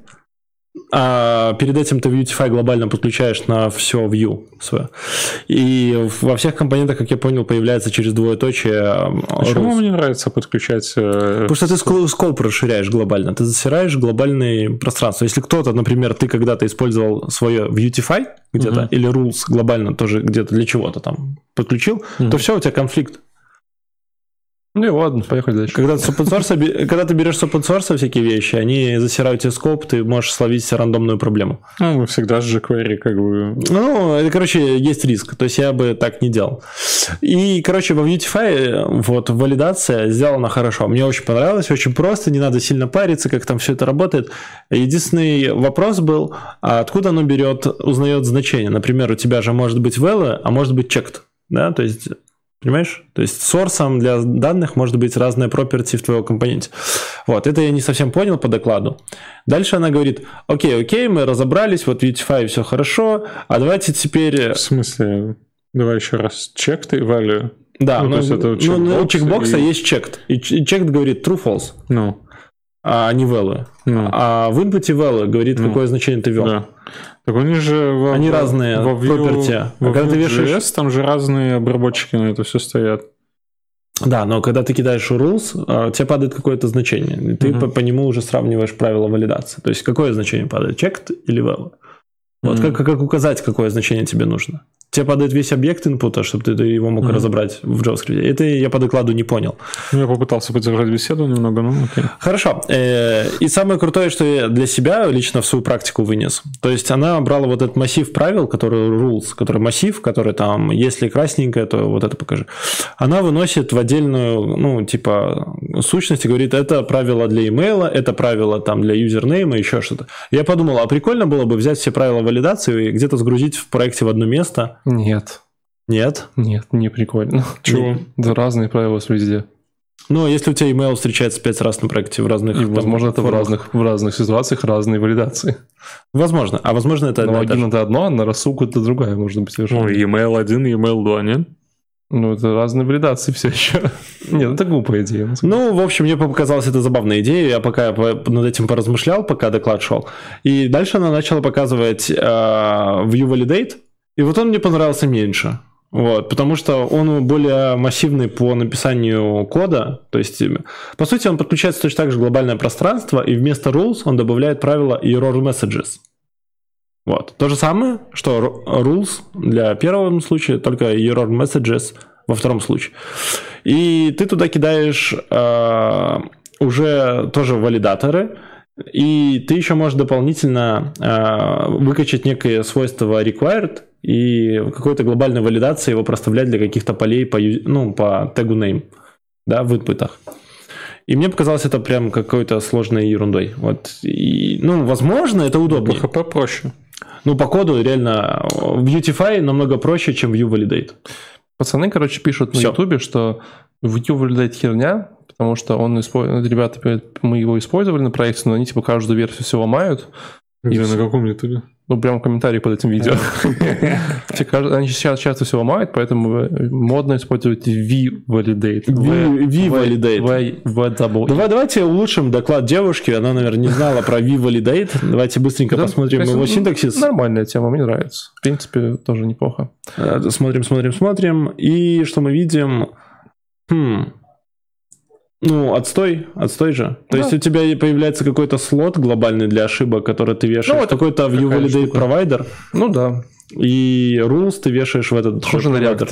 B: а перед этим ты Beautify глобально подключаешь на все view свое. И во всех компонентах, как я понял, появляется через двоеточие э,
C: Почему
B: rules.
C: мне нравится подключать... э,
B: Потому что ты ск- скоп расширяешь глобально, ты засираешь глобальное пространство. Если кто-то, например, ты когда-то использовал свое Beautify где-то,
C: Мгм.
B: или Rules глобально тоже где-то для чего-то там подключил, то
C: Мгм.
B: все, у тебя конфликт.
A: Ну и ладно, поехали дальше.
B: Когда ты, с open source оби- когда ты берешь с open source всякие вещи, они засирают тебе скоп, ты можешь словить рандомную проблему.
C: Ну, мы всегда с jQuery как бы...
B: Ну, это, короче, есть риск. То есть я бы так не делал. И, короче, во Beautify вот валидация сделана хорошо. Мне очень понравилось, очень просто, не надо сильно париться, как там все это работает. Единственный вопрос был, а откуда оно берет, узнает значение. Например, у тебя же может быть value, а может быть checked. Да, то есть Понимаешь? То есть сорсом для данных может быть разная property в твоем компоненте. Вот, это я не совсем понял по докладу. Дальше она говорит, окей, окей, мы разобрались, вот Utify все хорошо, а давайте теперь...
C: В смысле? Давай еще раз. Чек ты value.
B: Да,
C: Ну,
B: ну,
C: то есть это
B: ну,
C: чекбокс
B: ну, у чекбокса
C: и-
B: есть checked. И ч- и checked говорит true-false,
C: Ну,
B: а не value.
C: ну.
B: А в input value говорит,
C: Ну.
B: какое значение ты ввел.
C: Да. Так они же... во-
B: Они
C: во-
B: разные,
C: Во
B: property.
C: Vue,
B: А
C: во
B: когда ты
C: Vue.js
B: вешаешь-
C: там же разные обработчики на это все стоят.
B: Да, но когда ты кидаешь rules, а, тебе падает какое-то значение. И ты
C: Мгм.
B: по, по нему уже сравниваешь правила валидации. То есть какое значение падает, checked или value? Вот
C: Мгм.
B: как, как указать, какое значение тебе нужно? Тебе падает весь объект инпута, чтобы ты ты его мог
C: Мгм.
B: разобрать в JavaScript. Это я по докладу не понял.
C: Ну, Я попытался поддержать беседу немного, ну окей.
B: Хорошо. Э, И самое крутое, что я для себя лично в свою практику вынес. То есть она брала вот этот массив правил, который rules, который массив, который там, если красненькое, то вот это покажи. Она выносит в отдельную, ну, типа, сущность и говорит, это правило для имейла, это правило там для юзернейма, еще что-то. Я подумал, а прикольно было бы взять все правила валидации и где-то сгрузить в проекте в одно место.
A: Нет,
B: Нет.
A: нет, не прикольно. Ну,
C: Чего?
A: Да разные правила везде.
B: Но Ну, если у тебя email встречается пять раз на проекте в разных...
A: И,
B: там,
A: возможно, это в
B: формах.
A: разных, в разных ситуациях разные валидации.
B: Возможно. А возможно, это
A: На
B: одна и та же.
A: логин это одно, а на рассылку это другая, может быть,
C: Ну,
A: совершенно.
C: e-mail 1, e-mail 2, нет?
A: Ну, это разные валидации все еще. Нет, это глупая идея. на самом
B: Ну, в общем, мне показалась это забавная идея. Я пока по- над этим поразмышлял, пока доклад шел. И дальше она начала показывать э, View Validate. И вот он мне понравился меньше. Вот, потому что он более массивный по написанию кода. То есть, э, по сути, он подключается точно так же в глобальное пространство, и вместо rules он добавляет правило error messages. Вот. То же самое, что ru- rules для первого случая, только error messages во втором случае. И ты туда кидаешь э, уже тоже валидаторы, и ты еще можешь дополнительно э, выкачать некое свойство required и в какой-то глобальной валидации его проставлять для каких-то полей по, ю- ну, по тегу name, да, в инпутах. И мне показалось это прям какой-то сложной ерундой. Вот. И, ну, возможно, это удобнее.
C: PHP проще.
B: Ну, по коду реально э, Beautify намного проще, чем View Validate.
A: Пацаны, короче, пишут на
B: Всё.
A: Ютубе, что в YouTube вылетает херня, потому что он использует... Ребята, говорят, мы его использовали на проекте, но они типа каждую версию все ломают.
C: Где,
A: И-
C: на каком ютубе?
A: Ну, прям комментарий под этим видео. Все кажд- Они сейчас часто все ломают, поэтому э, модно использовать V-validate.
B: View Validate.
A: V-validate.
B: Давай, давайте улучшим доклад девушки. Она, наверное, не знала про View Validate. Давайте быстренько посмотрим его синтаксис.
A: Ну, Нормальная тема, мне нравится. В принципе, тоже неплохо.
B: Э, Смотрим, смотрим, смотрим. И что мы видим? Хм. Ну, отстой, отстой же.
A: Да.
B: То есть у тебя и появляется какой-то слот глобальный для ошибок, который ты вешаешь.
A: Ну,
B: это
A: это
B: какой-то View
A: такая
B: Validate
A: штука.
B: провайдер.
A: Ну да.
B: и rules ты вешаешь в этот
A: Похоже на
B: provider.
A: React.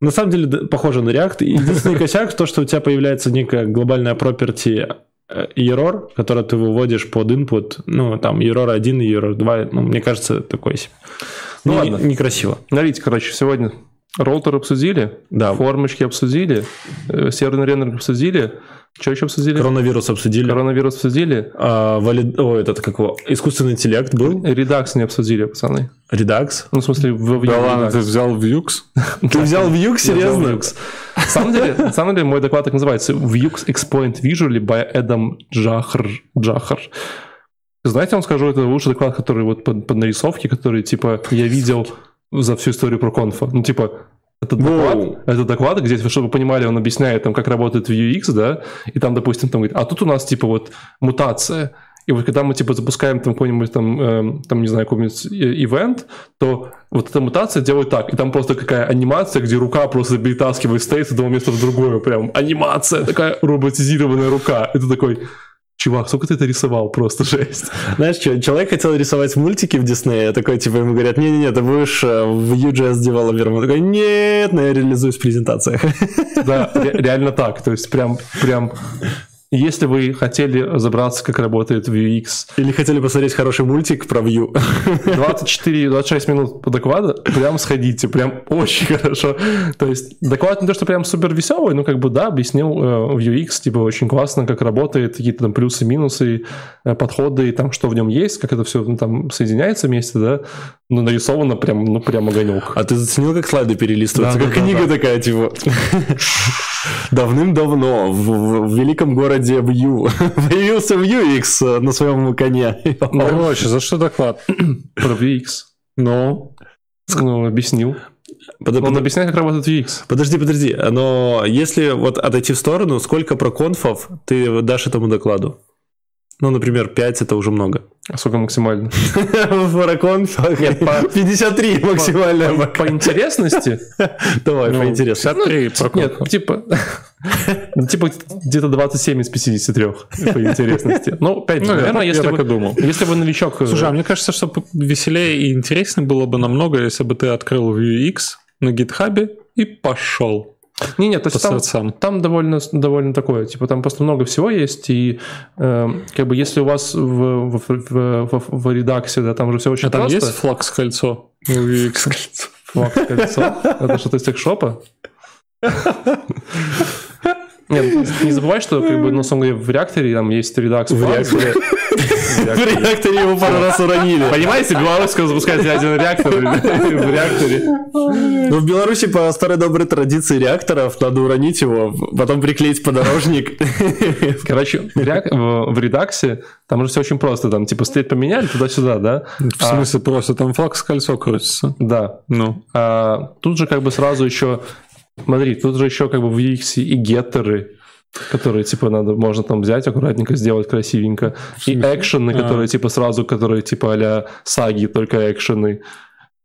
B: На самом деле, да, похоже на React. Единственный косяк, то, что у тебя появляется некая глобальная property э, error, которую ты выводишь под input, ну, там, error 1 и error 2, ну, мне кажется, такой себе.
A: Ну,
B: Не-
A: ладно.
B: Некрасиво.
A: Смотрите, короче, сегодня роутер обсудили,
B: Да.
A: формочки обсудили, э, серверный рендеринг обсудили, что еще обсудили?
B: Коронавирус обсудили.
A: Коронавирус обсудили,
B: А, валид... О, этот как его? Искусственный интеллект был.
A: редакс не обсудили, пацаны.
B: Redux.
A: Ну, в смысле, в в-
C: Да
A: Redux.
C: ладно, ты взял Vux?
B: Ты взял Vue,
A: серьезно?
B: серьезно?
A: На самом деле, на самом деле, мой доклад так называется «Vue's Explained Visually by Adam Джахар. Джахар. Знаете, я вам скажу, это лучший доклад, который вот под, под нарисовки, который, типа, я видел за всю историю про конфа. Ну, типа, этот доклад,
B: Воу.
A: этот доклад, где, чтобы вы понимали, он объясняет, там, как работает Vuex, да, и там, допустим, там говорит, а тут у нас, типа, вот мутация, и вот когда мы, типа, запускаем там какой-нибудь, там, эм, там, не знаю, какой-нибудь э, ивент, то вот эта мутация делает так, и там просто какая анимация, где рука просто перетаскивает стейт с одного места в другое, прям анимация, такая роботизированная рука. И ты такой, чувак, сколько ты это рисовал, просто жесть.
B: Знаешь что, человек хотел рисовать мультики в Диснее, такой, типа, ему говорят, не-не-не, ты будешь э, в UGS девелопером. Он такой, нет, но я реализуюсь в презентациях.
A: Да, ре- реально так, то есть прям, прям... Если вы хотели разобраться, как работает VX,
B: Или хотели посмотреть хороший мультик про Vue.
A: 24-26 минут доклада, прям сходите, прям очень хорошо. То есть доклад не то, что прям супер веселый, но как бы да, объяснил э, в UX, типа очень классно, как работает, какие-то там плюсы, минусы, э, подходы, и там что в нем есть, как это все ну, там соединяется вместе, да. Ну, нарисовано прям, ну, прям огонек.
B: А ты заценил, как слайды перелистываются?
A: Да,
B: как
A: да, да,
B: книга такая, типа. Давным-давно в, в- в великом городе Vue появился Vuex э, на своем коне.
C: Короче, за что доклад?
A: Про UX.
C: Ну,
A: Ну, объяснил.
B: Под-
A: Он
B: под-
A: объясняет, как работает UX.
B: Подожди, подожди, но если вот отойти в сторону, сколько про конфов ты дашь этому докладу? Ну, например, 5 это уже много.
A: А Сколько максимально.
B: Про конфах 53 максимально.
A: По, по интересности,
B: Давай,
C: ну,
B: по интересу.
C: 53 про
A: Нет,
C: Конфа.
A: типа... ну, типа где-то 27 из 53 по интересности. Ну, опять же,
C: Ну,
A: наверное,
C: я так- я
A: если
C: так и
A: вы...
C: думал.
A: Если вы новичок... э,
C: Слушай, а мне кажется, что п- веселее и интереснее было бы намного, если бы ты открыл Vuex на гитхабе и пошел
A: не, нет, то
C: по
A: есть там,
C: сердцам.
A: там довольно, довольно такое, типа там просто много всего есть, и э, как бы если у вас в, в, в, в- в редаксе, да, там же все очень
C: А там
A: просто.
C: есть флаг с кольцо? У Vuex кольцо.
A: Флаг с кольцом. Это что-то из текшопа? Нет, не забывай, что как бы, ну, сам говоря, в реакторе там есть редакс. флаг, где-
B: В реакторе его пару раз уронили.
A: Понимаете, белорусского запускать ядерный реактор в реакторе.
B: Но Ну, в Беларуси по старой доброй традиции реакторов надо уронить его, потом приклеить подорожник.
A: Короче, в, реак- в- в редаксе там же все очень просто. Там типа стоит поменяли туда-сюда, да?
C: В смысле, просто там флаг с кольцо крутится.
A: Да.
C: Ну,
A: А тут же как бы сразу еще... Смотри, тут же еще как бы в UX и геттеры, которые типа надо, можно там взять аккуратненько, сделать красивенько. И экшены,
C: А.
A: которые типа сразу, которые типа а саги, только экшены.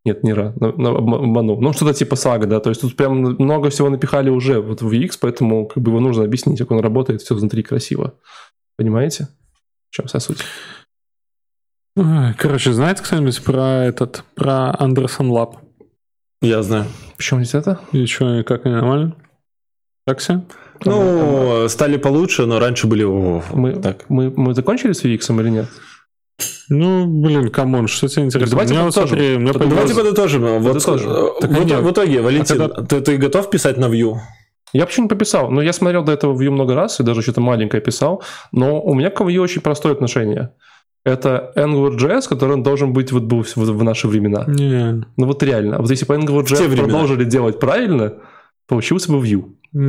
A: Нет, не ра, но- но обма- обманул. Ну, что-то типа сага, да, то есть тут прям много всего напихали уже вот в UX, поэтому как бы его нужно объяснить, как он работает, все внутри красиво. Понимаете? В чем вся суть?
C: Ой, короче, знает кто-нибудь про этот, про Андерсон Лаб?
B: Я знаю.
A: Почему здесь это?
C: И что, как они нормально? Так все?
B: Ну, стали получше, но раньше были... о,
A: Мы,
B: Так.
A: мы, мы закончили с UX -ом или нет?
C: Ну, блин, камон, что тебе интересно?
A: Давайте
C: Мне вот
A: подытожим.
C: смотри, мне
B: Давайте
C: понравилось-
B: подытожим. Вот
A: Ну, Подытожим. ну
B: э,
C: Так,
B: в итоге-
C: нет.
B: В итоге,
C: А
B: Валентин, ты ты готов писать на Vue?
A: Я почему не пописал? Ну, я смотрел до этого Vue много раз, и даже что-то маленькое писал, но у меня к Vue очень простое отношение. Это AngularJS, который он должен быть вот был в, в наши времена.
C: Не,
A: Ну вот реально. Вот если бы
B: те
A: AngularJS
B: времена.
A: продолжили делать правильно, получился бы Vue. Ну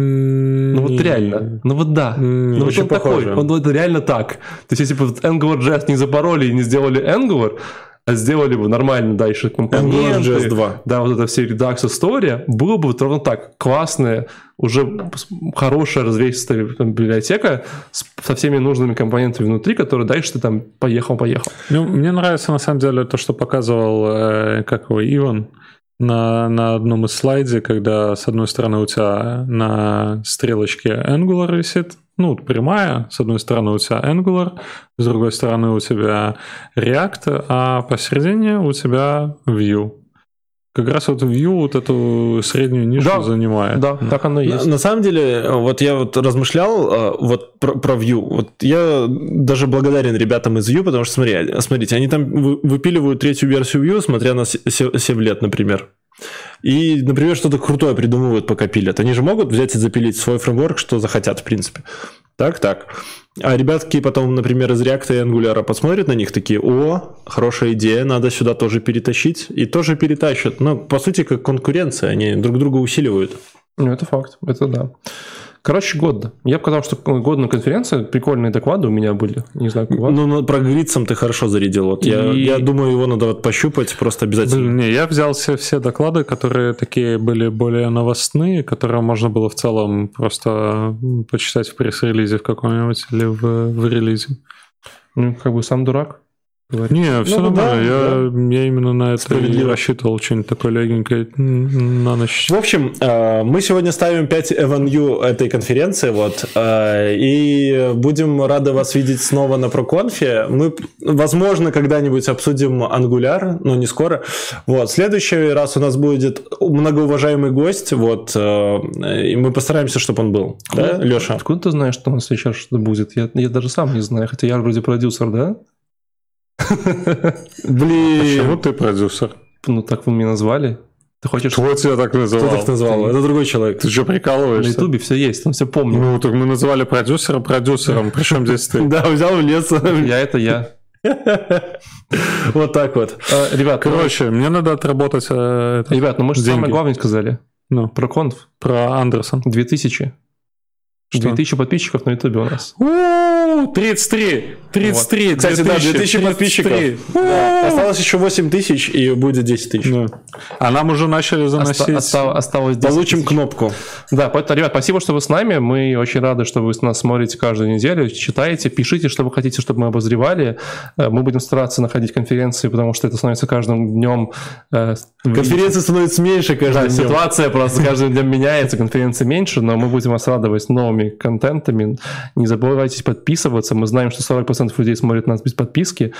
C: Ну
A: вот реально. Ну вот да.
C: М,
A: Ну вот
C: очень
A: он такой.
C: похоже.
A: Он вот реально так. То есть если бы вот AngularJS не запороли и не сделали Angular, а сделали бы нормально дальше компоненты,
B: AngularJS 2.
A: да, вот эта вся редакс история, было бы вот ровно так, классная, уже с- хорошая развесистая там, библиотека с- со всеми нужными компонентами внутри, которые дальше ты там поехал-поехал.
C: Ну, мне нравится на самом деле то, что показывал, э, как его, Иван, на, на одном из слайде, когда с одной стороны у тебя на стрелочке Angular висит, ну, вот прямая, с одной стороны у тебя Angular, с другой стороны у тебя React, а посередине у тебя Vue. как раз вот Vue вот эту среднюю нишу
A: Да.
C: занимает.
A: Да, так оно и
B: На,
A: есть.
B: на самом деле, э, вот я вот размышлял э, вот про, про Vue. Вот я даже благодарен ребятам из Vue, потому что, смотри, э, смотрите, они там вы- выпиливают третью версию Vue, смотря на 7 лет, например. И, например, что-то крутое придумывают, пока пилят. Они же могут взять и запилить свой фреймворк, что захотят, в принципе. Так, так. А ребятки потом, например, из React и Angular посмотрят на них такие, о, хорошая идея, надо сюда тоже перетащить, и тоже перетащат. Но, по сути, как конкуренция, они друг друга усиливают.
A: Ну, это факт, это да. Короче, годно. Я потому что годно конференция, прикольные доклады у меня были. Не знаю, как у вас.
B: Ну, ну, про Грицам ты хорошо зарядил. Вот я,
A: И-
B: я думаю, его надо вот пощупать просто обязательно.
C: Блин, не, я взял все, все доклады, которые такие были более новостные, которые можно было в целом просто м, почитать в пресс-релизе в каком-нибудь или в, в релизе.
A: Ну, как бы сам дурак.
C: Не, все
B: Ну, да,
C: нормально. я, я именно на это и
B: Справедливо.
C: рассчитывал что-нибудь такое легенькое м, на ночь.
B: В общем, э, мы сегодня ставим 5 эванью этой конференции, вот, э, и будем рады вас видеть снова на проконфе. Мы, возможно, когда-нибудь обсудим Angular, но не скоро. Вот, в следующий раз у нас будет многоуважаемый гость, вот, э, и мы постараемся, чтобы он был, да,
A: Откуда-
B: Леша?
A: Откуда ты знаешь, что у нас сейчас что-то будет? Я, я даже сам не знаю, хотя я вроде продюсер, да?
C: Почему
B: Блин,
C: ты продюсер?
A: Ну, так вы меня назвали. Ты хочешь...
C: Кто тебя так
B: кто
C: называл?
B: так назвал? Это другой человек.
C: Ты что,
A: На
C: прикалываешься?
A: ютубе все есть, там все помню.
C: Ну, так мы называли продюсера продюсером, причем здесь ты?
B: Да, взял в лес.
A: Я это я.
B: Вот так вот.
A: Э, Ребят, ну,
C: Короче, мне надо отработать э, это,
A: ребят, ну мы же самое
C: деньги.
A: главное сказали.
C: ну,
A: Про конф.
C: про Андерсон.
A: 2000.
C: Что?
A: 2000 подписчиков на ютубе у нас.
C: У, 33! 33!
B: Кстати, да, 2000 подписчиков.
C: 33.
B: Осталось еще 8 тысяч и будет 10 тысяч.
C: Ну. А нам уже начали
A: Оста-
C: заносить...
A: оста- Осталось 10
B: Получим
A: тысяч.
B: кнопку.
A: Да, поэтому, ребят, спасибо, что вы с нами. Мы очень рады, что вы нас смотрите каждую неделю, читаете, пишите, что вы хотите, чтобы мы обозревали. Э, Мы будем стараться находить конференции, потому что это становится каждым днем... э,
B: Конференция становится меньше
A: Да,
B: каждый день.
A: ситуация просто с каждым днем меняется, конференции меньше, но мы будем вас радовать новыми контентами. Не забывайте подписываться. Мы знаем, что 40% людей смотрят нас без подписки.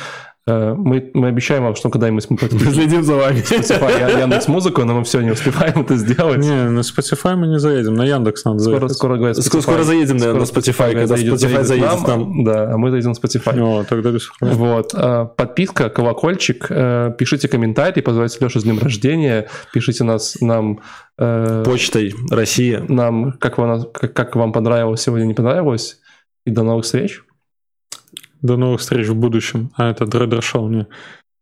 A: Э, Мы, мы обещаем вам, что когда-нибудь мы
B: Мы
A: подпишем
B: следим за вами.
A: Яндекс Музыку, но мы все не успеваем это сделать.
B: ну,
C: Не, на Spotify мы не заедем, на Яндекс надо
A: Скоро,
C: заехать.
A: скоро, говорят,
B: Скоро-
A: Spotify.
B: скоро заедем, наверное,
A: Скоро
B: на Spotify, когда Spotify
A: к
B: заедет Ну, к нам.
A: Да, а мы зайдем на Spotify.
C: О, тогда без проблем.
A: Вот. э, Подписка, колокольчик. э, Пишите комментарии, позвольте Лешу с днем рождения. Пишите нас, нам... э,
B: Почтой Россия.
A: нам, как вам, как, как вам понравилось сегодня, не понравилось. И до новых встреч.
C: До новых встреч в будущем. А это Дредер Шоу, не.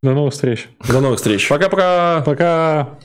C: До новых встреч.
B: До новых встреч.
A: А. Пока-пока!
C: Пока!